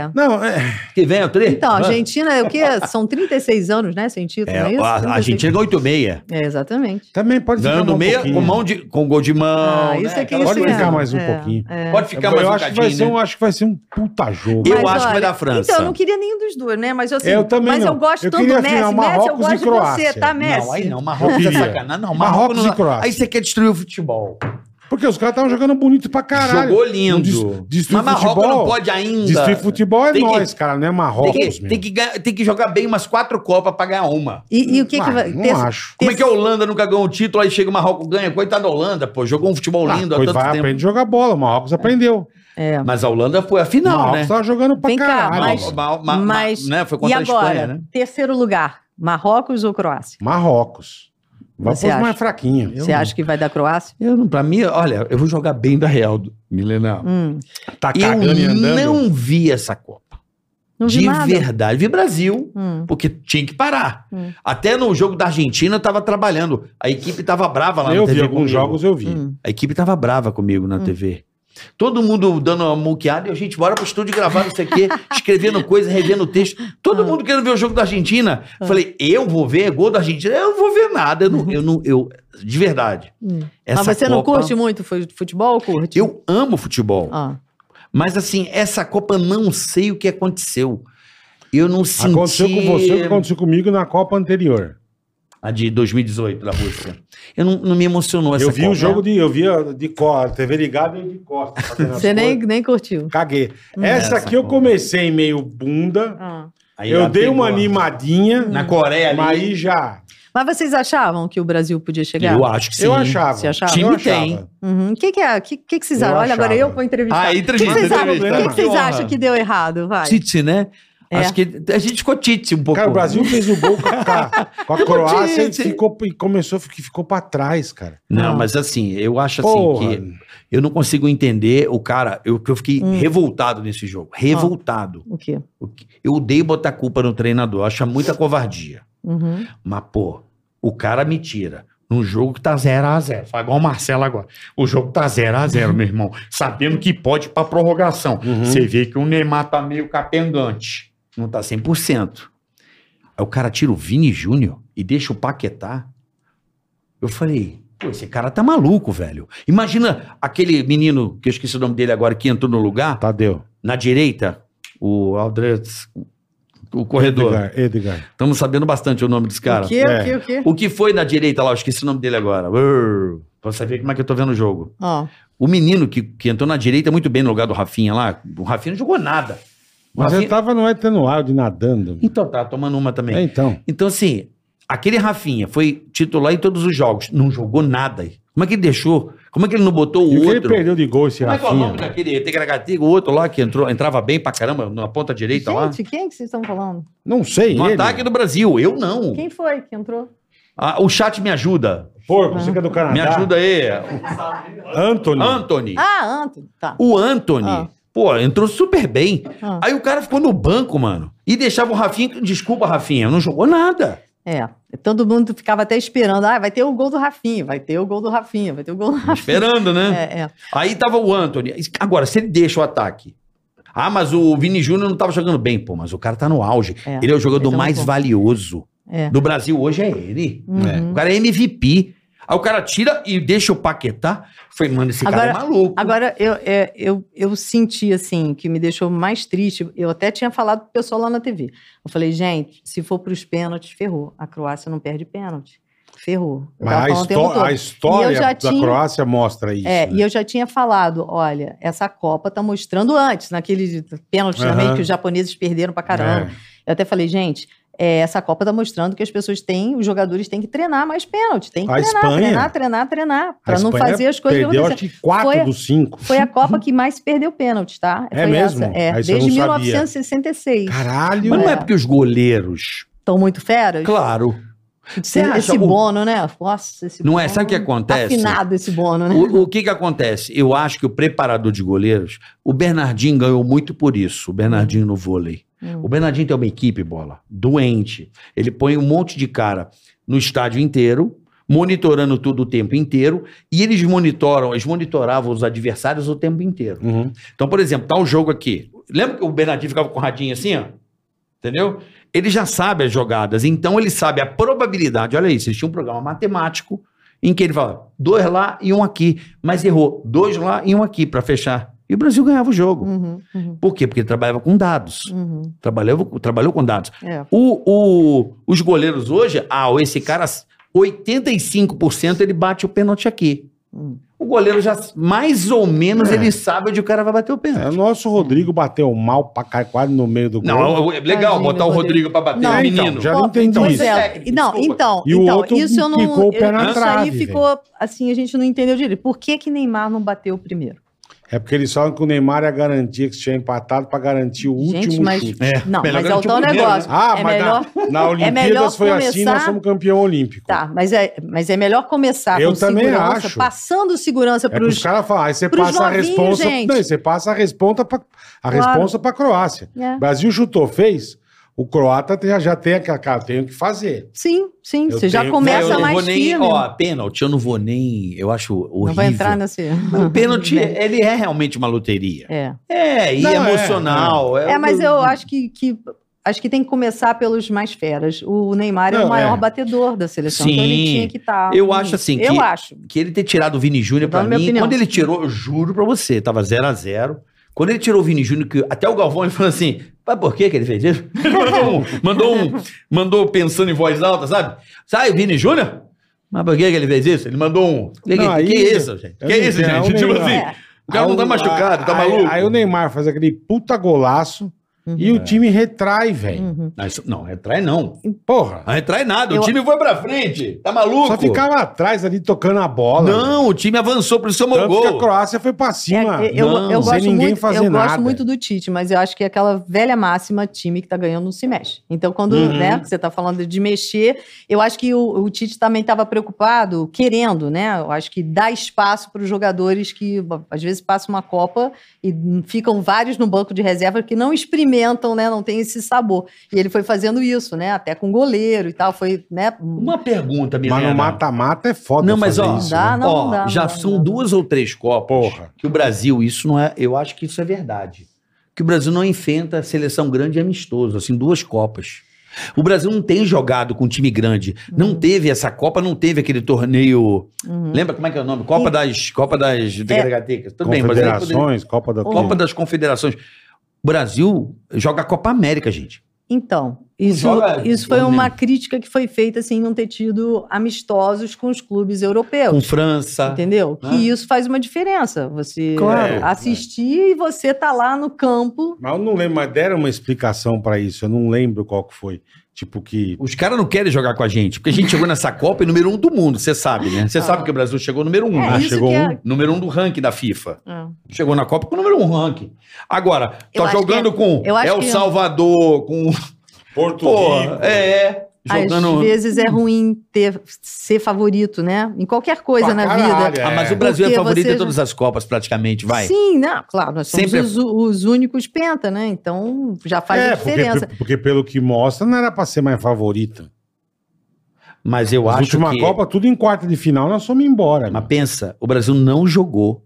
é...
Não, é.
Que vem, o tri.
Então, a
Vamos.
Argentina é o quê? São 36 anos, né? Sem título,
É,
não é isso?
a- a
36.
Argentina ganhou 8,6.
É, exatamente.
Também pode ficar
Ganhando
mais um
meia
pouquinho.
com, mão de, com gol de mão.
Ah, isso
né?
é que
Aquela-
isso
Pode
é.
ficar mais um
É,
pouquinho.
é.
Pode ficar mais
eu
um
acho que vai
cadinho,
ser
né?
um, acho que vai ser um puta jogo.
Eu
Mas
acho que vai
olha,
dar França.
Então, eu não queria nenhum dos dois, né? Mas eu, assim,
Eu também
mas
não.
eu gosto
Eu
tanto
queria
do
a
Messi.
final
Messi, eu
Marrocos e
gosto de
Croácia.
você, tá, Messi?
Não, aí não. Marrocos
Eu
é
queria.
sacanagem. Não, Marrocos,
Marrocos e
não-
Croácia.
Aí você quer destruir o futebol.
Por Porque os caras estavam jogando bonito pra caralho.
Jogou lindo.
Des- destruir
Mas Marrocos
futebol-
não pode ainda.
Destruir futebol é
Tem que-
nós, cara, não é
Tem
Marrocos,
que, tem, que ganhar- tem que jogar bem umas quatro copas pra ganhar uma.
E, e o que que vai.
Ah, Não
ter-
acho.
Como é que a Holanda nunca ganhou o título, aí chega o Marrocos ganha? Coitada da Holanda, pô, jogou um futebol
Ah,
lindo há
pois
tanto
vai,
tempo.
aprende a jogar bola. O Marrocos aprendeu.
É.
Mas a Holanda foi a
Não, o
final,
Marrocos
né?
tava jogando pra
Vem cá,
caralho.
mas-
mano.
Ma- ma- ma-
mas-
né? Foi
E
contra a
agora?
Espanha, né?
Terceiro lugar, Marrocos ou Croácia?
Marrocos. Vai
Você
pros mais
acha?
fraquinhos.
Você acha que vai dar Croácia?
Eu não, pra mim, olha, eu vou jogar bem da Real, Milena.
Hum,
Tá
Eu
cagando e andando.
não vi essa Copa.
não vi
de
nada.
verdade. Vi Brasil,
Hum.
porque tinha que parar.
Hum.
Até no jogo da Argentina, eu tava trabalhando. A equipe tava brava lá
Eu
na TV
vi alguns
comigo.
jogos, eu vi.
Hum.
A equipe tava brava comigo na TV. Todo mundo dando uma muqueada e a gente bora pro estúdio gravar não sei o quê, escrevendo coisa, revendo texto.
Ah.
Todo mundo querendo ver o jogo da Argentina. Falei, eu vou ver gol da Argentina. Eu não vou ver nada. Eu não, eu não, eu, de verdade.
Hum.
Essa
Mas você não
Copa-
curte muito fu- futebol? Curte?
Eu amo futebol.
Ah.
Mas assim, essa Copa não sei o que aconteceu. Eu não senti.
Aconteceu com você o que aconteceu comigo na Copa anterior.
A de 2018 da Rússia. Eu não, não me emocionou essa
eu vi
Copa.
o jogo de. Eu vi a- de costas, TV ligada e eu de costas. fazendo as
Você nem,
coisas.
nem curtiu. Hum.
Caguei. Essa
Essa
aqui eu
Copa.
comecei meio bunda.
Ah.
Aí
eu
ela
dei uma
pegou.
animadinha.
Na Coreia ali.
Mas aí já.
Mas vocês achavam que o Brasil podia chegar?
Eu acho que sim.
Eu achava.
Você achava?
Eu
Time
achava.
tem.
Uhum. O que, que é? O que, que, que vocês
Eu
acham? Olha, agora
achava.
eu vou entrevistar.
Ah, entrevista,
O que que vocês,
entrevista.
acham? O que que vocês
Que honra.
acham que deu errado? Vai.
Tite, né?
É.
Acho que a gente ficou Tite um pouco.
Cara, o Brasil fez o gol com a, com a
Eu vou te-
Croácia e,
te-
ficou, e começou que ficou pra trás, cara.
Não, mas assim, eu acho assim
Ah. Porra.
que eu não consigo entender o cara. Eu, que eu fiquei
Hum.
revoltado nesse jogo. Revoltado.
O quê?
O que- Eu odeio botar culpa no treinador. Acho muita covardia.
Uhum.
Mas, pô, o cara me tira. Num jogo que tá 0x0. Fala igual o Marcelo agora. O jogo tá 0x0, meu irmão. Sabendo que pode ir pra prorrogação.
Uhum.
Você vê que o Neymar tá meio capengante. Não tá 100%. Aí o cara tira o Vini Júnior e deixa o Paquetá. Eu falei, pô, esse cara tá maluco, velho. Imagina aquele menino, que eu esqueci o nome dele agora, que entrou no lugar,
Tadeu.
na direita, o Aldrez, o corredor.
Edgar. Edgar.
Estamos sabendo bastante o nome desse cara.
o quê?
é.
O quê? O quê?
O que foi na direita lá? Eu esqueci o nome dele agora. Urr, Pra você ver como é que eu tô vendo o jogo.
Ó.
O menino que, que entrou na direita muito bem no lugar do Rafinha lá. O Rafinha não jogou nada. O
Mas
Rafinha-
ele tava no atenuário de nadando.
Então tá, tomando uma também.
É, então.
Então, assim, aquele Rafinha foi titular em todos os jogos. Não jogou nada. Como é que ele deixou? Como é que ele não botou
E
o
o que ele
outro?
perdeu de gol esse
Como é que é o
Rafinha?
nome daquele Tegragatiga, o outro lá que entrou, entrava bem pra caramba na ponta direita lá?
Gente, quem é que vocês estão falando?
Não sei.
No
ele.
Um ataque do Brasil, eu não.
Quem foi que entrou?
Ah, o chat me ajuda.
Porco,
Ah.
você que é do Canadá.
Me ajuda aí.
Anthony.
Anthony.
Ah, Antônio. Tá.
O Anthony,
Ah.
pô, entrou super bem.
Ah.
Aí o cara ficou no banco, mano. E deixava o Rafinha. Desculpa, Rafinha, não jogou nada.
É. Todo mundo ficava até esperando. Ah, vai ter o gol do Rafinha, vai ter o gol do Rafinha, vai ter o gol do Rafinha.
Esperando, né?
É, é.
Aí tava o Anthony. Agora, se ele deixa o ataque. Ah, mas o Vini Júnior não tava jogando bem. Pô, mas o cara tá no auge.
É,
ele é o jogador
ele tá
mais
muito bom.
valioso
É.
do Brasil hoje, é ele.
Uhum.
É. O cara é MVP. Aí o cara tira e deixa o Paquetá. Falei, mano, esse cara
Agora-
é maluco.
Agora, eu, é, eu, eu senti, assim, que me deixou mais triste. Eu até tinha falado pro pessoal lá na TV. Eu falei, gente, se for pros pênaltis, ferrou. A Croácia não perde pênalti. Ferrou. Eu
Mas
tava
a,
falando o tempo
histó-
todo.
a
um E
história
eu já
da
tinha-
Croácia mostra isso.
É,
né?
e eu já tinha falado, olha, essa Copa tá mostrando antes, naquele pênalti
Aham.
também que os japoneses perderam pra caramba.
É.
Eu até falei, gente, é, essa Copa tá mostrando que as pessoas têm, os jogadores têm que treinar mais pênalti, tem que
A
treinar,
Espanha-
treinar, treinar, treinar, pra
A
não
Espanha
fazer as coisas
Perdeu, acho
acontecer.
que 4
Foi-
dos 5.
Foi a Copa que mais perdeu pênalti, tá?
É
Foi
mesmo?
Essa. É,
Aí você
desde
não sabia.
1966.
Caralho.
Mas não é
É.
porque os goleiros.
Estão muito feras?
Claro.
Esse,
acha
esse
o-
bono, né? Nossa, esse
Não
bono.
é? Sabe o que acontece?
Afinado esse bono, né?
O, o que que acontece? Eu acho que o preparador de goleiros, o Bernardinho ganhou muito por isso, o Bernardinho no vôlei.
Hum.
O Bernardinho tem uma equipe, bola, doente. Ele põe um monte de cara no estádio inteiro, monitorando tudo o tempo inteiro, e eles monitoram, eles monitoravam os adversários o tempo inteiro.
Uhum.
Então, por exemplo, tá um jogo aqui. Lembra que o Bernardinho ficava com o radinho assim, ó? Entendeu? Ele já sabe as jogadas, então ele sabe a probabilidade. Olha isso, eles tinham um programa matemático em que ele fala dois lá e um aqui, mas errou dois lá e um aqui pra fechar. E o Brasil ganhava o jogo.
Uhum, uhum,
Por quê? Porque ele trabalhava com dados.
uhum.
Trabalhava, trabalhou com dados.
É.
O- o- os goleiros hoje, ah, esse cara, 85% ele bate o pênalti aqui.
Hum.
O goleiro já, mais ou menos, ele sabe onde o cara vai bater o
É, o
pênalti.
nosso Rodrigo bateu mal pra cá, quase no meio do gol.
Não, é legal
Tadinho,
botar o Rodrigo pra bater,
Não,
é um
então,
menino.
já não
Ó,
entendi
pois
isso.
é,
Técnico,
não,
desculpa.
então,
E o
então
outro
isso eu não.
quicou o pé
eu-
na
isso
trave,
aí ficou assim, a gente não entendeu direito. Por que, que Neymar não bateu o primeiro?
É porque eles falam que o Neymar é a garantia que tinha empatado pra garantir o
Gente,
último
mas-
chute.
É,
Não,
melhor
mas é o
garantir
tal
primeiro, né?
negócio.
Ah,
é
mas
melhor.
na, na Olimpíadas
melhor
foi assim, nós
começar-
somos campeão olímpico.
Tá, mas é, mas é melhor começar
Eu
com
também
segurança,
acho.
passando segurança
É
para
que os
os.
caras falam, aí você
pros
passa a
novinhos,
responsa.
gente.
Não, você passa a responsa pra, a
Claro.
responsa pra Croácia.
É.
O Brasil chutou, fez. O croata tem- já tem aquela, cara, tem o que fazer.
Sim, sim.
Eu
você já
tenho-
Mas
começa
eu não vou
mais
nem,
firme.
Ó, pênalti, eu não vou nem. Eu acho horrível.
não vai entrar nesse.
O pênalti, ele é realmente uma loteria.
É.
É, e
Não, é,
emocional.
É, mas eu acho que, que acho que tem que começar pelos mais feras. O Neymar é
Não,
o maior
é.
batedor da seleção, então
Sim.
ele tinha que estar.
Eu acho assim
Eu
que-
acho.
Que ele ter tirado o Vini Júnior,
Tô dando
pra mim,
minha opinião.
quando ele tirou, eu juro pra você, tava 0 a 0 Quando ele tirou o Vini Júnior, que até o Galvão ele falou assim: mas por que, que ele fez isso? Ele mandou um, mandou um, mandou pensando em voz alta, sabe? Sai, Vini Júnior? Mas por que, que ele fez isso? Ele mandou um. Que,
Não,
que,
aí-
que isso, gente?
eu
Que
não
isso,
entendo, é
gente?
um
Tipo
negócio.
assim,
É.
o cara não tá
Aí o-
machucado, tá
aí-
maluco.
Aí o Neymar faz aquele puta golaço e o time retrai, velho.
Uhum.
Não, isso- não, retrai não.
Porra.
Não retrai nada.
Eu-
O time foi pra frente. Tá maluco?
Só ficava atrás ali tocando a bola. velho.
Não, o time avançou pro seu
Tanto que a
gol.
Croácia foi pra cima.
É, eu,
não,
eu
sem
gosto,
ninguém
muito,
fazer
eu
nada.
gosto muito do Tite, mas eu acho que é aquela velha máxima time que tá ganhando não se mexe. Então, quando
Uhum.
né, que você tá falando de mexer, eu acho que o, o Tite também estava preocupado, querendo, né? Eu acho que dá espaço para os jogadores que bom, às vezes passam uma Copa e ficam vários no banco de reserva que não experimentam, né? Não tem esse sabor. E ele foi fazendo isso, né? Até com goleiro e tal. Foi, né?
Uma pergunta,
Mas
Milena.
no mata-mata é foda.
Não, mas
fazer
ó,
isso,
Dá,
né?
não,
Ó,
não dá,
já
não dá,
são
não dá.
duas ou três copas
Porra.
que o Brasil, isso não é, eu acho que isso é verdade. Que o Brasil não enfrenta a seleção grande e amistoso, assim, duas copas. O Brasil não tem jogado com um time grande. Não teve essa Copa, não teve aquele torneio.
Uhum. É.
Lembra como é que é o nome? Copa
Sim.
das Copa das Degragatecas. Tudo bem, mas aí poderia-
Confederações, Copa da
Copa das Confederações. O Brasil joga a Copa América, gente.
Então, isso,
joga
isso foi
torneio.
uma crítica que foi feita, assim, não ter tido amistosos com os clubes
Com
europeus.
França.
Entendeu?
né?
Que isso faz uma diferença. Você
Claro.
assistir e você tá lá no campo.
Mas eu não lembro, mas deram uma explicação pra isso, eu não lembro qual que foi. Tipo que.
Os caras não querem jogar com a gente, porque a gente chegou nessa Copa e número um do mundo, você sabe, né? Você
Ah.
sabe que o Brasil chegou um número um,
É
né?
isso
chegou
que é.
um?
Número um do ranking da FIFA.
Ah.
Chegou na Copa com o número um ranking. Agora,
Eu
tá
acho é-
jogando com
eu acho
El
que- um
Salvador, com.
Porto
Porra, é. Jogando.
Às vezes é ruim ter, ser favorito, né? Em qualquer coisa
Pra
na
caralho,
vida.
Ah, mas
É.
o Brasil é
Porque
favorito
você
em todas as Copas, praticamente, vai.
Sim, né? Claro, nós somos
Sempre- é
os, os únicos penta, né? Então já faz
é,
a diferença.
Porque, porque pelo que mostra, não era pra ser mais favorita.
Mas eu
A
acho
última
que.
Copa, tudo em quarta de final, nós somos embora. né?
Mas pensa, o Brasil não jogou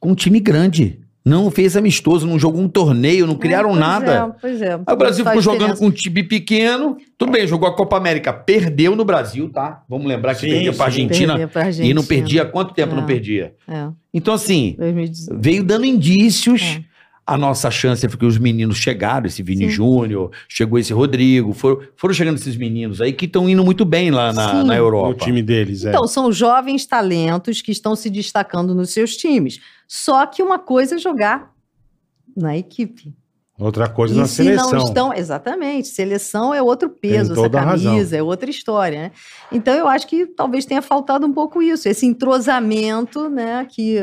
com um time grande. Não fez amistoso, não jogou um torneio, não criaram
Pois
nada.
É, pois é.
Aí o Brasil
Faz
ficou jogando
diferença.
com um time pequeno. Tudo bem, jogou a Copa América. Perdeu no Brasil, tá? Vamos lembrar que
Sim,
perdeu
sim.
pra Argentina.
Perder pra
E não
Argentina.
perdia. há Quanto tempo não
É.
perdia?
É,
Então, assim,
2018.
veio dando indícios.
É.
A nossa chance é porque os meninos chegaram, esse Vini
Sim.
Júnior, chegou esse Rodrigo, foram, foram chegando esses meninos aí que estão indo muito bem lá na,
Sim.
na
o
Europa.
time deles, é.
Então, são jovens talentos que estão se destacando nos seus times. Só que uma coisa é jogar na equipe.
Outra coisa
e
na
se
seleção.
não estão. Exatamente. Seleção é outro peso,
Tem
essa
toda a
camisa
razão.
é outra história. Né? Então, eu acho que talvez tenha faltado um pouco isso, esse entrosamento, né? Que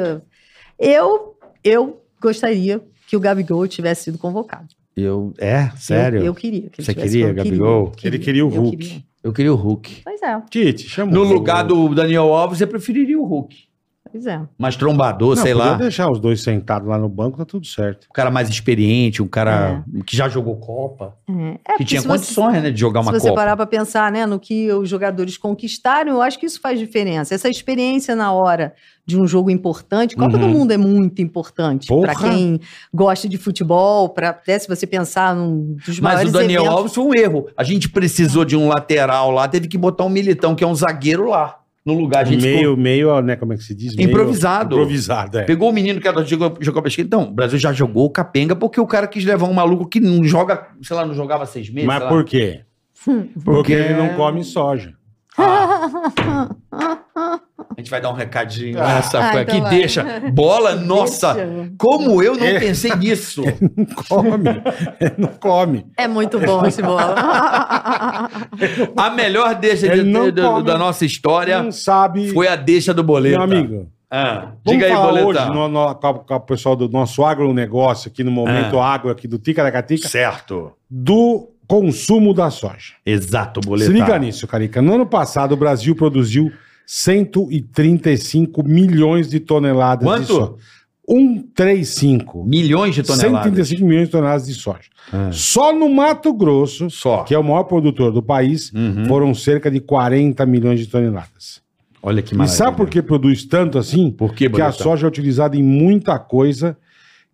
eu, eu gostaria que o Gabigol tivesse sido convocado.
Eu, é, sério.
Eu,
Eu,
eu queria. Que ele
Você
tivesse
queria,
convocado.
Gabigol?
Ele queria o
eu
Hulk.
queria.
queria o Hulk.
Pois é,
Tite, chamou.
No lugar do Daniel Alves, eu preferiria o Hulk.
pois é.
Mais trombador, sei lá.
deixar os dois sentados lá no banco, tá tudo certo.
um cara mais experiente, um cara que já jogou Copa,
É,
que
porque
tinha
se você-
condições, né, de jogar uma
Se você
Copa.
parar para pensar né, no que os jogadores conquistaram, eu acho que isso faz diferença. Essa experiência na hora de um jogo importante, Copa do
Uhum.
Mundo é muito importante para
Porra!
quem gosta de futebol, para até se você pensar num dos
Mas
maiores
o Daniel
eventos.
Alves foi um erro. A gente precisou de um lateral lá, teve que botar um militão, que é um zagueiro lá, no lugar. A gente
meio,
ficou-
meio, ó, né? Como é que se diz? Meio-
Improvisado.
improvisado, é.
pegou o menino que era- jogou, jogou pra esquerda. Então, o Brasil já jogou o capenga porque o cara quis levar um maluco que não joga, sei lá, não jogava seis meses.
Mas
sei lá.
por quê? Porque ele não come soja.
Ah, A gente vai dar um recadinho
Ah.
nessa
Ah,
coisa
então
que
vai.
deixa. Bola, nossa!
Deixa.
Como eu não pensei nisso?
Come. Ele não come.
É muito bom esse bola.
A melhor deixa de-
Ele não
de- de-
come.
da nossa história
Não sabe.
foi a deixa do boleto.
Meu amigo.
Ah,
Vamos
diga aí,
falar
boleta.
Hoje no, no- com, a- com o pessoal do nosso agronegócio aqui no
É.
momento agro aqui do Ticaracatica
Certo.
do consumo da soja.
Exato, boleta.
Se liga nisso, Carica. No ano passado, o Brasil produziu 135 milhões de toneladas de
Quanto?
soja. 135.
Milhões de toneladas.
135 milhões de toneladas de soja.
Ah.
Só no Mato Grosso,
Só.
que é o maior produtor do país,
Uhum.
foram cerca de 40 milhões de toneladas.
Olha que
E sabe por que produz tanto assim?
Por que,
Porque a
Boletão?
soja é utilizada em muita coisa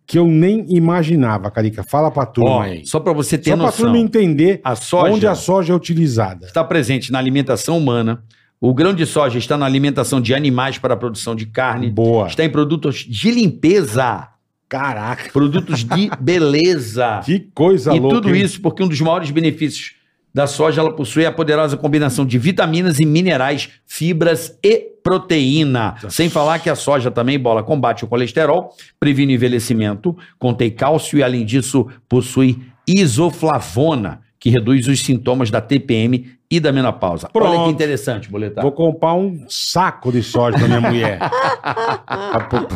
que eu nem imaginava, Carica. Fala pra turma
Ó,
aí.
só pra você ter
Só pra
noção.
turma entender
A soja
onde a soja é utilizada.
está tá presente na alimentação humana. O grão de soja está na alimentação de animais para a produção de carne.
Boa.
Está em produtos de limpeza,
Caraca,
produtos de beleza.
que coisa
e
louca.
tudo
hein?
isso porque um dos maiores benefícios da soja ela possui a poderosa combinação de vitaminas e minerais, fibras e proteína. Sem falar que a soja também bola combate o colesterol, previne o envelhecimento, contém cálcio e além disso possui isoflavona, que reduz os sintomas da TPM e da menopausa. Olha
Pronto.
que interessante, boletar.
Vou comprar um saco de soja pra minha mulher. Pra pôr-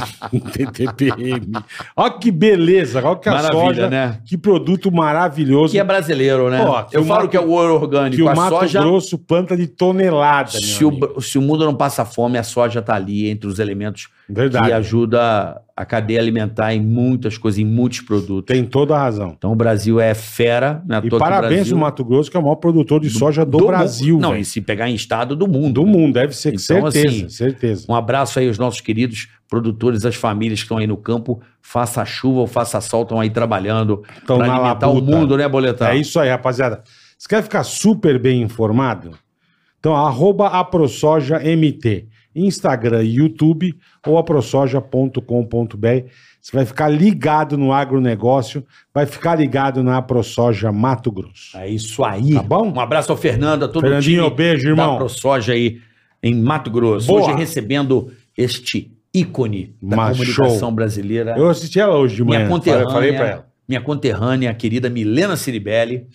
TPM. Olha que beleza, olha que a soja.
né?
Que produto maravilhoso.
Que é brasileiro, né?
Ó, que
Eu
o
falo
Mato-
que é o ouro orgânico,
que o
a
Mato
soja
Grosso planta de tonelada. meu
Se o,
amigo.
br- se o mundo não passa fome, a soja está ali entre os elementos que
Verdade.
ajuda a cadeia alimentar em muitas coisas, em muitos produtos.
Tem toda a razão.
Então o Brasil é fera, né?
E parabéns ao
o
Mato Grosso, que é o maior produtor de soja do, Brasil.
Não,
velho.
e se pegar em estado do mundo.
do mundo, deve ser,
Então,
certeza,
assim,
certeza.
Um abraço aí aos nossos queridos produtores, as famílias que estão aí no campo, faça chuva ou faça sol, estão aí trabalhando
Então,
para
na
alimentar
labuta.
o mundo, né, Boletar?
É isso aí, rapaziada. Você quer ficar super bem informado? Então, arroba aprosojamt, Instagram e YouTube ou aprosoja.com.br. Você vai ficar ligado no agronegócio, vai ficar ligado na AproSoja Mato Grosso.
É isso aí.
Tá bom?
Um abraço ao Fernando, a todo
Fernandinho,
o time
beijo,
da
irmão.
ProSoja aí em Mato Grosso.
Boa.
Hoje recebendo este ícone da
Mas
comunicação
show.
brasileira.
Eu assisti ela hoje de
minha
manhã.
conterrânea,
falei pra ela.
minha conterrânea, a querida Milena Ciribelli,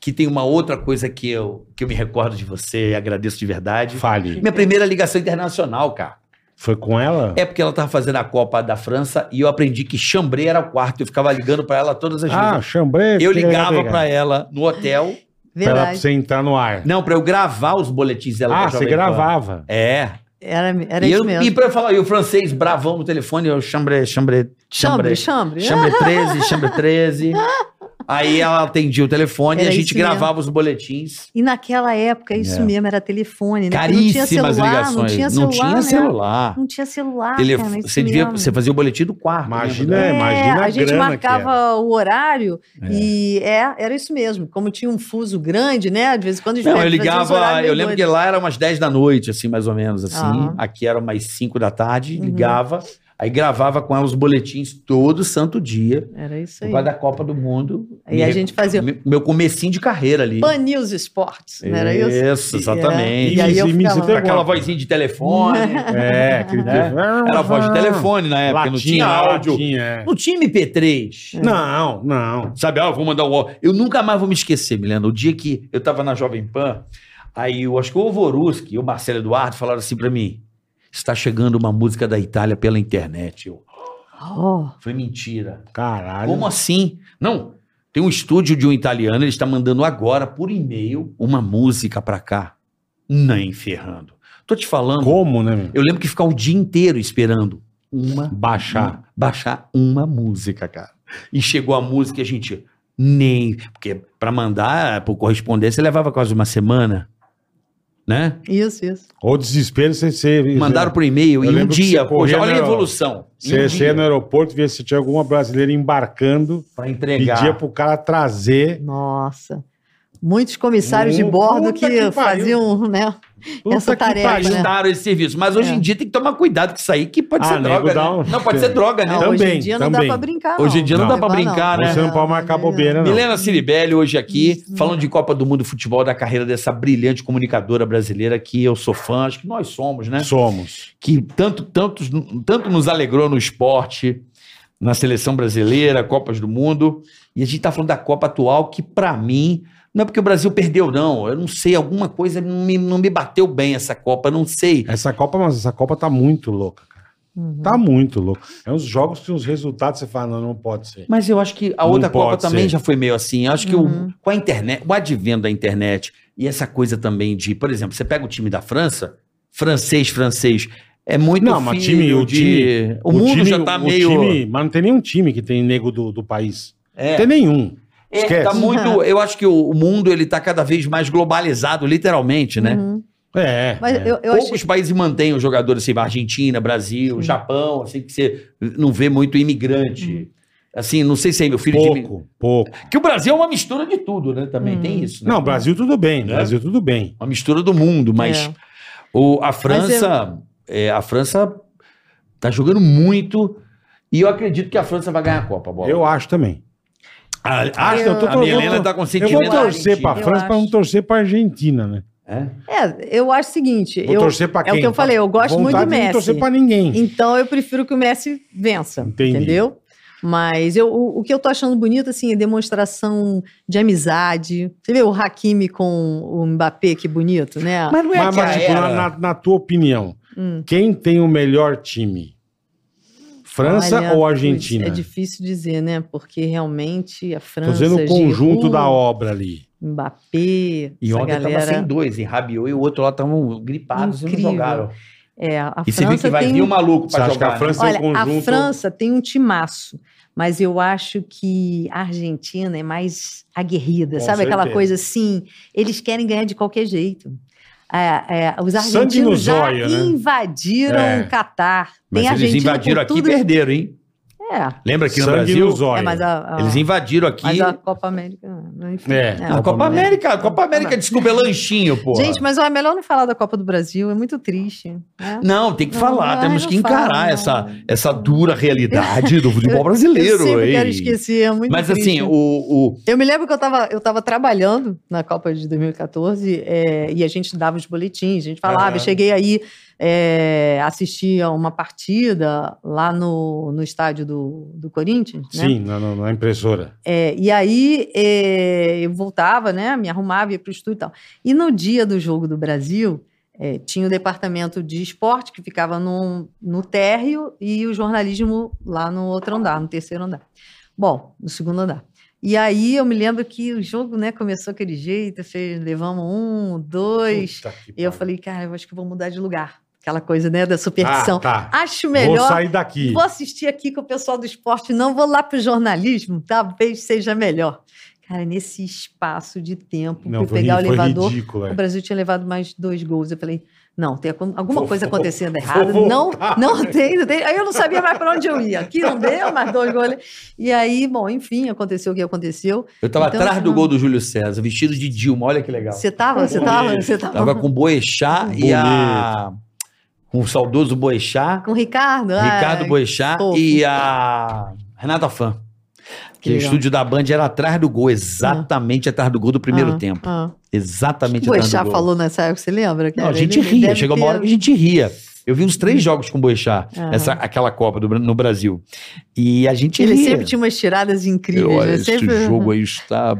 que tem uma outra coisa que eu, que eu me recordo de você e agradeço de verdade.
Fale.
Minha primeira ligação internacional, cara.
Foi com ela?
É porque ela tava fazendo a Copa da França e eu aprendi que chambré era o quarto. Eu ficava ligando pra ela todas as
ah,
vezes.
chambré.
Eu ligava pra ela no hotel.
Pra ela pra
Verdade.
você entrar no ar.
Não, pra eu gravar os boletins dela.
ah,
pra
você
Jovem Pan.
gravava.
É.
Era, era
e,
isso
eu,
mesmo.
e pra eu falar, e o francês bravão no telefone, eu chambre, chambre, chambre,
Chambre, chambre.
chambre 13, chambre 13. Aí ela atendia o telefone e
Era
a gente
isso mesmo.
gravava os boletins.
E naquela época, isso
É.
mesmo, era telefone, né? Porque
Caríssimas
não
ligações.
tinha celular, né?
celular.
Não tinha celular,
Telef-
cara, isso
Ah. você, devia,
mesmo.
você fazia o boletim do quarto. né?
Imagina,
lembra?
é, imagina a
a gente
grana que é.
marcava o horário
É.
e é, era isso mesmo. Como tinha um fuso grande, né? De vez em quando a gente
Não,
fazia
eu
uns horários
ligava,
meio
eu lembro que
doidos.
lá era umas 10 da noite, assim, mais ou menos, assim.
Aham.
Aqui era umas 5 da tarde,
Uhum.
ligava, aí gravava com ela os boletins todo santo dia.
Era isso
Por
aí.
causa da Copa do Mundo.
E a gente fazia-
me- Meu comecinho de carreira ali.
Pan News Esportes, não era isso?
Isso, exatamente.
E aí eu
Isso, isso,
ficava
tem
Com
lá.
aquela vozinha de telefone.
É, aquele
Né?
teve-
Era a voz de telefone na época, não tinha áudio. Hum.
latinha, é.
Não tinha MP3.
Não, não.
Sabe, ah, eu vou mandar um. ó- Eu nunca mais vou me esquecer, Milena. O dia que eu tava na Jovem Pan, aí eu acho que o Ovoruski e o Marcelo Eduardo falaram assim pra mim: está chegando uma música da Itália pela internet. Eu
Oh,
falei, mentira.
Caralho.
Como assim? Não. Tem um estúdio de um italiano, ele está mandando agora, por e-mail, uma música pra cá. Nem ferrando. Tô te falando.
Como, né, meu?
Eu lembro que ficar o dia inteiro esperando uma.
Baixar.
uma- Hum. baixar uma música, cara. E chegou a música e a gente. Nem. Porque pra mandar por correspondência levava quase uma semana. Né?
isso, isso.
Ou desespero, você... você
Mandaram por e-mail
é. Eu
em um
lembro que
dia.
você corria
Poxa, olha a
na-
evolução. Em um
Você, você ia
dia,
no aeroporto, via se tinha alguma brasileira embarcando,
Pra entregar.
pedia pro cara trazer.
Nossa. Muitos comissários de
Hum,
bordo
puta
que,
que pariu.
faziam, né?
Puta
Essa
que
tarefa,
pariu.
né?
Ajustaram esse serviço. Mas hoje
É.
em dia tem que tomar cuidado com isso aí, que pode
Ah,
ser
nego,
droga.
dá
né?
um-
Não, pode ser droga, né?
Não,
Também,
hoje em dia não dá
também.
pra brincar.
Hoje em dia não
Não
dá pra
levar, não.
brincar, né?
Você não pode marcar bobeira, não.
Milena Ciribelli, hoje aqui,
Isso.
falando de Copa do Mundo Futebol, da carreira dessa brilhante comunicadora brasileira que eu sou fã, acho que nós somos, né?
Somos.
Que tanto, tantos, tanto nos alegrou no esporte, na seleção brasileira, Copas do Mundo. E a gente tá falando da Copa atual, que pra mim, não é porque o Brasil perdeu, não. Eu não sei, alguma coisa não me, não me bateu bem essa Copa, eu não sei.
Essa Copa, mas essa Copa tá muito louca. cara.
Uhum.
Tá muito louca. É uns jogos que os resultados você fala, não, não pode ser.
Mas eu acho que a
Não
outra Copa
pode ser.
também já foi meio assim. Acho que
Uhum.
o, com a internet, o advento da internet e essa coisa também de, por exemplo, você pega o time da França, francês, francês, é muito
Não, mas
filho
time- o
de-
time-
o mundo
time-
já tá
o
meio
time- mas não tem nenhum time que tem nego do, do país. Não
é,
tem nenhum.
é,
Esquece.
tá muito, eu acho que o, o mundo ele tá cada vez mais globalizado, literalmente, né?
Uhum.
É.
Mas
é.
eu, eu
Poucos
achei.
países mantêm os jogadores, assim, Argentina, Brasil,
Sim.
Japão, assim, que você não vê muito
Uhum.
imigrante. Assim, não sei se é meu filho de...
pouco, pouco.
Que o Brasil é uma mistura de tudo, né? Também
Uhum.
tem isso. Né?
Não, Brasil tudo bem.
Né?
Brasil tudo bem.
uma mistura do mundo, mas
É.
o, a França, é, a França tá jogando muito e eu acredito que a França vai ganhar a Copa, bola.
Eu acho também.
a, a,
acho, eu tô-
a
eu
Milena tá com
Eu
sentimento.
vou torcer pra
Eu
França pra não
acho.
torcer pra Argentina, né?
É?
É, eu acho o seguinte.
Vou
eu-
torcer pra
é
quem?
o que eu falei, eu gosto muito
Vontade
do
de Não
Messi.
torcer pra ninguém.
Então eu prefiro que o Messi vença,
Entendi.
entendeu? Mas eu, o, o que eu tô achando bonito, assim, é demonstração de amizade. Você vê o Hakimi com o Mbappé, que bonito, né?
Mas não é
Mas,
que a
mas, tipo, na,
era-
na- na tua opinião,
Hum.
quem tem o melhor time? França
Olha,
ou
putz,
Argentina?
É difícil dizer, né? Porque realmente a França.
Tô dizendo o conjunto
Giroud,
da obra ali.
Mbappé,
E
essa
ontem
galera.
tava sem dois, e Rabiot e o outro lá estavam gripados e
Incrível.
não jogaram.
É, a
E você
França
vê que vai
tem
vir
um-
um maluco
Você
pra
acha
jogar.
que a França-
Olha,
Seu conjunto-
a França tem um timaço, mas eu acho que a Argentina é mais aguerrida,
Com
sabe aquela
certeza.
coisa assim? Eles querem ganhar de qualquer jeito. É, é, os
Sangue no
argentinos já
zóio, né?
invadiram
É.
o Catar.
Mas
Tem
eles
Argentina
invadiram
com
aqui
tudo...
e perderam, hein?
É,
Lembra que no
Sangue
Brasil...
nos olhos.
é, mas a, a-
Eles invadiram aqui...
mas a Copa América. Enfim,
É,
é.
A Copa América, a Copa América, desculpa, é lanchinho, pô.
Gente, mas ó, é melhor não falar da Copa do Brasil, é muito triste. né?
Não, tem que
Não,
falar,
não,
temos
não
que encarar
fala, não.
essa, essa dura realidade do futebol brasileiro.
eu sempre
hein?
quero esquecer, é muito
Mas
triste.
assim, o, o-
Eu me lembro que eu estava eu tava trabalhando na Copa de 2014 é, e a gente dava os boletins, a gente falava,
Aham.
eu cheguei aí, é, assisti a uma partida lá no, no estádio do, do Corinthians, né?
Sim, na, na- na impressora.
É, e aí é, eu voltava, né? Me arrumava, ia pro estúdio e tal. E no dia do jogo do Brasil, é, tinha o departamento de esporte que ficava num- no térreo e o jornalismo lá no outro andar, no terceiro andar. Bom, no segundo andar. E aí eu me lembro que o jogo né, começou aquele jeito, fez, levamos um, dois.
Puta que
e eu
pariu.
falei, cara, eu acho que eu vou mudar de lugar. Aquela coisa né, da
ah,
superstição.
tá.
Acho melhor
Vou sair daqui.
Vou assistir aqui com o pessoal do esporte, não vou lá para o jornalismo, talvez seja melhor. Cara, nesse espaço de tempo
Não,
para
foi,
pegar o
ri- foi
elevador,
ridículo,
o
é.
Brasil tinha levado mais dois gols. Eu falei, não, tem acon- alguma
Vou
coisa
vol-
acontecendo
vou
errada. Não,
voltar.
não tem, não tem. Aí eu não sabia mais para onde eu ia. Aqui não deu, mais dois gols. E aí, bom, enfim, aconteceu o que aconteceu.
eu tava
Então,
atrás do
não.
gol do Júlio César, vestido de Dilma, olha que legal.
Você tava, você
Bonito.
tava, você tava.
Tava com o Boechat e a... Com o saudoso Boechat,
Com o Ricardo. ah,
Ricardo Boechat
fofo.
e a Renata Fã. Que o
legal.
estúdio da Band era atrás do gol, exatamente atrás do gol do primeiro
ah,
tempo.
ah.
Exatamente
O
atrás do
Boechat
gol.
falou nessa época, você lembra?
Não,
cara?
a gente
Ele
ria.
deve
Chegou uma
ter-
hora que a gente ria. Eu vi uns três jogos com o Boixá,
Aham.
essa aquela Copa do, Bra- no Brasil. E a gente
Ele
ria.
sempre tinha umas tiradas
Eu,
incríveis.
olha,
né?
esse
Sempre-
jogo aí está.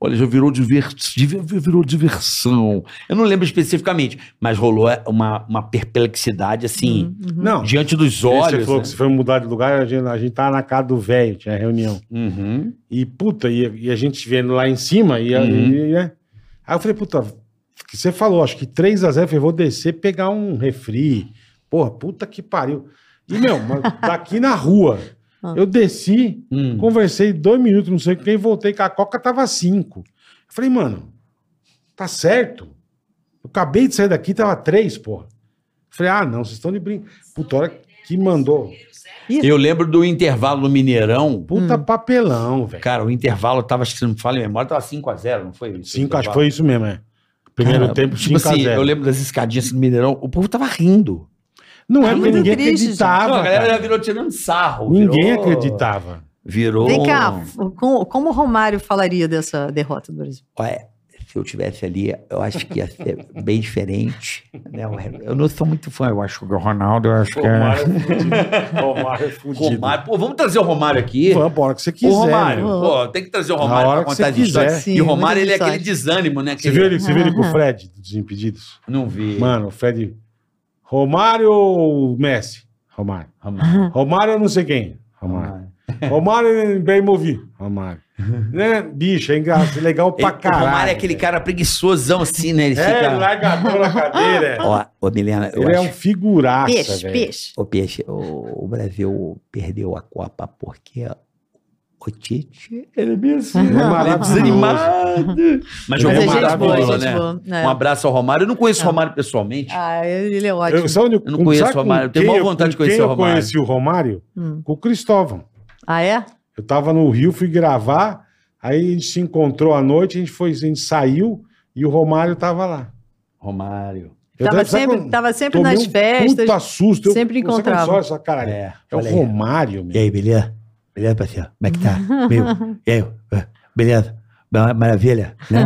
Olha, já virou, divert... div- virou diversão. Eu não lembro especificamente, mas rolou é, uma, uma perplexidade
é
assim,
Uhum, uhum.
Não,
diante dos
você
olhos.
falou
né?
é que você foi mudar de lugar, a gente, a gente tava na casa do velho, tinha reunião.
Uhum.
E, puta, e, e a gente vendo lá em cima, e, a-
Uhum.
e- né? Aí eu falei, puta, o que você falou, acho que 3x0, eu falei, vou descer pegar um refri. Porra, puta que pariu. E, meu, mas daqui na rua,
Ah.
eu desci,
Hum.
conversei dois minutos, não sei com quem, voltei com a coca, tava cinco. Eu falei, mano, tá certo? Eu acabei de sair daqui, tava três, porra. Falei, ah, não, vocês estão de brinco. Puta, a hora que mandou.
Eu lembro do intervalo no Mineirão.
Puta papelão, velho.
Hum. Cara, o intervalo tava, acho que se não me falha a memória, tava 5x0, não foi? isso?
Cinco, acho que foi isso mesmo, é. Primeiro
Cara,
tempo, 5
tipo assim,
a 0.
eu lembro das escadinhas assim, no Mineirão, o povo tava rindo.
Não é porque
Tá Muito
ninguém
triste, gente.
acreditava.
Não, a galera
cara.
já virou tirando sarro.
Ninguém
virou-
acreditava.
Virou.
Vem cá, com- como o Romário falaria dessa derrota do Brasil?
Olha, se eu tivesse ali, eu acho que ia ser bem diferente. né? Eu não sou muito fã, eu acho que o Ronaldo, eu acho que é.
Romário é
Romário, pô, vamos trazer o Romário aqui.
Vamos, bora que você
O
quiser.
Romário,
meu.
pô, tem que trazer o Romário
Na hora
pra
que
contar as
você
histórias.
quiser.
e o
Sim,
Romário,
muitas
ele é aquele
histórias.
desânimo, né?
Você
Aquele-
viu ele, você viu ele com o Fred dos Impedidos?
Não vi.
Mano, o Fred. Romário ou Messi? Romário.
Romário.
Romário eu não sei quem. Romário.
Romário.
Romário bem movido. Romário. né? Bicho, é engraçado, é legal pra
Ele-
caralho.
o Romário é aquele
velho.
cara preguiçosão assim, né? Ele
É,
fica...
largador na cadeira. é.
Ó, ô Milena, eu
Ele é
acho...
um figuraça,
Peixe,
velho.
peixe.
Ô, Peixe, o, o Brasil perdeu a Copa porque o Tite ele é meio assim,
Ele é
né?
maravilhoso.
Mas
Ele
jogou
é
Mas é gente boa,
maravilhoso,
gente
né?
boa. É.
Um abraço ao Romário. Eu não conheço o
É.
Romário pessoalmente.
Ah, ele é ótimo.
Eu, sabe onde
Eu não conheço
sabe
o Romário, eu
com
tenho
quem
maior vontade de
com
conhecer
quem
o Romário.
Eu conheci o Romário
Hum.
com o Cristóvão.
Ah, é?
Eu tava no Rio, fui gravar, aí a gente se encontrou à noite, a gente foi, a gente saiu e o Romário tava lá.
Romário.
Eu
tava,
sabe
sempre,
quando-
tava sempre
tomei
nas
um
festas.
Puta susto. eu-
sempre
você quando
encontrava.
olha Essa, caralho, é,
É,
o
olha aí.
Romário, meu.
E aí, beleza? Beleza, parceiro? Como é que tá? Meu, e aí? é, Beleza? Ma- Maravilha, né?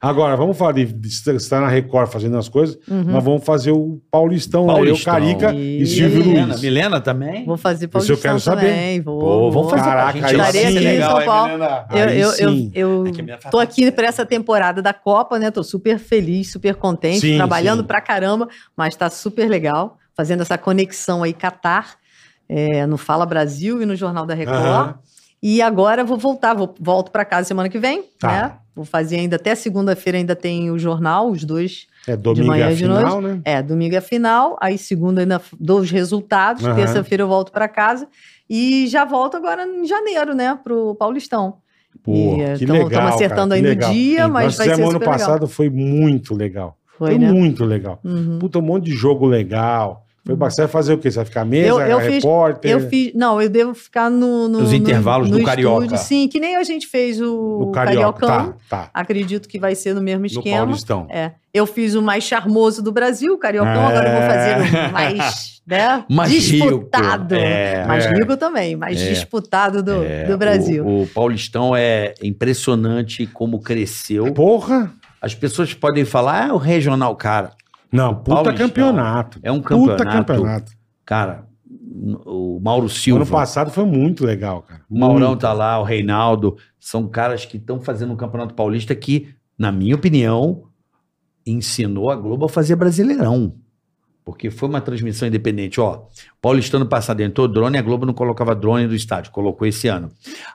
Agora, vamos falar de, de estar na Record fazendo as coisas,
Uhum.
nós vamos fazer o Paulistão,
Paulistão.
eu, Carica e,
E
Silvio
Milena,
Luiz.
Milena também?
Vou
Isso
fazer
eu
Paulistão
quero saber.
também. Vou,
Pô, vamos
vou.
fazer
Caraca,
pra gente.
aí
Isso é
sim.
legal, hein,
Paulo.
Milena?
Eu,
Aí
eu,
sim.
eu,
É
eu
que a minha tá
Hum, tô aqui para essa temporada da Copa, né? Tô super feliz, super contente,
Sim,
trabalhando
sim.
pra caramba, mas tá super legal, fazendo essa conexão aí Catar, é, no Fala Brasil e no Jornal da Record.
Aham.
E agora eu vou voltar, vou, volto pra casa semana que vem,
Tá.
né? Vou fazer ainda até segunda-feira ainda tem o jornal, os dois.
É domingo
manhã
é
e
a
de
final, né?
É, domingo é a final, aí segunda ainda f- dou os resultados,
Aham.
terça-feira eu volto pra casa e já volto agora em janeiro, né, pro Paulistão.
Pô,
E,
que
tamo-
legal.
tamo
cara,
acertando
que
aí no
legal.
dia,
E
mas
nós
vai ser
fizemos ano
super legal.
passado, foi muito legal. Foi,
Foi, né?
muito legal.
Uhum.
Puta, um monte de jogo legal. Foi bacana. Você vai fazer o quê? Você vai ficar mesa,
Eu- eu fiz-
repórter?
Eu fiz. Não, eu devo ficar no. no
Nos intervalos do Carioca.
Sim, que nem a gente fez o,
no Carioca.
Cariocão.
Tá, tá.
Acredito que vai ser no mesmo
No
esquema.
Paulistão.
É. Eu fiz o mais charmoso do Brasil, o Cariocão,
É.
agora eu vou fazer o mais. Né?
Mais
disputado.
rico. É,
mais
é.
rico também, mais
É.
disputado do,
É,
do Brasil.
O, o Paulistão é impressionante como cresceu.
Porra!
As pessoas podem falar, ah, o regional, cara.
Não, puta
Paulistão.
campeonato.
É um campeonato.
Puta campeonato.
Cara, o Mauro
Ano
Silva,
passado foi muito legal, cara.
o Maurão
Muito.
tá lá, o Reinaldo, são caras que estão fazendo um campeonato paulista que, na minha opinião, ensinou a Globo a fazer brasileirão. Porque foi uma transmissão independente. Ó, Paulistano passado entrou drone, a Globo não colocava drone do estádio, colocou esse ano.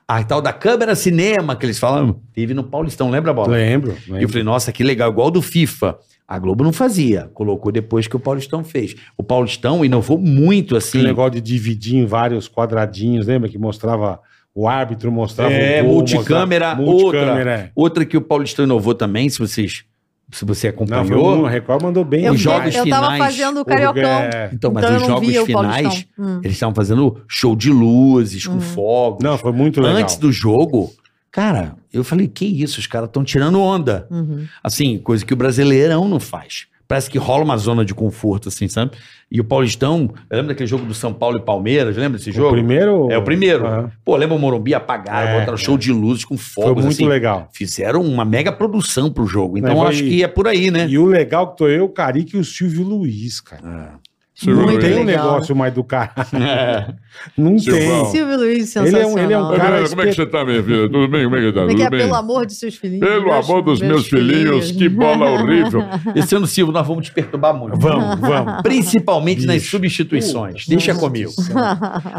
A tal da câmera cinema que eles falam, teve no Paulistão, lembra, Bola?
Lembro.
E eu
lembro.
falei, nossa, que legal, igual do FIFA. A Globo não fazia, colocou depois que o Paulistão fez. O Paulistão inovou muito, assim.
Aquele negócio de dividir em vários quadradinhos, lembra? Que mostrava o árbitro, mostrava
É,
o gol,
multicâmera,
mostrava- multicâmera, é.
Outra que o Paulistão inovou também, se vocês se você
Não, foi
acompanhou.
um, a Record mandou bem.
Eu,
os jogos
eu tava
finais,
fazendo o
Porra,
Cariocão.
é.
então, mas
então
os
eu não
jogos
via o
finais,
Paulistão. Hum.
eles estavam fazendo show de luzes, com
Uhum.
fogos.
Não, foi muito legal.
Antes do jogo, cara, eu falei, que isso, os caras estão tirando onda.
Uhum.
Assim, coisa que o brasileirão não faz. Parece que rola uma zona de conforto, assim, sabe? E o Paulistão, eu lembro daquele jogo do São Paulo e Palmeiras, lembra desse
O
jogo?
primeiro...
É o primeiro.
Aham.
Pô, lembra o Morumbi apagaram,
É,
botaram show de luzes com
Foi
fogos,
muito
assim.
legal.
Fizeram uma mega produção pro jogo. Então
Mas
eu
vai-
acho que é por aí, né?
E o legal que tô eu, o Carica e o Silvio Luiz, cara.
Silvio
não
Luiz.
tem um
Legal, né?
negócio mais do cara. Não
Silvão.
tem.
Silvio Luiz,
Ele é
sensacional.
um- ele é um cara-
Olha, como é que você tá, minha filha? Tudo bem? Como é que tá?
Como é que é?
Tudo bem?
Pelo amor de seus filhinhos.
Pelo
meus-
amor dos meus filhinhos, que bola horrível.
Esse ano, Silvio, nós vamos te perturbar muito.
Vamos, vamos.
Principalmente nas
Bicho.
substituições. Deixa comigo.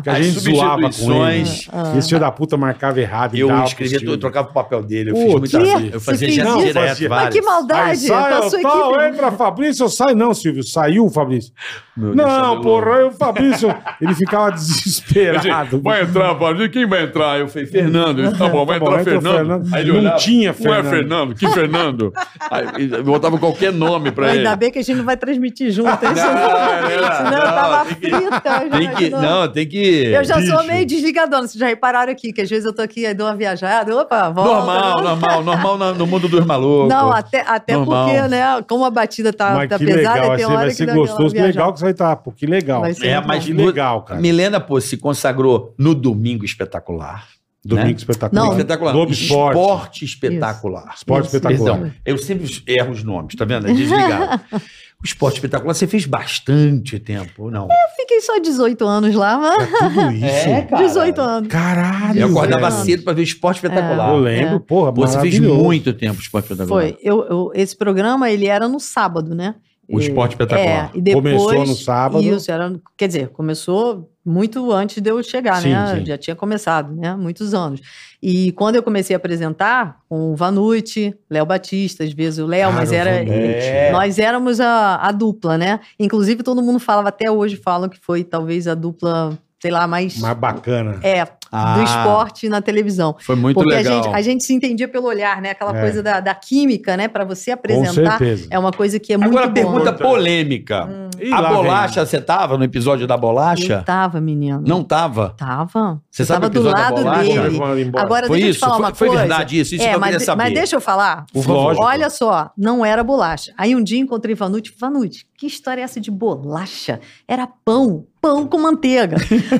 Que a gente
As
zoava com ele.
substituições.
Ah.
Esse filho da puta marcava errado
Eu
e tal.
escrevia,
pro Silvio.
eu trocava o papel dele. Eu
Pô,
fiz muita
que?
Eu
Você
fazia
fez
já
isso?
direto
Fazia.
Mas que
várias.
Aí
maldade!
sai, tá,
Passou
eu tal,
equipe.
entra Fabrício, sai não, Silvio. Saiu, Fabrício.
do.
Não,
do
porra, eu, o Fabrício, ele ficava desesperado.
Vai entrar, Fabrício. Quem vai entrar? Eu falei, Fernando. Ele, tá bom, vai
Tá bom,
entrar
entra o
Fernando.
Fernando.
Aí ele
Não
olhava,
tinha
Não
Fernando."
é Fernando? Que Fernando? Aí, ele botava qualquer nome pra ele.
Ainda bem que a gente não vai transmitir junto, hein? Senão,
Não, é verdade.
senão eu tava
Tem que-
frita.
Tem
já
que,
imaginou?
não, tem que.
Eu já sou
bicho.
meio desligadona, vocês já repararam aqui, que às vezes eu tô aqui e dou uma viajada, opa, volta. né?
Normal, normal, normal na- no mundo dos malucos.
Não, até, até
Normal.
porque, né, como a batida tá,
Mas
tá
que
pesada,
legal,
tem
assim,
hora
vai
que
ser
dá aquela
gostoso, que
viajada.
legal que você vai estar, pô, que legal.
Vai ser
É,
muito
mas-
Que legal, cara.
Milena, pô, se consagrou no Domingo Espetacular.
Domingo
né?
espetacular.
Não.
Espetacular.
Globo
Esporte,
Esporte.
Espetacular.
Esporte
Isso.
espetacular.
Perdão, eu sempre erro os nomes, tá vendo? É desligado. o Esporte Espetacular você fez bastante tempo, não.
Eu fiquei só 18 anos lá, mas
Tá Tudo isso.
É? 18 anos.
Caralho.
Eu acordava
né?
velho.
cedo pra ver Esporte Espetacular.
Eu
É.
lembro, porra,
Pô, Você fez
maravilhoso.
muito tempo Esporte Espetacular.
Foi. Eu, eu- esse programa, ele era no sábado, né?
O
E-
Esporte Espetacular.
É, e depois,
Começou no sábado.
Isso, era, quer dizer, começou muito antes de eu chegar,
Sim,
né?
sim.
Já tinha começado, né? Muitos anos. E quando eu comecei a apresentar, com o Vanucci, Léo Batista, às vezes o Léo,
Cara,
É, mas
o
era.
Vanucci,
É.
Nós éramos a, a dupla, né? Inclusive, todo mundo falava, até hoje falam que foi talvez a dupla, sei lá, mais.
Mas bacana.
É, do
Ah,
esporte na televisão.
Foi muito
Porque a
legal.
gente, a gente se entendia pelo olhar, né? Aquela
É.
coisa da, da química, né? Pra você
Com
apresentar.
certeza.
É um uma coisa que é muito
Agora,
boa.
pergunta polêmica.
Hum.
Ih, lá
A
vem.
bolacha, você tava no episódio da
Eu
bolacha?
tava, menino.
Não tava.
Tava.
Você
Eu
sabe o
tava do
episódio da
lado
bolacha?
dele.
Vamos embora.
Agora,
Foi
deixa
isso?
eu te falar
Foi-
uma
foi
coisa.
verdade isso? Isso
é,
que eu
mas,
queria
de-
saber.
Mas deixa eu falar.
Por favor.
Lógico.
Olha só, não era bolacha. Aí um dia encontrei Vanucci. Vanucci, que história é essa de bolacha? Era pão, pão com manteiga.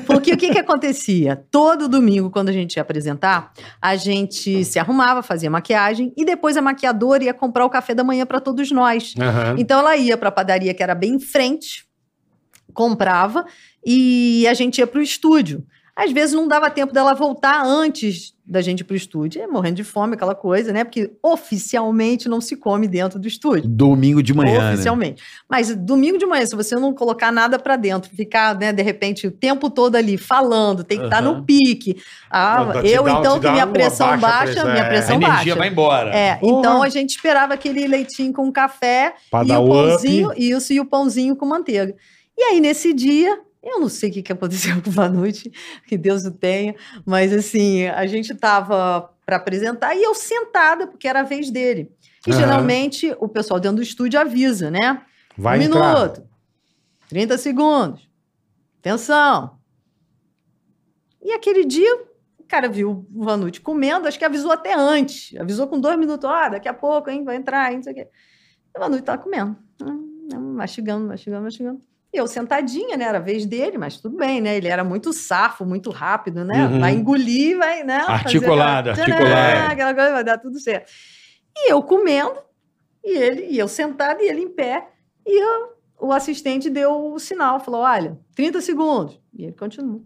Porque o que, que acontecia? Todo domingo, quando a gente ia apresentar, a gente se arrumava, fazia maquiagem e depois a maquiadora ia comprar o café da manhã para todos nós.
Aham.
Então ela ia para a padaria que era bem em frente, comprava e a gente ia para o estúdio. Às vezes não dava tempo dela voltar antes da gente ir para o estúdio, É, morrendo de fome, aquela coisa, né? Porque oficialmente não se come dentro do estúdio.
Domingo de manhã. né?
oficialmente. Mas domingo de manhã, se você não colocar nada para dentro, ficar, né, de repente, o tempo todo ali falando, tem que estar
Aham.
no pique. Ah,
Não, te
eu,
dá- um-
então,
te
que
dá
minha
uma
pressão
baixa
baixa,
pressão,
minha
é.
A
pressão
energia
baixa.
vai embora.
É,
Porra.
então a gente esperava aquele leitinho com café
Pra
e
dar
o
o
pãozinho,
up.
isso, e o pãozinho com manteiga. E aí, nesse dia, eu não sei o que, que aconteceu com o Vanucci, que Deus o tenha, mas assim, a gente tava para apresentar e eu sentada, porque era a vez dele. E
Aham.
geralmente o pessoal dentro do estúdio avisa, né?
Vai
um
entrar.
minuto, 30 segundos, atenção. E aquele dia, o cara viu o Vanucci comendo, acho que avisou até antes, avisou com dois minutos, ó, daqui a pouco, hein, vai entrar, hein, não sei o quê. E o Vanucci tava comendo, hum, hum, mastigando, mastigando, mastigando. E eu sentadinha, né, era a vez dele, mas tudo bem, né, ele era muito safo, muito rápido, né,
Uhum.
vai engolir, vai, né. fazer
Articulado,
aquela-
articulado.
Aquela coisa, vai dar tudo certo. E eu comendo, e ele, e eu sentada e ele em pé, e eu- o assistente deu o sinal, falou: olha, 30 segundos. E ele continuou.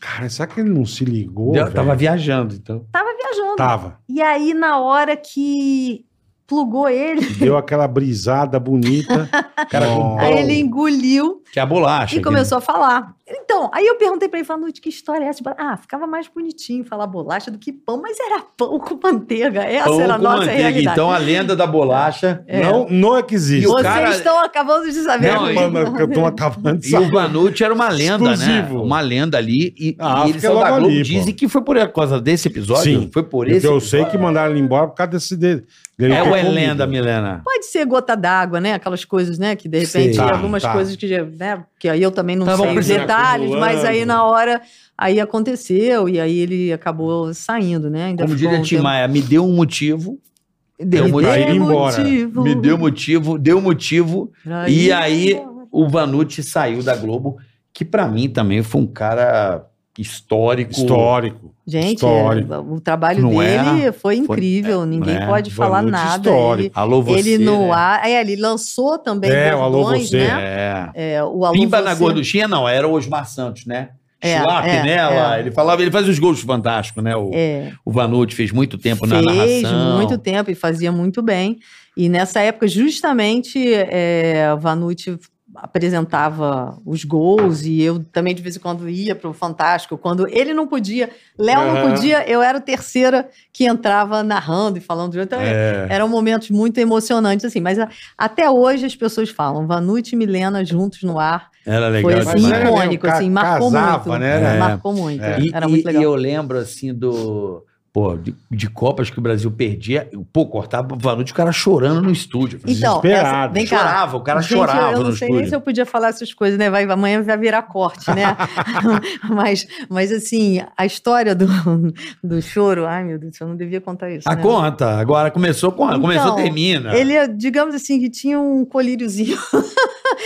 Cara, será que ele não se ligou?
Eu
velho?
tava viajando, então.
Tava Tá viajando.
Tava.
E aí, na hora que plugou ele,
Deu aquela brisada bonita.
Cara, com
Nossa.
aí ele engoliu
Que é a bolacha.
e começou a falar. Então, aí eu perguntei pra ele, falando, que história é essa? Ah, ficava mais bonitinho falar bolacha do que pão, mas era pão com manteiga. Essa
Pão
era Tá a
com
nossa
manteiga.
realidade.
Então a lenda da bolacha.
É.
Não, não é que existe.
E o
Vocês
cara-
estão acabando de saber.
Não,
Né,
e-
mano, que eu tô acabando de
E o
saber.
Vanucci era uma lenda, né?
Exclusivo.
Uma lenda ali. E,
Ah,
e eles
fica
são da
logo
Globo.
ali, pô.
dizem que foi por causa desse episódio.
Sim.
Foi por
Porque
esse
eu
episódio.
sei que mandaram ele embora por causa desse dele. Ele
É
não
o
quer
Helena,
comida.
Milena.
Pode ser gota d'água, né? Aquelas coisas, né? Que de
Sei.
repente,
Tá,
algumas
tá.
coisas que, já- né? que aí eu também não
Estavam
sei os
precisando-
detalhes, mas aí
acumulando.
na hora, aí aconteceu e aí ele acabou saindo, né? Ainda
Como
ficou
diria
um
Tim
tempo-
Maia, me deu um motivo. Deu
Me
um motivo.
Pra ir embora.
motivo.
Me deu motivo, deu motivo.
Pra
E
ir
aí-
embora.
O Vanucci saiu da Globo, que pra mim também foi um cara histórico.
Histórico.
Gente,
Histórico.
é, o trabalho
Não é?
dele foi incrível. Ninguém
é?
pode falar
Vanucci
nada.
histórico.
Ele,
Alô, você.
ele no
né?
ar. É, ele lançou também
É, o Alô
Gordões,
Você.
né?
É.
É, o Alô
Pimba
Você.
na gorduchinha, não, era o Osmar Santos, né?
É,
Schwab
é,
nela,
é.
ele falava, ele faz os gols fantásticos, né? O,
É.
o Vanucci fez muito tempo na
Fez
narração.
muito tempo e fazia muito bem. E nessa época, justamente, é, o Vanucci apresentava os gols e eu também de vez em quando ia para o Fantástico. Quando ele não podia, Léo não
Aham.
podia, eu era o terceira que entrava narrando e falando junto. Então,
É.
eram momentos muito emocionantes, assim. Mas a- até hoje as pessoas falam, Vanucci e Milena juntos no ar.
Era
Foi
legal.
assim,
demais. Mas era
icônico,
meio
assim,
ca-
marcou
casava,
muito.
né? Era-
Marcou muito.
É.
E,
Era
e-
muito legal.
e eu lembro, assim, do. Pô, de, de Copas que o Brasil perdia, eu, pô, cortava o Vanucci, o cara chorando no estúdio.
Então, essa,
desesperado.
vem cá.
chorava, o cara
Gente,
chorava
eu
no
não sei nem
estúdio.
se eu podia falar essas coisas, né? Vai, amanhã vai virar corte, né? mas, mas assim, a história do, do choro, ai meu Deus, eu não devia contar isso.
A
né?
conta, agora começou, conta, começou,
Então,
termina.
Ele, digamos assim, que tinha um colíriozinho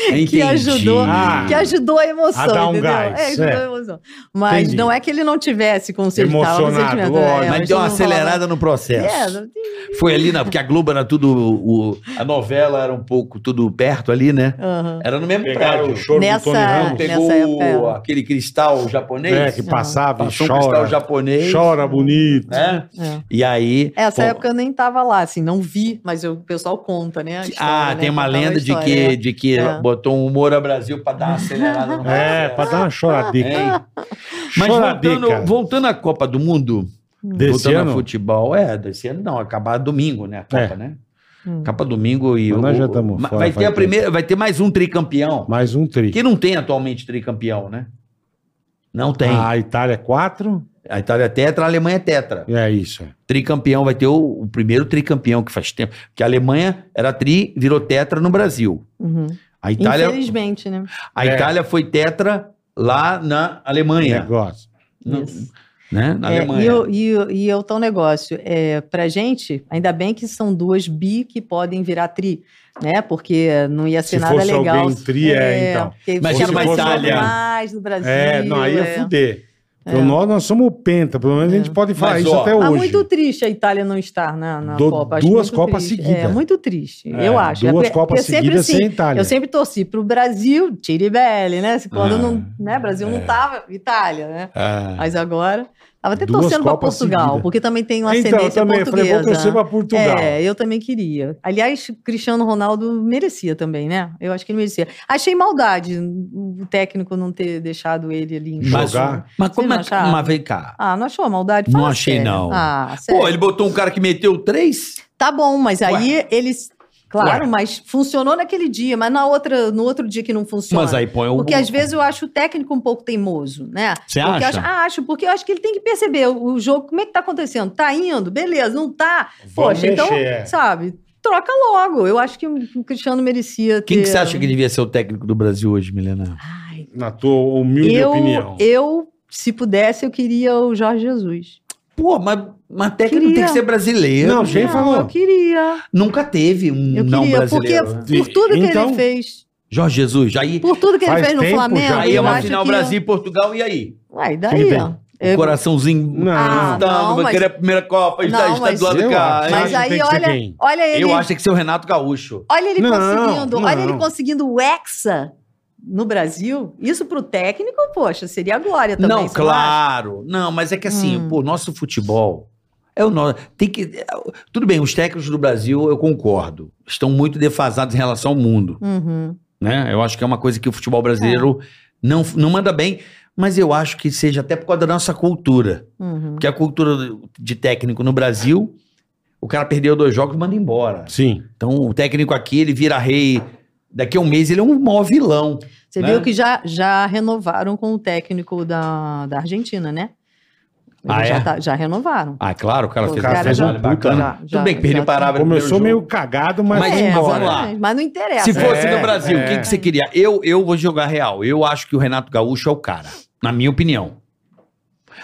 Entendi.
que ajudou,
Ah,
que ajudou a emoção,
a dar um
entendeu?
gás,
é, ajudou
é.
a emoção. Mas
Entendi.
não é que ele não tivesse com o sentimento, tava com o
Emocionado,
sentimento,
lógico.
é,
Mas deu uma
não rolava.
acelerada no
É,
processo.
não tem-
Foi ali, na, porque a Globo era tudo. o- a novela era um pouco tudo perto ali, né?
Aham.
Era no mesmo
Pegaram o
prédio.
choro
Nessa-
do Tony Ramos.
Pegou
É, Nessa época era.
aquele cristal japonês.
É, que passava e
Passou um cristal
chora.
japonês.
Chora bonito.
Né?
É.
E aí.
Essa
pô,
época eu nem tava lá, assim, não vi, mas eu- o pessoal conta, né? a história,
Ah,
né,
tem uma
contava a
lenda de
história,
que,
é.
de que
É.
botou um humor a Brasil pra dar uma acelerada no
É, pra dar uma choradica.
Hein? Mas
Choradica.
voltando, voltando à Copa do Mundo,
Desse
voltando ao
ano,
futebol, é, desse ano não, acabar domingo, né? A Copa,
É.
né?
Hum.
Copa domingo e
Mas
o-
nós já
o-
tamo
ma-
fora,
vai
vai
ter a
ter.
primeira, vai ter mais um tricampeão.
mais um tri.
Que não tem atualmente tricampeão, né? Não tem.
A Itália é quatro.
A Itália é tetra, a Alemanha é tetra.
É isso. é.
Tricampeão vai ter o, o primeiro tricampeão que faz tempo, que a Alemanha era tri, virou tetra no Brasil.
Uhum.
A Itália, é
Infelizmente, né?
a
É.
Itália foi tetra lá na Alemanha,
Negócio.
No-
Isso.
né? Na
É,
Alemanha.
e, eu, e, eu- e é o tal negócio. É, pra gente, ainda bem que são duas bi que podem virar tri, né? Porque não ia ser
Se
nada
fosse
legal.
alguém tri, é, então.
porque
Imagina
tinha
uma
apostado
Itália.
mais no Brasil.
É, não, aí
é.
é fuder. Então nós, nós somos o penta, pelo menos a gente pode falar
Mas,
isso
ó,
até
há
Ah,
hoje.
muito triste a Itália não estar na, na
Do-
Copa. Acho
duas
muito
Copas
triste.
seguidas.
É, muito triste, eu
É,
acho.
Duas
é, porque-
Copas
porque sempre,
seguidas
assim,
sem Itália.
Eu sempre torci pro Brasil, tire Belli, né? Quando
Ah,
não, né, Brasil
é.
não tava, Itália, né?
Ah.
Mas agora tava até
Duas
torcendo para
Copas
Portugal,
seguidas.
porque também tem uma
então, eu
ascendência
também eu falei,
portuguesa.
vou torcer pra Portugal.
É, eu também queria. Aliás, Cristiano Ronaldo merecia também, né? Eu acho que ele merecia. Achei maldade o técnico não ter deixado ele ali em
Mas-
campo.
Jogar.
Mas como
Vocês
é
não
que.
acharam?
Mas vem cá.
Ah, não achou a maldade?
Não
Fala
achei,
sério.
não.
Ah, sério.
Pô, ele botou um cara que meteu três?
Tá bom, mas aí eles. Claro,
Ué.
mas funcionou naquele dia, mas na outra, no outro dia que não funciona.
Mas aí põe o.
Porque às vezes eu acho o técnico um pouco teimoso, né?
Você
Porque eu
acha?
Acho, ah, acho, porque eu acho que ele tem que perceber o, o jogo, como é que tá acontecendo. Tá indo, beleza, não tá.
Vamos
Poxa, então,
mexer, é.
sabe, troca logo. Eu acho que o Cristiano merecia ter...
Quem que você acha que devia ser o técnico do Brasil hoje, Milena?
Ai,
Na tua humilde
eu,
opinião.
eu, se pudesse, eu queria o Jorge Jesus.
Pô, mas, mas técnico
Queria.
tem que ser brasileiro.
Não, quem
não,
falou?
eu queria,
Nunca teve um
eu
não
queria, porque
brasileiro. né?
por tudo que
Então-
ele fez,
Jorge Jesus, aí,
por tudo que ele
Faz
fez no
tempo já.
Flamengo,
Aí
aí é
eu
uma
acho
final
que...
Brasil e Portugal, e aí?
Ué,
Time
e daí,
bem.
ó.
O
Eu-
coraçãozinho
Não.
Ah,
Tá,
não,
vai
mas-
querer a primeira Copa, está,
Não,
está do lado
mas-
do cara.
Eu
Mas
acho que tem
aí,
que ser
olha,
quem?
olha ele.
Eu acho que tem que ser o Renato Gaúcho.
Olha ele
Não,
conseguindo, olha
não.
ele conseguindo o Hexa no Brasil. Isso pro técnico, poxa, seria a glória também.
não,
você não acha?
claro. Não, mas é que assim,
Hum.
pô, nosso futebol é o nosso. Tem que. é, Tudo bem, os técnicos do Brasil, eu concordo. Estão muito defasados em relação ao mundo.
Uhum.
Né? Eu acho que é uma coisa que o futebol
É.
brasileiro não, não manda bem, mas eu acho que seja até por causa da nossa cultura.
Uhum.
Porque a cultura de técnico no Brasil, o cara perdeu dois jogos e manda embora.
Sim.
Então, o técnico aqui, ele vira rei. Daqui a um mês ele é um maior vilão.
Você
né?
viu que já, já renovaram com o técnico da, da Argentina, né? Ele
Ah,
já,
é?
tá- já renovaram.
Ah, claro, o cara
Pô,
fez
o
é
cara já-
trabalho bacana.
já- já-
Tudo bem que perdeu
já- tá.
parava no primeiro
Começou
jogo.
meio cagado, mas
Mas
foi
é,
embora.
vamos lá.
Mas não interessa.
Se
né?
fosse
É,
no Brasil,
é.
quem que você queria? Eu, eu vou jogar real. Eu acho que o Renato Gaúcho é o cara, na minha opinião.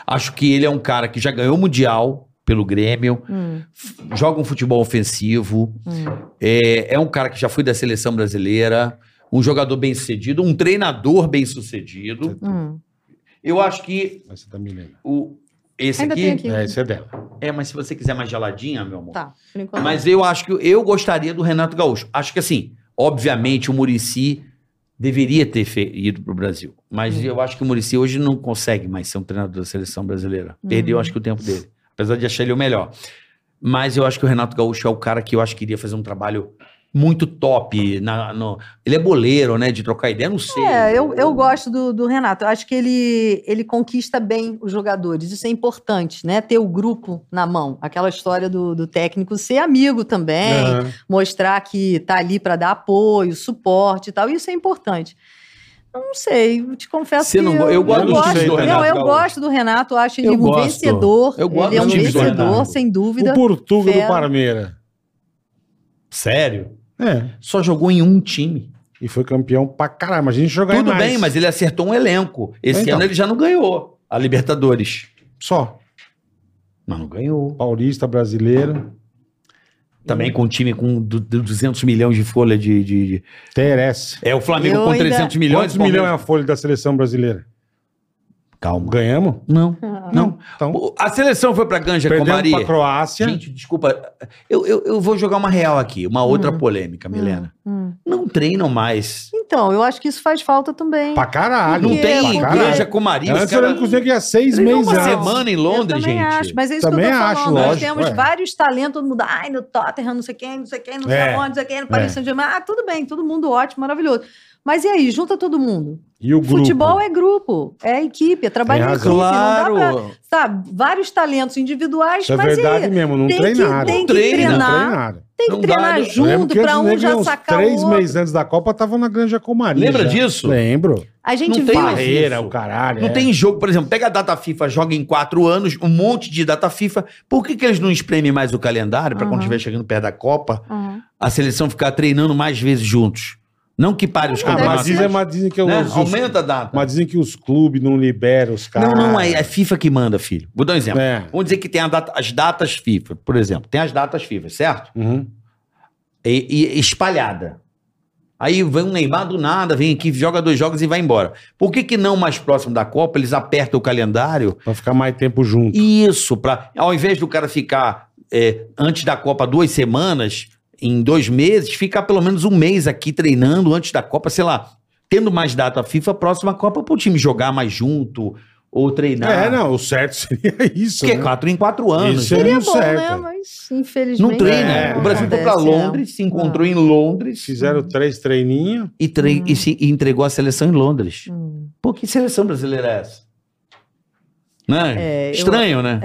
Acho que ele é um cara que já ganhou o Mundial pelo Grêmio,
Hum,
f- joga um futebol ofensivo,
hum.
é, é um cara que já foi da seleção brasileira, um jogador bem sucedido, um treinador bem sucedido.
hum.
Eu acho que
Essa da Milena.
o, esse
Ainda
aqui,
tem um aqui.
tá É, esse é dela.
É, mas se você quiser mais geladinha, meu amor.
Tá, por enquanto.
Mas eu acho que eu gostaria do Renato Gaúcho. Acho que assim, obviamente o Murici deveria ter fe- ido pro Brasil, mas
Hum.
eu acho que o Murici hoje não consegue mais ser um treinador da seleção brasileira. Perdeu,
Uhum.
acho que o tempo dele, apesar de achar ele o melhor. Mas eu acho que o Renato Gaúcho é o cara que eu acho que iria fazer um trabalho muito top. na- no- ele é boleiro, né? De trocar ideia, não sei.
É, eu, eu gosto do, do Renato. Eu acho que ele, ele conquista bem os jogadores. Isso é importante, né? Ter o grupo na mão. Aquela história do, do técnico ser amigo também, mostrar que tá ali para dar apoio, suporte e tal. Isso é importante. Eu Não sei, eu te confesso
Você
que
não go- eu gosto
dos times do
Não,
Renato
eu
Gaúcho.
gosto do Renato, eu acho ele
Eu
um
gosto.
vencedor.
Eu gosto
ele é um
dos times do
vencedor,
Renato.
sem
O
dúvida.
Portuga do
Fera.
Parmeira.
Sério?
É.
Só jogou em um time.
E foi campeão pra caralho. Imagina jogar em
Tudo
mais.
bem, mas ele acertou um elenco. Esse
Então.
ano ele já não ganhou a Libertadores.
Só.
Mas não ganhou.
Paulista, brasileiro.
Também com um time com du- du- 200 milhões de folha de. de- de-
Terece.
É o Flamengo
Eu
com
ainda-
300 milhões.
Quantos milhões é
Palmeiras-
a folha da seleção brasileira?
Calma.
Ganhamos?
Não.
Não.
Não.
Então,
O- A seleção foi pra Ganja com
perdemos
Maria.
pra Croácia.
Gente, desculpa. Eu, eu, eu vou jogar uma real aqui, uma outra polêmica, Milena.
Hum.
Não treinam mais.
Então, eu acho que isso faz falta também.
Pra caralho.
Não
é Porque-
tem
pra caralho.
Ganja com Maria. os
Antes eu
caras-
lembro que o Zé ia seis
treinou
meses
uma
antes.
semana em
eu
Londres,
também
gente.
Acho, mas é isso
Também
que eu tô
acho,
falando. Nós
lógico,
temos
é.
vários talentos, todo mundo, ai, no Tottenham, não sei quem, não sei quem, não sei
É,
onde, não sei quem, no Paris
é.
Saint-Germain. Ah, tudo bem, todo mundo ótimo, maravilhoso. Mas e aí, junta todo mundo.
E o grupo.
Futebol é grupo, é equipe, é trabalho
Tem
em equipe.
razão.
Não dá pra, sabe, vários talentos individuais,
Isso é
mas e
verdade
aí?
mesmo. Não
tem que-
treinaram.
tem
que
Não
treinar.
treinaram.
Tem que
Não dá, eu-
treinar
eu
Eu lembro
junto
que
pra
os
um
negros
já
uns
sacar o
Três
outro.
meses antes da Copa estavam na Granja Comari.
Lembra
já.
disso?
Lembro.
A gente
Não tem
viu.
mais.
Carreira,
isso.
o caralho.
Não
é.
tem jogo, por exemplo, pega a data FIFA, joga em quatro anos, um monte de data FIFA. Por que, que eles não espremem mais o calendário para quando
Uhum.
estiver chegando perto da Copa,
Uhum.
a seleção ficar treinando mais vezes juntos? Não que pare os
Ah, mas
campeonatos.
dizem, mas dizem que
né?
os, os,
Aumenta a data.
Mas dizem que os clubes não liberam os caras.
Não, não, é, é FIFA que manda, filho. Vou dar um exemplo.
É.
Vamos dizer que tem a data- as datas FIFA, por exemplo. Tem as datas FIFA, certo?
Uhum.
e, e espalhada. Aí vem um Neymar do nada, vem aqui, joga dois jogos e vai embora. Por que, que não mais próximo da Copa eles apertam o calendário?
Pra ficar mais tempo junto.
Isso, pra, ao invés do cara ficar é, antes da Copa duas semanas, em dois meses, ficar pelo menos um mês aqui treinando antes da Copa, sei lá, tendo mais data FIFA próxima à Copa para o time jogar mais junto ou treinar.
É, não, o certo seria isso.
Porque é
né?
quatro em quatro anos.
Isso é
Seria
não
bom, né?
certo.
Mas infelizmente.
Não treina.
É,
o Brasil foi pra
acontece, não.
Londres, se encontrou em Londres
Fizeram três treininhos.
e, tre- e se- e entregou a seleção em Londres.
Hum.
Pô, que seleção brasileira é essa? Né?
É, eu-
Estranho, né?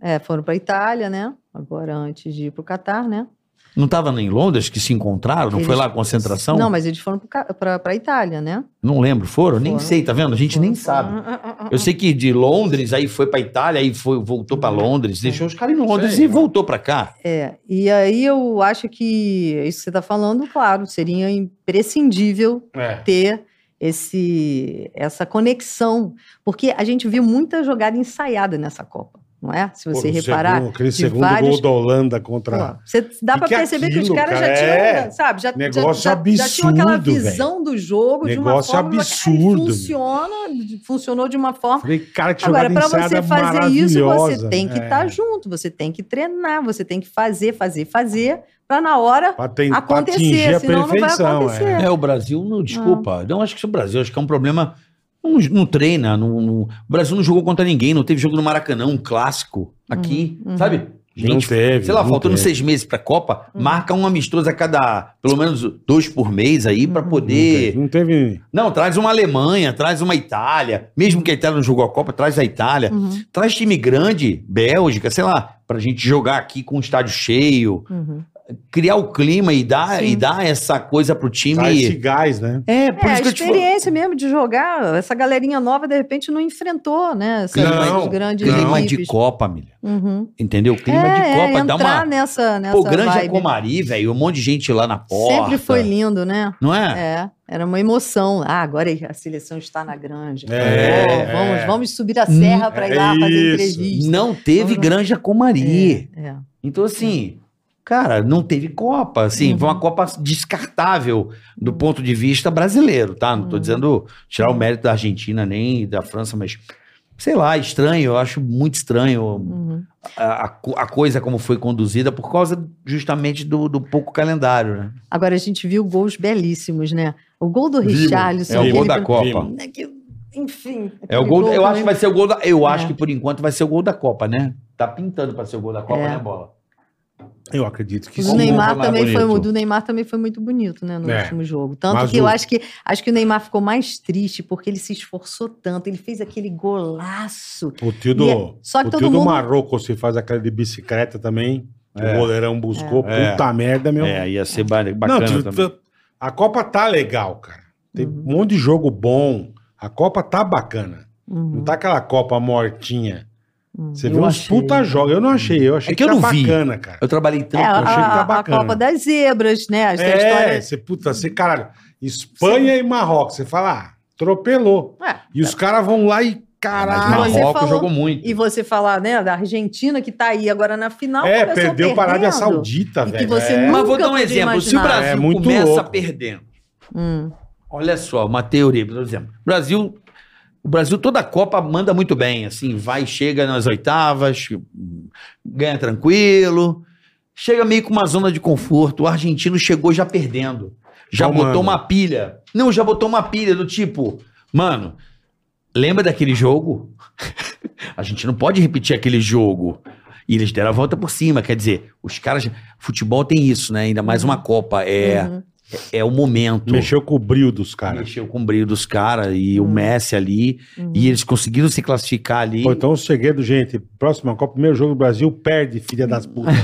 É, é foram para Itália, né? Agora antes de ir para o Catar, né?
Não tava nem em Londres que se encontraram? Não
Eles-
foi lá a concentração?
Não,
Não,
mas eles foram para Itália, né?
lembro, foram? Nem
Foram.
sei, tá vendo? A gente nem sabe.
sabe.
Eu sei que de Londres, aí foi pra Itália, aí foi, voltou pra Londres, deixou os caras em Londres
Sei.
e voltou pra cá.
É, e aí eu acho que isso que você está falando, claro, seria imprescindível
É.
ter esse, essa conexão, porque a gente viu muita jogada ensaiada nessa Copa, não é? Se você reparar,
aquele
de
segundo gol
vários-
da Holanda contra.
Pô, Você dá
E
pra
que é
perceber que
aquilo,
os caras
cara,
já tinham,
é
sabe, já, já-
negócio
já, já tinham aquela
absurdo,
visão do jogo de uma
Negócio
forma que, cara,
absurdo,
funciona, funcionou de uma forma.
Falei, cara, que
Agora,
jogada
pra
ensaiada
você fazer isso, você
maravilhosa.
tem que
É.
estar junto, você tem que treinar, você tem que fazer, fazer, fazer, pra na hora
Pra, ten- pra atingir
acontecer,
a
senão não vai
perfeição.
acontecer.
é.
É, o Brasil, não, desculpa. Não, acho que isso é o Brasil, acho que é um problema. Não, não treina, não, não- o Brasil não jogou contra ninguém, não teve jogo no Maracanã, um clássico aqui,
É.
Uhum, uhum.
sabe?
não
Gente,
teve.
Sei lá,
não
faltando
teve.
seis meses pra Copa,
Hum.
marca um amistoso a cada, pelo menos dois por mês aí, pra
Hum.
poder.
Não teve.
Não, traz uma Alemanha, traz uma Itália. Mesmo que a Itália não jogou a Copa, traz a Itália.
Uhum,
Traz time grande, Bélgica, sei lá, pra gente jogar aqui com o estádio cheio,
uhum.
criar o clima e dar,
Sim.
e dar essa coisa pro time.
Tá esse gás, né?
É, por
É, a
isso que eu te falo.
experiência mesmo de jogar, essa galerinha nova, de repente, não enfrentou, né? Essas
Não,
grandes
Clima de
equipes.
Copa, milha.
Uhum.
Entendeu? Clima
é,
de Copa,
é,
dá
entrar
uma.
nessa, nessa
Pô, grande
vibe.
Acomari, velho, um monte de gente lá na porta.
Sempre foi lindo, né?
Não é?
É, era uma emoção. Ah, agora a seleção está na granja.
É,
Pô, vamos,
é.
vamos subir a serra para ir
Hum,
lá
É
fazer
isso.
entrevista.
Não teve
Não, não.
Granja Comari.
É, é.
Então, assim, cara, não teve Copa. Assim,
Uhum.
foi uma Copa descartável do ponto de vista brasileiro, tá? Não tô
Uhum.
dizendo tirar o mérito da Argentina nem da França, mas sei lá, estranho. Eu acho muito estranho
Uhum.
a, a co- a coisa como foi conduzida por causa justamente do, do pouco calendário, né?
Agora a gente viu gols belíssimos, né? O gol do
Vimos.
Richarlison.
É o gol
aquele-
da Copa.
Vimos.
né, que- Enfim.
É o
aquele
gol, eu acho
também.
que vai ser o gol da, eu
É.
né? acho que por enquanto vai ser o gol da Copa, né? Tá pintando pra ser o gol da Copa,
É.
né, bola?
Eu acredito que
O
sim.
do Neymar, também foi, o
bonito.
do Neymar também foi muito bonito, né? No
É.
último jogo. Tanto
Mas
que
o-
eu acho que acho que o Neymar ficou mais triste porque ele se esforçou tanto. Ele fez aquele golaço.
O tio do,
E é- só que
o
todo
tio do
mundo-
Marrocos, se faz aquela de bicicleta também, que
É.
o goleirão buscou,
É.
puta merda, meu.
É, ia ser ba-
Não,
bacana
tio,
também.
tu- a Copa tá legal, cara. Tem
Uhum.
um monte de jogo bom. A Copa tá bacana. Não
Uhum,
tá aquela Copa mortinha.
uhum.
Você
Eu
vê uns
achei.
puta jogos. Eu não achei. Eu achei
É que eu
tá
não vi.
bacana, cara.
Eu trabalhei
É,
tanto.
a,
eu achei que tá
a- a
bacana.
Copa das Zebras, né? As
É,
histórias.
você, puta, você, caralho. Espanha e Marrocos. Você fala, ah, atropelou.
Ué,
E os caras vão lá e caralho. é,
Mas você
Marrocos
é falou-
jogou muito.
tá. E você falar, né, da Argentina que tá aí agora na final.
É,
começou
perdeu para a Arábia
perdendo.
Saudita,
E que
velho.
você
é.
nunca
Mas vou dar um
podia
exemplo. Se o
imaginar.
Brasil
É, muito
começa
louco.
perdendo,
Hum.
olha só, uma teoria, por exemplo. Brasil, o Brasil toda a Copa manda muito bem, assim, vai, chega nas oitavas, ganha tranquilo, chega meio com uma zona de conforto. O argentino chegou já perdendo, já
Tomando.
botou uma pilha. Não, já botou uma pilha do tipo, mano, lembra daquele jogo? a gente não pode repetir aquele jogo. E eles deram a volta por cima, quer dizer, os caras. Futebol tem isso, né? Ainda mais uma Copa. É,
Uhum.
é o momento.
Mexeu com o brilho dos caras.
Mexeu com o brilho dos caras e o
Hum.
Messi ali.
Uhum.
E eles conseguiram se classificar ali.
Pô, então o segredo, gente, próxima Copa, primeiro jogo do Brasil, perde, filha das putas.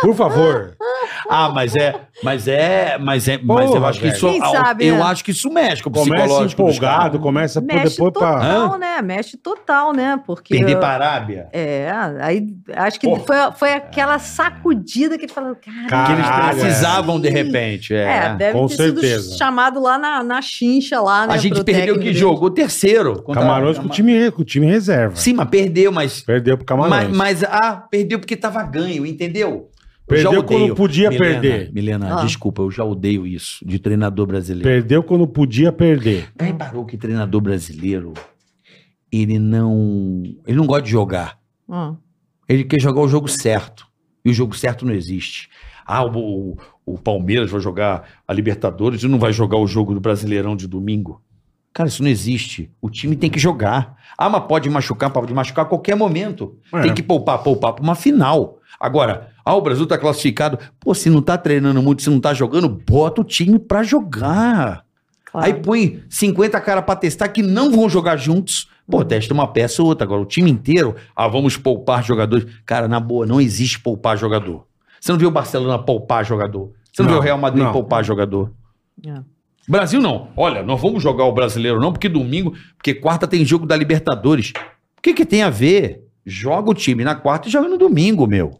Por favor.
Hum. Ah, mas é. Mas é. Mas é. mas eu
Porra,
acho que isso.
velho. Quem sabe,
eu
né?
acho que isso mexe com o
Começa
ah. psicológico. dos caras.
empolgado, começa pô,
Mexe
depois pra.
total,
Hã?
né? Mexe total, né? Porque.
Perder pra Arábia.
É, aí acho que
Porra.
foi, foi aquela sacudida que ele falou,
Que eles
Caralho,
cara.
precisavam de repente. É.
É, deve
com
ter
certeza.
sido chamado lá na, na chincha lá, né?
a gente
pro
perdeu
técnico
que
dele.
jogo? O terceiro. contra-
Camarões com o time, com o time reserva.
Sim, mas perdeu, mas.
Perdeu pro
Mas,
Camarões.
mas, ah, perdeu porque tava ganho, entendeu? Eu já
Perdeu
odeio.
quando podia
Milena,
perder.
Milena,
Ah.
desculpa, eu já odeio isso de treinador brasileiro.
Perdeu quando podia perder.
Já reparou que treinador brasileiro, ele não. Ele não gosta de jogar.
Ah,
Ele quer jogar o jogo certo. E o jogo certo não existe. Ah, o, o- o Palmeiras vai jogar a Libertadores e não vai jogar o jogo do Brasileirão de domingo. Cara, isso não existe. O time tem que jogar. Ah, mas pode machucar, pode machucar a qualquer momento.
É.
Tem que poupar, poupar pra uma final. Agora, ah, o Brasil tá classificado. Pô, se não tá treinando muito, se não tá jogando, bota o time pra jogar.
claro.
Aí põe 50 caras pra testar que não vão jogar juntos. Pô, testa uma peça ou outra. Agora, o time inteiro, ah, vamos poupar jogadores. Cara, na boa, não existe poupar jogador. Você não viu o Barcelona poupar jogador. Você não,
Não,
viu o Real Madrid
não.
poupar jogador.
É.
Brasil não. Olha, nós vamos jogar o brasileiro não, porque domingo, porque quarta tem jogo da Libertadores. O que, que tem a ver? Joga o time na quarta e joga no domingo, meu.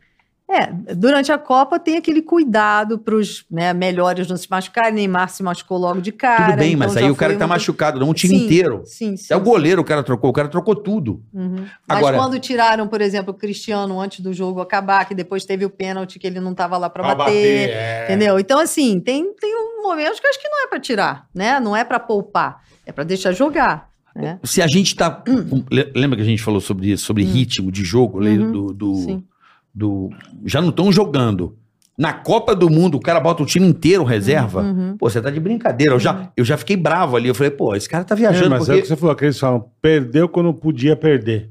É, durante a Copa tem aquele cuidado para os melhores não se machucarem. Neymar se machucou logo de cara.
Tudo bem,
então
mas
já
aí o
foi
cara que tá
uma-
machucado, não o time
Sim,
inteiro.
Sim, sim.
É o goleiro, o cara trocou, o cara trocou tudo.
Uhum.
Agora-
Mas quando tiraram, por exemplo, o Cristiano antes do jogo acabar, que depois teve o pênalti que ele não estava lá para
Pra
bater,
é.
entendeu? Então, assim, tem, tem um momento que eu acho que não é para tirar, né? Não é para poupar, é para deixar jogar, né?
Se a gente tá. com- le- Lembra que a gente falou sobre isso, sobre
Hum.
ritmo de jogo, le-
Uhum,
do, do,
Sim.
do- Já não estão jogando. Na Copa do Mundo, o cara bota o time inteiro reserva.
Uhum.
Pô, você tá de brincadeira. Eu já, eu já fiquei bravo ali. Eu falei, pô, esse cara tá
É,
viajando
mas é o
porque,
que você falou, que eles falam, perdeu quando podia perder.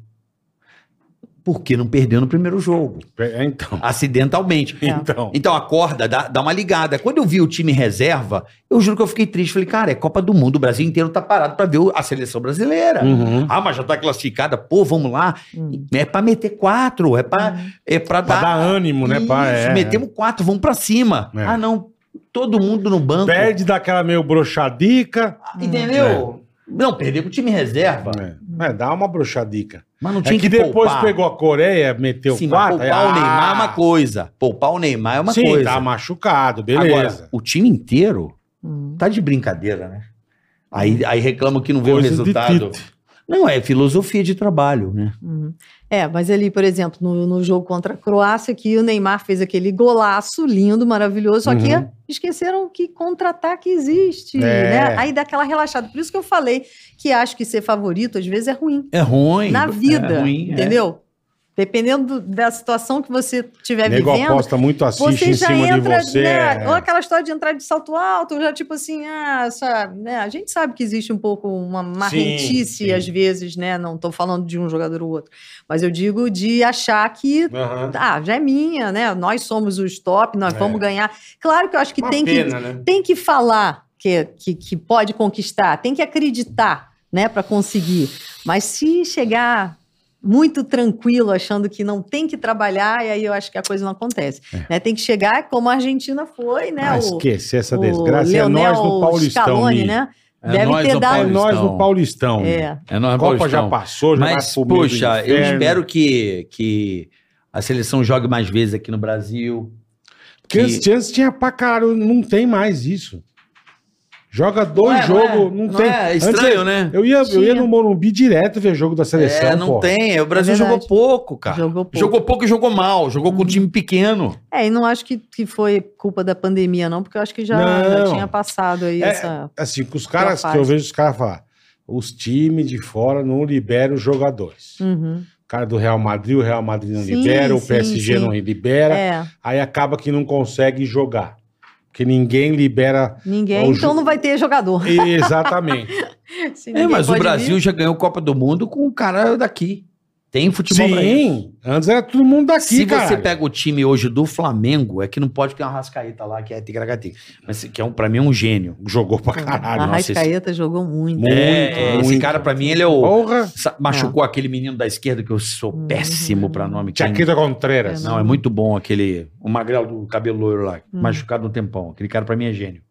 porque não perdeu no primeiro jogo.
Per- é, Então,
Acidentalmente.
É.
então.
Então acorda, dá, dá uma ligada. Quando eu vi o time reserva, eu juro que eu fiquei triste. Falei, cara, é Copa do Mundo, o Brasil inteiro tá parado pra ver o- a seleção brasileira.
Uhum.
Ah, mas já tá classificada. Pô, vamos lá.
Uhum.
É pra meter quatro, é pra, é pra
Pra
dar.
dar ânimo, né? Pra,
Isso,
é,
metemos quatro, vamos pra cima.
É.
Ah, não. Todo mundo no
é.
banco.
Perde daquela meio broxadica.
Entendeu? Não, perdemos o time reserva.
É. É, dá uma broxadica.
Mas não
É
tinha
que,
que,
depois
poupar.
pegou a Coreia, meteu
Sim, mas
quatro.
poupar o Neymar é uma coisa. Poupar o Neymar é uma
ah. Sim,
coisa.
tá machucado, beleza.
Agora, o time inteiro
Uhum.
tá de brincadeira, né? Aí, aí reclamam que não vê
Hum. Coisa
o
de
resultado. Não, é filosofia de trabalho, né?
Uhum. É, mas ali, por exemplo, no, no jogo contra a Croácia, que o Neymar fez aquele golaço lindo, maravilhoso, só que
Uhum.
esqueceram que contra-ataque existe,
É.
né? Aí dá aquela relaxada. Por isso que eu falei que acho que ser favorito às vezes é ruim.
É ruim.
Na vida,
É ruim, é.
entendeu? Dependendo do- da situação que você estiver
Tá
O nego
vivendo,
aposta muito, assiste
você
em
já
cima de
entra,
você.
né?
é.
Ou aquela história de entrar de salto alto, já tipo assim, ah, sabe, né? A gente sabe que existe um pouco uma marrentice,
sim.
às vezes, né? Não estou falando de um jogador ou outro, mas eu digo de achar que.
Uhum.
Aham.
Ah, já é minha, né? Nós somos os top, nós
É.
vamos ganhar. Claro que eu acho que
Uma
tem que
pena, né?
tem que falar que, que, que pode conquistar, tem que acreditar, né, para conseguir. Mas se chegar muito tranquilo, achando que não tem que trabalhar, e aí eu acho que a coisa não acontece. Né? Tem que chegar como a Argentina foi, né?
É. Ah,
o,
esquecer essa
o
desgraça. é nós no
Leonel
Paulistão.
Scaloni,
Mi.
né?
É
Deve
nós
ter
no
dado-
É nós
Paulistão.
no Paulistão. Mi.
É.
É nós
A
no
Copa já
Paulistão.
passou, já
Mas,
vai pro meio do
puxa, eu
inferno.
espero que, que a seleção jogue mais vezes aqui no Brasil.
Porque antes, antes tinha pra caralho, não tem mais isso. Joga dois jogos, não, tem.
É
Antes
estranho,
eu-
né?
eu, ia, eu ia
Tinha.
no Morumbi direto ver jogo da seleção.
é, não
pô.
tem. O Brasil
É
jogou
verdade.
pouco,
Tá.
cara. Jogou
Jogou pouco. Uhum.
pouco. e jogou mal. Jogou com um time pequeno.
É, e não acho que, que foi culpa da pandemia, não, porque eu acho que já,
Não.
já tinha passado aí
É,
essa.
Assim, com os caras
Já
que eu
faz.
vejo os caras falar, os times de fora não liberam os jogadores.
Uhum.
O cara do Real Madrid, o Real Madrid não
Sim,
libera, o
sim,
PSG
sim.
não libera,
É,
aí acaba que não consegue jogar. Porque ninguém libera.
ninguém.
Ó, o
Então
ju-
não vai ter jogador.
Exatamente.
Se
É,
ninguém
mas o
pode vir,
Brasil já ganhou Copa do Mundo com o cara daqui. Tem futebol pra isso.
Sim, antes era todo mundo daqui,
Se
cara.
você pega o time hoje do Flamengo, é que não pode ter uma rascaeta lá, que é tigragatica. Mas que é um, pra mim é um gênio.
Jogou pra
A
caralho.
nossa, esse-
Arrascaeta jogou muito.
Muito,
é, é, esse
muito.
cara, pra mim, ele é o.
Porra!
sa- Machucou
Ah.
aquele menino da esquerda que eu sou
Hum.
péssimo pra nome. que é
Tiaquita Contreras.
Não, é muito bom aquele. O magrelo do cabelo loiro lá,
Hum.
machucado no tempão. Aquele cara pra mim é gênio.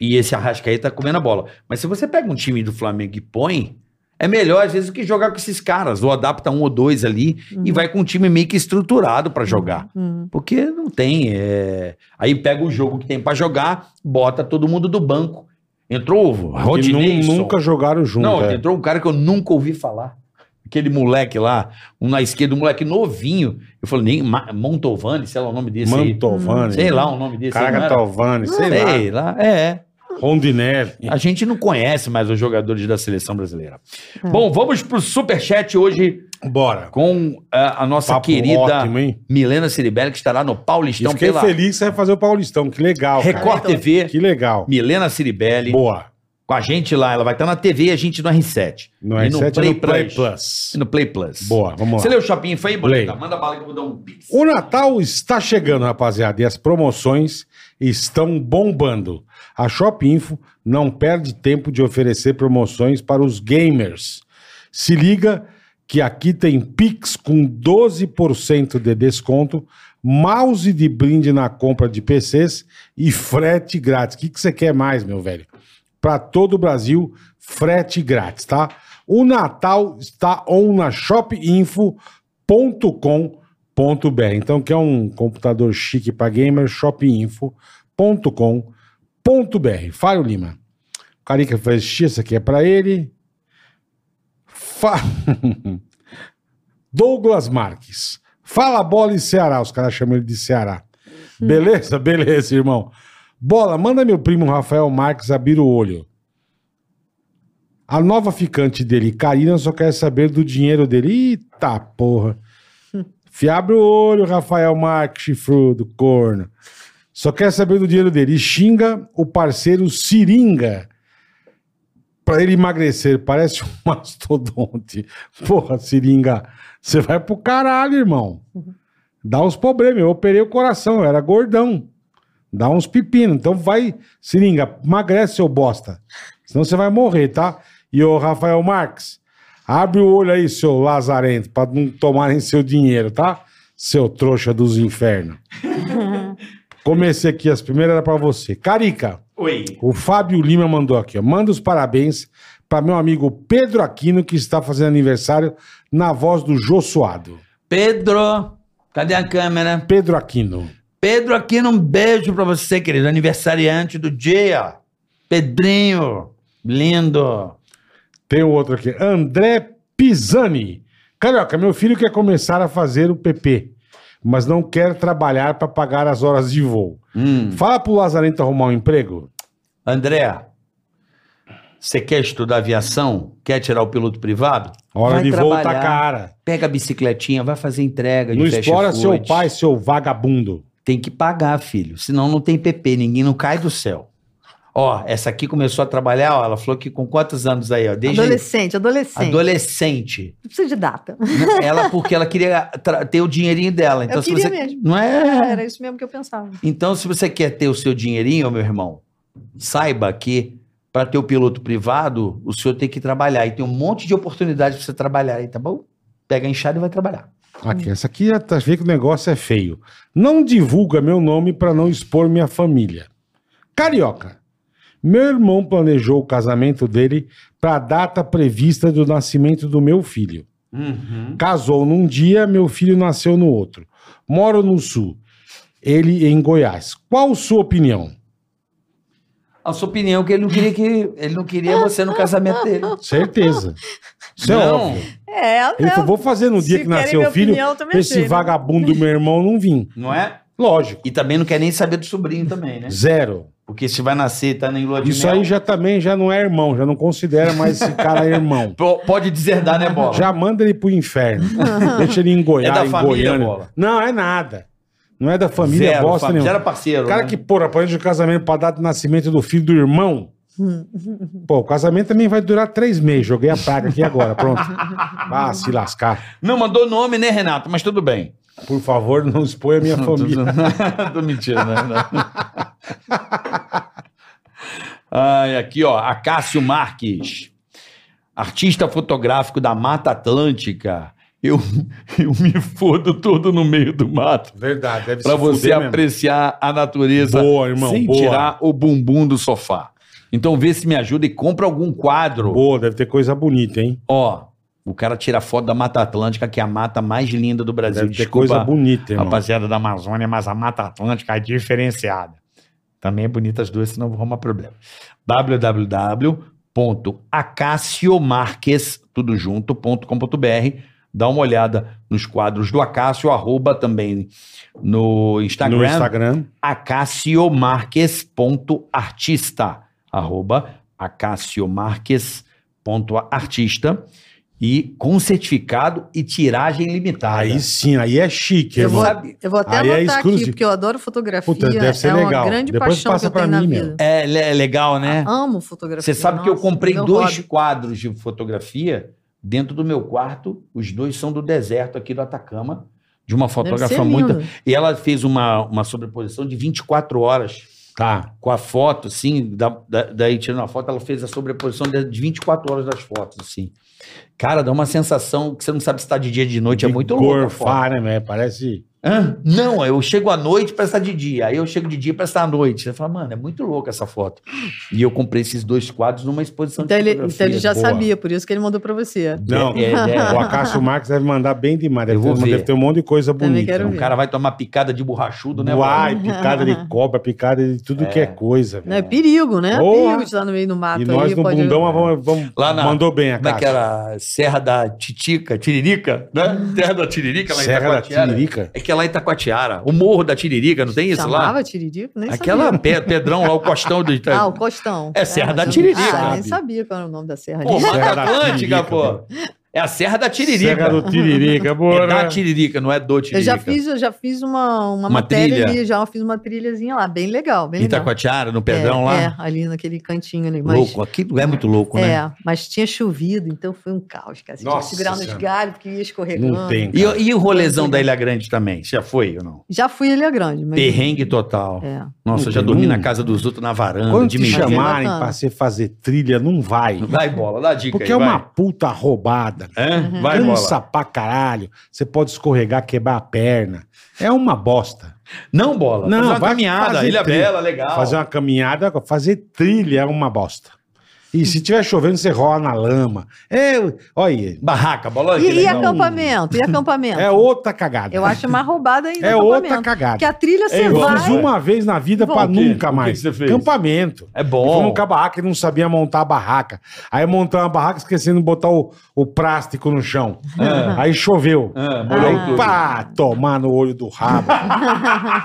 E esse arrasca aí tá comendo a bola. Mas se você pega um time do Flamengo e põe, é melhor às vezes do que jogar com esses caras. Ou adapta um ou dois ali e
Uhum.
vai com um time meio que estruturado pra jogar.
Hum.
Porque não tem. é. Aí pega o jogo que tem pra jogar, bota todo mundo do banco. Entrou o
Que
Rodinei.
nu- nunca jogaram junto.
Não,
é.
entrou um cara que eu nunca ouvi falar. Aquele moleque lá, um na esquerda, um moleque novinho. Eu falei, nem Ma- Montovani, sei lá o nome desse aí.
Mantovani.
Sei lá o nome desse aí. não era?
Caracatovani, sei lá.
sei lá. É,
Rondinelli.
é. A gente não conhece mais os jogadores da seleção brasileira.
É.
Bom, vamos pro superchat hoje
Bora.
com ah, a, a nossa
Papo
querida
ótimo, hein?
Milena Ciribelli, que estará no
Eu
Paulistão
fiquei
Então, pela
feliz que você vai fazer o Paulistão. Que legal, cara.
Record TV.
Que legal.
Milena Ciribelli,
Boa.
com a gente lá. Ela vai estar na TV e a gente no R7.
No
E no
R7 é no
Play
Play
Plus.
Plus.
E no Play Plus.
Boa, vamos
Você
lá.
leu o shopping foi aí, Boleta?
Leio.
Manda bala que eu vou dar um pix.
O Natal está chegando, rapaziada, e as promoções estão bombando. A Shop Info não perde tempo de oferecer promoções para os gamers. Se liga que aqui tem Pix com 12% de desconto, mouse de brinde na compra de PCs e frete grátis. O que, que você quer mais, meu velho? Para todo o Brasil, frete grátis, tá? O Natal está on na shopinfo.com.br. Então, quer um computador chique para gamer? shopinfo.com.br. Fábio Lima. O Carica fez "Xi, isso aqui é para ele. Fa- Douglas Marques. Fala bola e Ceará. Os caras chamam ele de Ceará. Beleza? Beleza, irmão. Bola, manda meu primo Rafael Marques abrir o olho. A nova ficante dele, Karina, só quer saber do dinheiro dele. Eita porra. Fi, abre o olho, Rafael Marques, chifrudo, corno. Só quer saber do dinheiro dele. E xinga o parceiro Seringa pra ele emagrecer. Parece um mastodonte. Porra, Seringa, você vai pro caralho, irmão. Dá uns problemas. Eu operei o coração, eu era gordão. Dá uns pepino. Então vai, Seringa, emagrece, seu bosta. Senão você vai morrer, tá? E o Rafael Marques, abre o olho aí, seu lazarento, pra não tomarem seu dinheiro, tá? Seu trouxa dos infernos. Comecei aqui, as primeiras era pra você. Carica,
Oi.
o Fábio Lima mandou aqui, ó. Manda os parabéns para meu amigo Pedro Aquino, que está fazendo aniversário na voz do Jô Suado.
Pedro, cadê a câmera?
Pedro Aquino.
Pedro aqui, um beijo pra você, querido. Aniversariante do dia. Pedrinho, lindo.
Tem o outro aqui, André Pisani. Carioca, meu filho quer começar a fazer o PP, mas não quer trabalhar para pagar as horas de voo.
Hum.
Fala pro Lazarento arrumar um emprego.
André, Você quer estudar aviação? Quer tirar o piloto privado?
Hora
Vai
de voltar a
trabalhar.
cara.
Pega a bicicletinha, vai fazer entrega de
Não
fast
explora
food.
seu pai, seu vagabundo.
Tem que pagar, filho. Senão não tem PP, ninguém não cai do céu. Ó, essa aqui começou a trabalhar, ó, ela falou que com quantos anos aí, ó? Desde
Adolescente, adolescente.
adolescente.
Não precisa de data.
Ela, porque ela queria tra- ter o dinheirinho dela. Então,
Eu
se
queria
você.
mesmo.
Não é?
Era isso mesmo que eu pensava.
Então, se você quer ter o seu dinheirinho, meu irmão, saiba que para ter o piloto privado, o senhor tem que trabalhar. E tem um monte de oportunidade para você trabalhar aí, tá bom? Pega a enxada e vai trabalhar.
Aqui, essa aqui já tá vendo que o negócio é feio. Não divulga meu nome pra não expor minha família. Carioca. Meu irmão planejou o casamento dele pra data prevista do nascimento do meu filho.
Uhum.
Casou num dia, meu filho nasceu no outro. Moro no sul. Ele em Goiás. Qual sua opinião?
A sua opinião é que ele não queria que ele não queria você no casamento dele.
Certeza. Isso é
Não.
óbvio.
É,
Ele
não.
falou, vou fazer no dia
Se
que nasceu
querem
o filho,
minha opinião, eu também
esse
sei, né?
vagabundo do meu irmão não vim.
Não é?
Lógico.
E também não quer nem saber do sobrinho também, né?
Zero.
Porque se vai nascer, tá em lua de
Isso
mel,
aí já também já não é irmão, já não considera mais esse cara irmão.
po- pode deserdar, né, bola?
Já manda ele pro inferno. Deixa ele em Goiás,
É da
em
família,
Goiânia.
Bola?
Não, é nada. Não é da família
Zero,
bosta
fa-
nenhuma.
Já era parceiro.
O cara
né?
que, porra, planeja o casamento pra data de nascimento do filho do irmão. Pô, o casamento também vai durar três meses. Joguei a praga aqui agora, pronto. Vá se lascar.
Não mandou nome, né, Renato? Mas tudo bem.
Por favor, não exponha a minha família.
Tô mentindo, né? Ai, aqui, ó, Acácio Marques, artista fotográfico da Mata Atlântica. Eu, eu me fodo todo no meio do mato
Verdade, deve
para
se
você
fuder mesmo.
apreciar a natureza
Boa, irmão,
sem
boa.
tirar o bumbum do sofá. Então vê se me ajuda e compra algum quadro.
Boa, deve ter coisa bonita, hein?
Ó, o cara tira foto da Mata Atlântica, que é a mata mais linda do Brasil.
Deve ter
Tá Desculpa
coisa bonita, irmão.
rapaziada da Amazônia, mas a Mata Atlântica é diferenciada. Também é bonita as duas, senão vão arrumar problema. www.acaciomarques, tudo junto, ponto com ponto br. Dá uma olhada nos quadros do Acácio, arroba também no Instagram,
No Instagram.
acaciomarques.artista, arroba acaciomarques.artista e com certificado e tiragem limitada.
Aí sim, aí é chique,
Eu
irmão.
vou,
Sabe?
eu vou até
Aí é
anotar aqui,
exclusivo.
porque eu adoro fotografia.
Puta, deve ser
é
legal.
uma grande
Depois
paixão
passa
que eu tenho
pra
na
mim,
vida.
meu.
É, le- é legal, né?
Amo fotografia.
Você sabe que eu
nossa,
comprei
meu
dois
hobby.
quadros de fotografia dentro do meu quarto. Os dois são do deserto aqui do Atacama, de uma
Deve ser
fotógrafa
lindo.
muito. E ela fez uma, uma sobreposição de 24 horas
Tá.
com a foto, assim, da, da, daí tirando a foto, ela fez a sobreposição de de 24 horas das fotos, assim. Cara, dá uma sensação que você não sabe se está de dia ou de noite, é muito louco. a foto.
Gorfar, né, meu? Parece.
Hã? Não, eu chego à noite para estar de dia, aí eu chego de dia para estar à noite. Você fala, mano, é muito louca essa foto. E eu comprei esses dois quadros numa exposição
Então
de
ele,
fotografia.
então ele já
é boa.
sabia, por isso que ele mandou pra você.
Não,
É, é,
o Acácio Marques deve mandar bem demais. Deve,
Eu vou
ter,
ver.
deve ter um monte de coisa
Também
bonita.
quero é
é.
né?
O cara vai tomar picada de borrachudo, né?
Uai,
mano?
picada de cobra, picada de tudo que é coisa. velho.
Não, é perigo, né?
Porra.
Perigo de estar no meio do mato.
E nós
aí,
no
pode...
bundão mas vamos, vamos-
Lá na-
mandou bem a
Como é que
cara.
era? Serra da Titica, Tiririca, né? Terra da Tiririca lá em
Serra da
Itacoatiara.
Tiririca.
É que é lá em Itacoatiara. O Morro da Tiririca, não tem isso
Chamava
lá?
Tiririca? Nem
Aquela
sabia.
pe- pedrão lá, o costão do Ita...
Ah, o Costão.
É Serra
mas
da
eu-
Tiririca,
Ah,
sabe?
nem sabia qual era o nome da serra.
Pô,
ali.
Mata
Serra da
Atlântica,
Tiririca,
pô. É a Serra da Tiririca.
Serra do Tiririca, né?
É
bora.
da Tiririca, não é do Tiririca.
Eu já fiz, eu já fiz uma, uma,
Uma
matéria
trilha. tá
ali, já fiz uma trilhazinha lá, bem legal, bem
Em
legal.
Itacoatiara, no Pedrão
é,
lá.
É, ali naquele cantinho ali. Mas,
Louco, aqui é muito louco, né?
É, mas tinha chovido, então foi um caos, cara. Você tinha que
Nossa
segurar nos
Senhora.
galhos, porque ia escorregando.
Não tem.
E,
cara.
É.
e o rolezão da Ilha Grande também? Já foi ou não?
Já fui ele é grande, mas.
Perrengue total.
É.
Nossa, eu já
Não
dormi
tem.
na casa dos outros, na varanda,
Quando
de
te
mentira.
chamarem
Bacana.
pra você fazer trilha, não vai.
Vai bola, dá dica
Porque
aí,
é
vai.
uma puta roubada.
Hã? Vai
Cansa
bola.
pra caralho. Você pode escorregar, quebrar a perna. É uma bosta.
Não bola.
Não,
fazer uma
vai
caminhada,
fazer
Ilha
trilha.
Bela, legal.
Fazer uma caminhada, fazer trilha é uma bosta. E se tiver chovendo, você rola na lama. É, olha,
Barraca, bola. que
E, e
legal.
acampamento? E acampamento?
é outra cagada.
Eu acho mais roubada ainda.
é
acampamento.
outra cagada.
Porque a
É,
trilha você
Eu
vai.
fiz uma vez na vida pra
Volta.
nunca
O que
mais.
que você fez?
Acampamento.
É
Eu fui num
bom.
cabarraca e não sabia montar a barraca. Aí montou uma barraca esquecendo de botar o, o plástico no chão.
Ah.
Aí choveu.
Ah,
É.
molhou
Aí,
tudo.
pá, tomar no olho do rabo.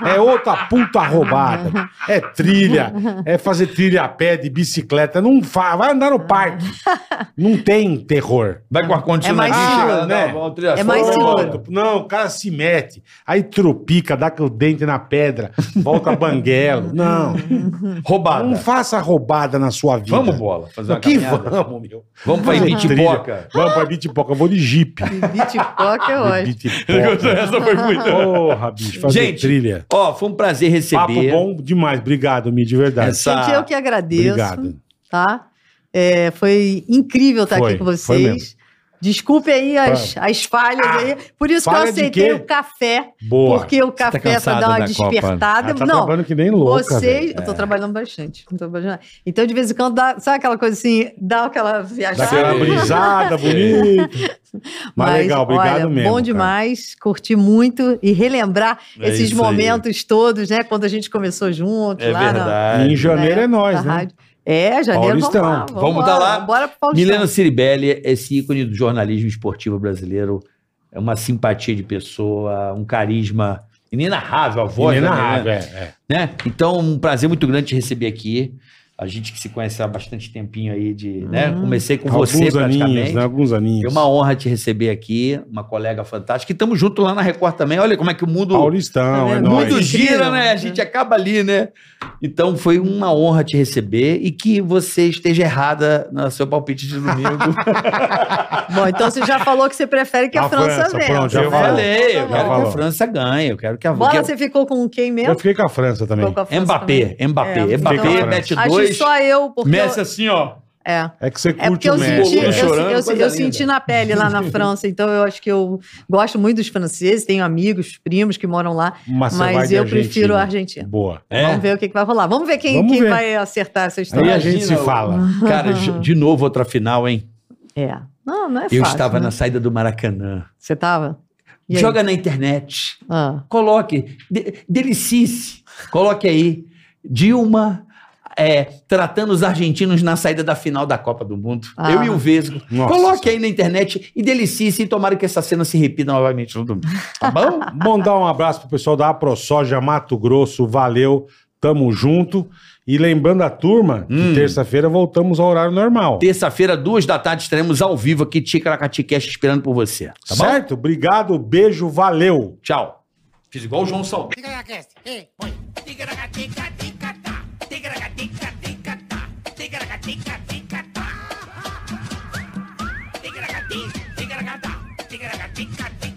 é outra puta roubada. É trilha, é fazer trilha a pé de bicicleta. Não faz, vai andar no parque. Não tem terror.
Vai com ar-condicionado.
É mais
chega,
seguro.
né?
É
É mais
Pronto.
seguro.
Não, o cara se mete. Aí tropica, dá com o dente na pedra, volta a banguelo. Não.
Roubada.
Não faça roubada na sua vida.
Vamos, bola. Fazer uma
Que
caminhada.
vamos, meu.
Vamos pra
Fazer
Ibitipoca.
trilha. Vamos pra Ibitipoca. Eu vou de jipe.
Bitcoin é ótimo.
Ibitipoca.
Essa foi muito.
Porra, bicho. Fazer
Gente,
trilha.
Ó, foi um prazer
Papo
receber.
bom demais. Obrigado, Mi, de verdade.
Essa-
Gente, eu que agradeço.
Obrigado.
Tá? É, foi incrível estar
Foi,
aqui com
foi
vocês. Desculpe aí as, as falhas aí. Por isso que eu
falha de
aceitei
quê?
o café,
Boa.
porque o café é pra
cansada
dar uma
da Copa.
despertada.
Ela tá
Não,
trabalhando que nem louca.
vocês.
velho. É.
Eu tô trabalhando bastante. não tô trabalhando. Então, de vez em quando, dá, sabe aquela coisa assim, dá aquela
Dá
viajada.
aquela
Sim.
brisada bonita. Mas, legal, obrigado
É. olha,
mesmo.
Bom
cara.
demais, curti muito e relembrar
É
esses
isso aí.
momentos todos, né? Quando a gente começou junto,
É
lá
E
na-
em
verdade.
janeiro é nós,
da
né?
rádio. É, janeiro,
Paulistão.
vamos lá.
Vamos
embora,
tá lá.
Bora pro Paulistão.
Milena Ciribelli, esse ícone do jornalismo esportivo brasileiro, é uma simpatia de pessoa, um carisma inenarrável, a voz da Milena,
Inenarrável, é, é.
né? Então, um prazer muito grande te receber aqui. A gente que se conhece há bastante tempinho aí de, né?
Uhum.
Comecei com
Alguns
você
aninhos,
praticamente.
né? Alguns
É
aninhos.
uma honra te receber aqui, uma colega fantástica. E estamos junto lá na Record também. Olha como é que o mundo
Paulistão,
Tá
é
né? Muito
vendo?
nóis.
Muitos-
gira,
Incrível.
né? A gente acaba ali, né? Então foi uma honra te receber e que você esteja errada no seu palpite de domingo.
Bom, então você já falou que você prefere que a,
A
França,
França,
vença.
Ah, pronto, já
né?
eu falei, eu
Então,
quero que
falou.
a França ganhe, eu quero que a
Bola,
que a-
você ficou com quem mesmo?
Eu fiquei com a França também.
Ficou com a França também.
Mbappé, Mbappé,
É,
Mbappé,
então,
mete
Acho que
dois.
só eu, porque.
Messi
eu-
assim, ó.
é.
É que você
É
curte
porque eu
o
senti,
Messi.
eu,
é.
Chorando,
eu- eu
coisa linda.
senti na pele lá na França, então eu acho que eu gosto muito dos franceses, tenho amigos, primos que moram lá,
Mas, Ah, você vai
mas
de
eu prefiro a
Argentina.
Argentina.
Boa.
É.
Vamos ver o que, que vai rolar. Vamos ver quem,
Vamos
quem
ver.
vai acertar essa
Aí
história.
a gente se
Imagina o-
fala.
Cara, de de novo outra final, hein?
É. Não, não é fácil.
Eu estava
né?
na saída do Maracanã.
Você estava?
Joga na internet.
Ah.
Coloque. De, delicice. Coloque aí. Dilma é, tratando os argentinos na saída da final da Copa do Mundo.
Ah.
Eu e o Vesgo.
Nossa
Coloque aí na internet e delicice e tomara que essa cena se repita novamente no domingo. Tá bom?
Bom, dar um abraço pro pessoal da AproSoja Mato Grosso, valeu, tamo junto. E lembrando a turma,
Hum.
que terça-feira voltamos ao horário normal.
Terça-feira, duas da tarde, estaremos ao vivo aqui, Ticaracati Cash, esperando por você. Tá bom?
certo? Obrigado, beijo, valeu.
Tchau. Fiz igual o João Saldanha.
Ticaracast, ei, oi. Ticaracatica, ticatá. Ticaracatica, ticatá. Ticaracatica, ticatá. Ticaracati, ticaracatá. Ticaracatica, ticatá.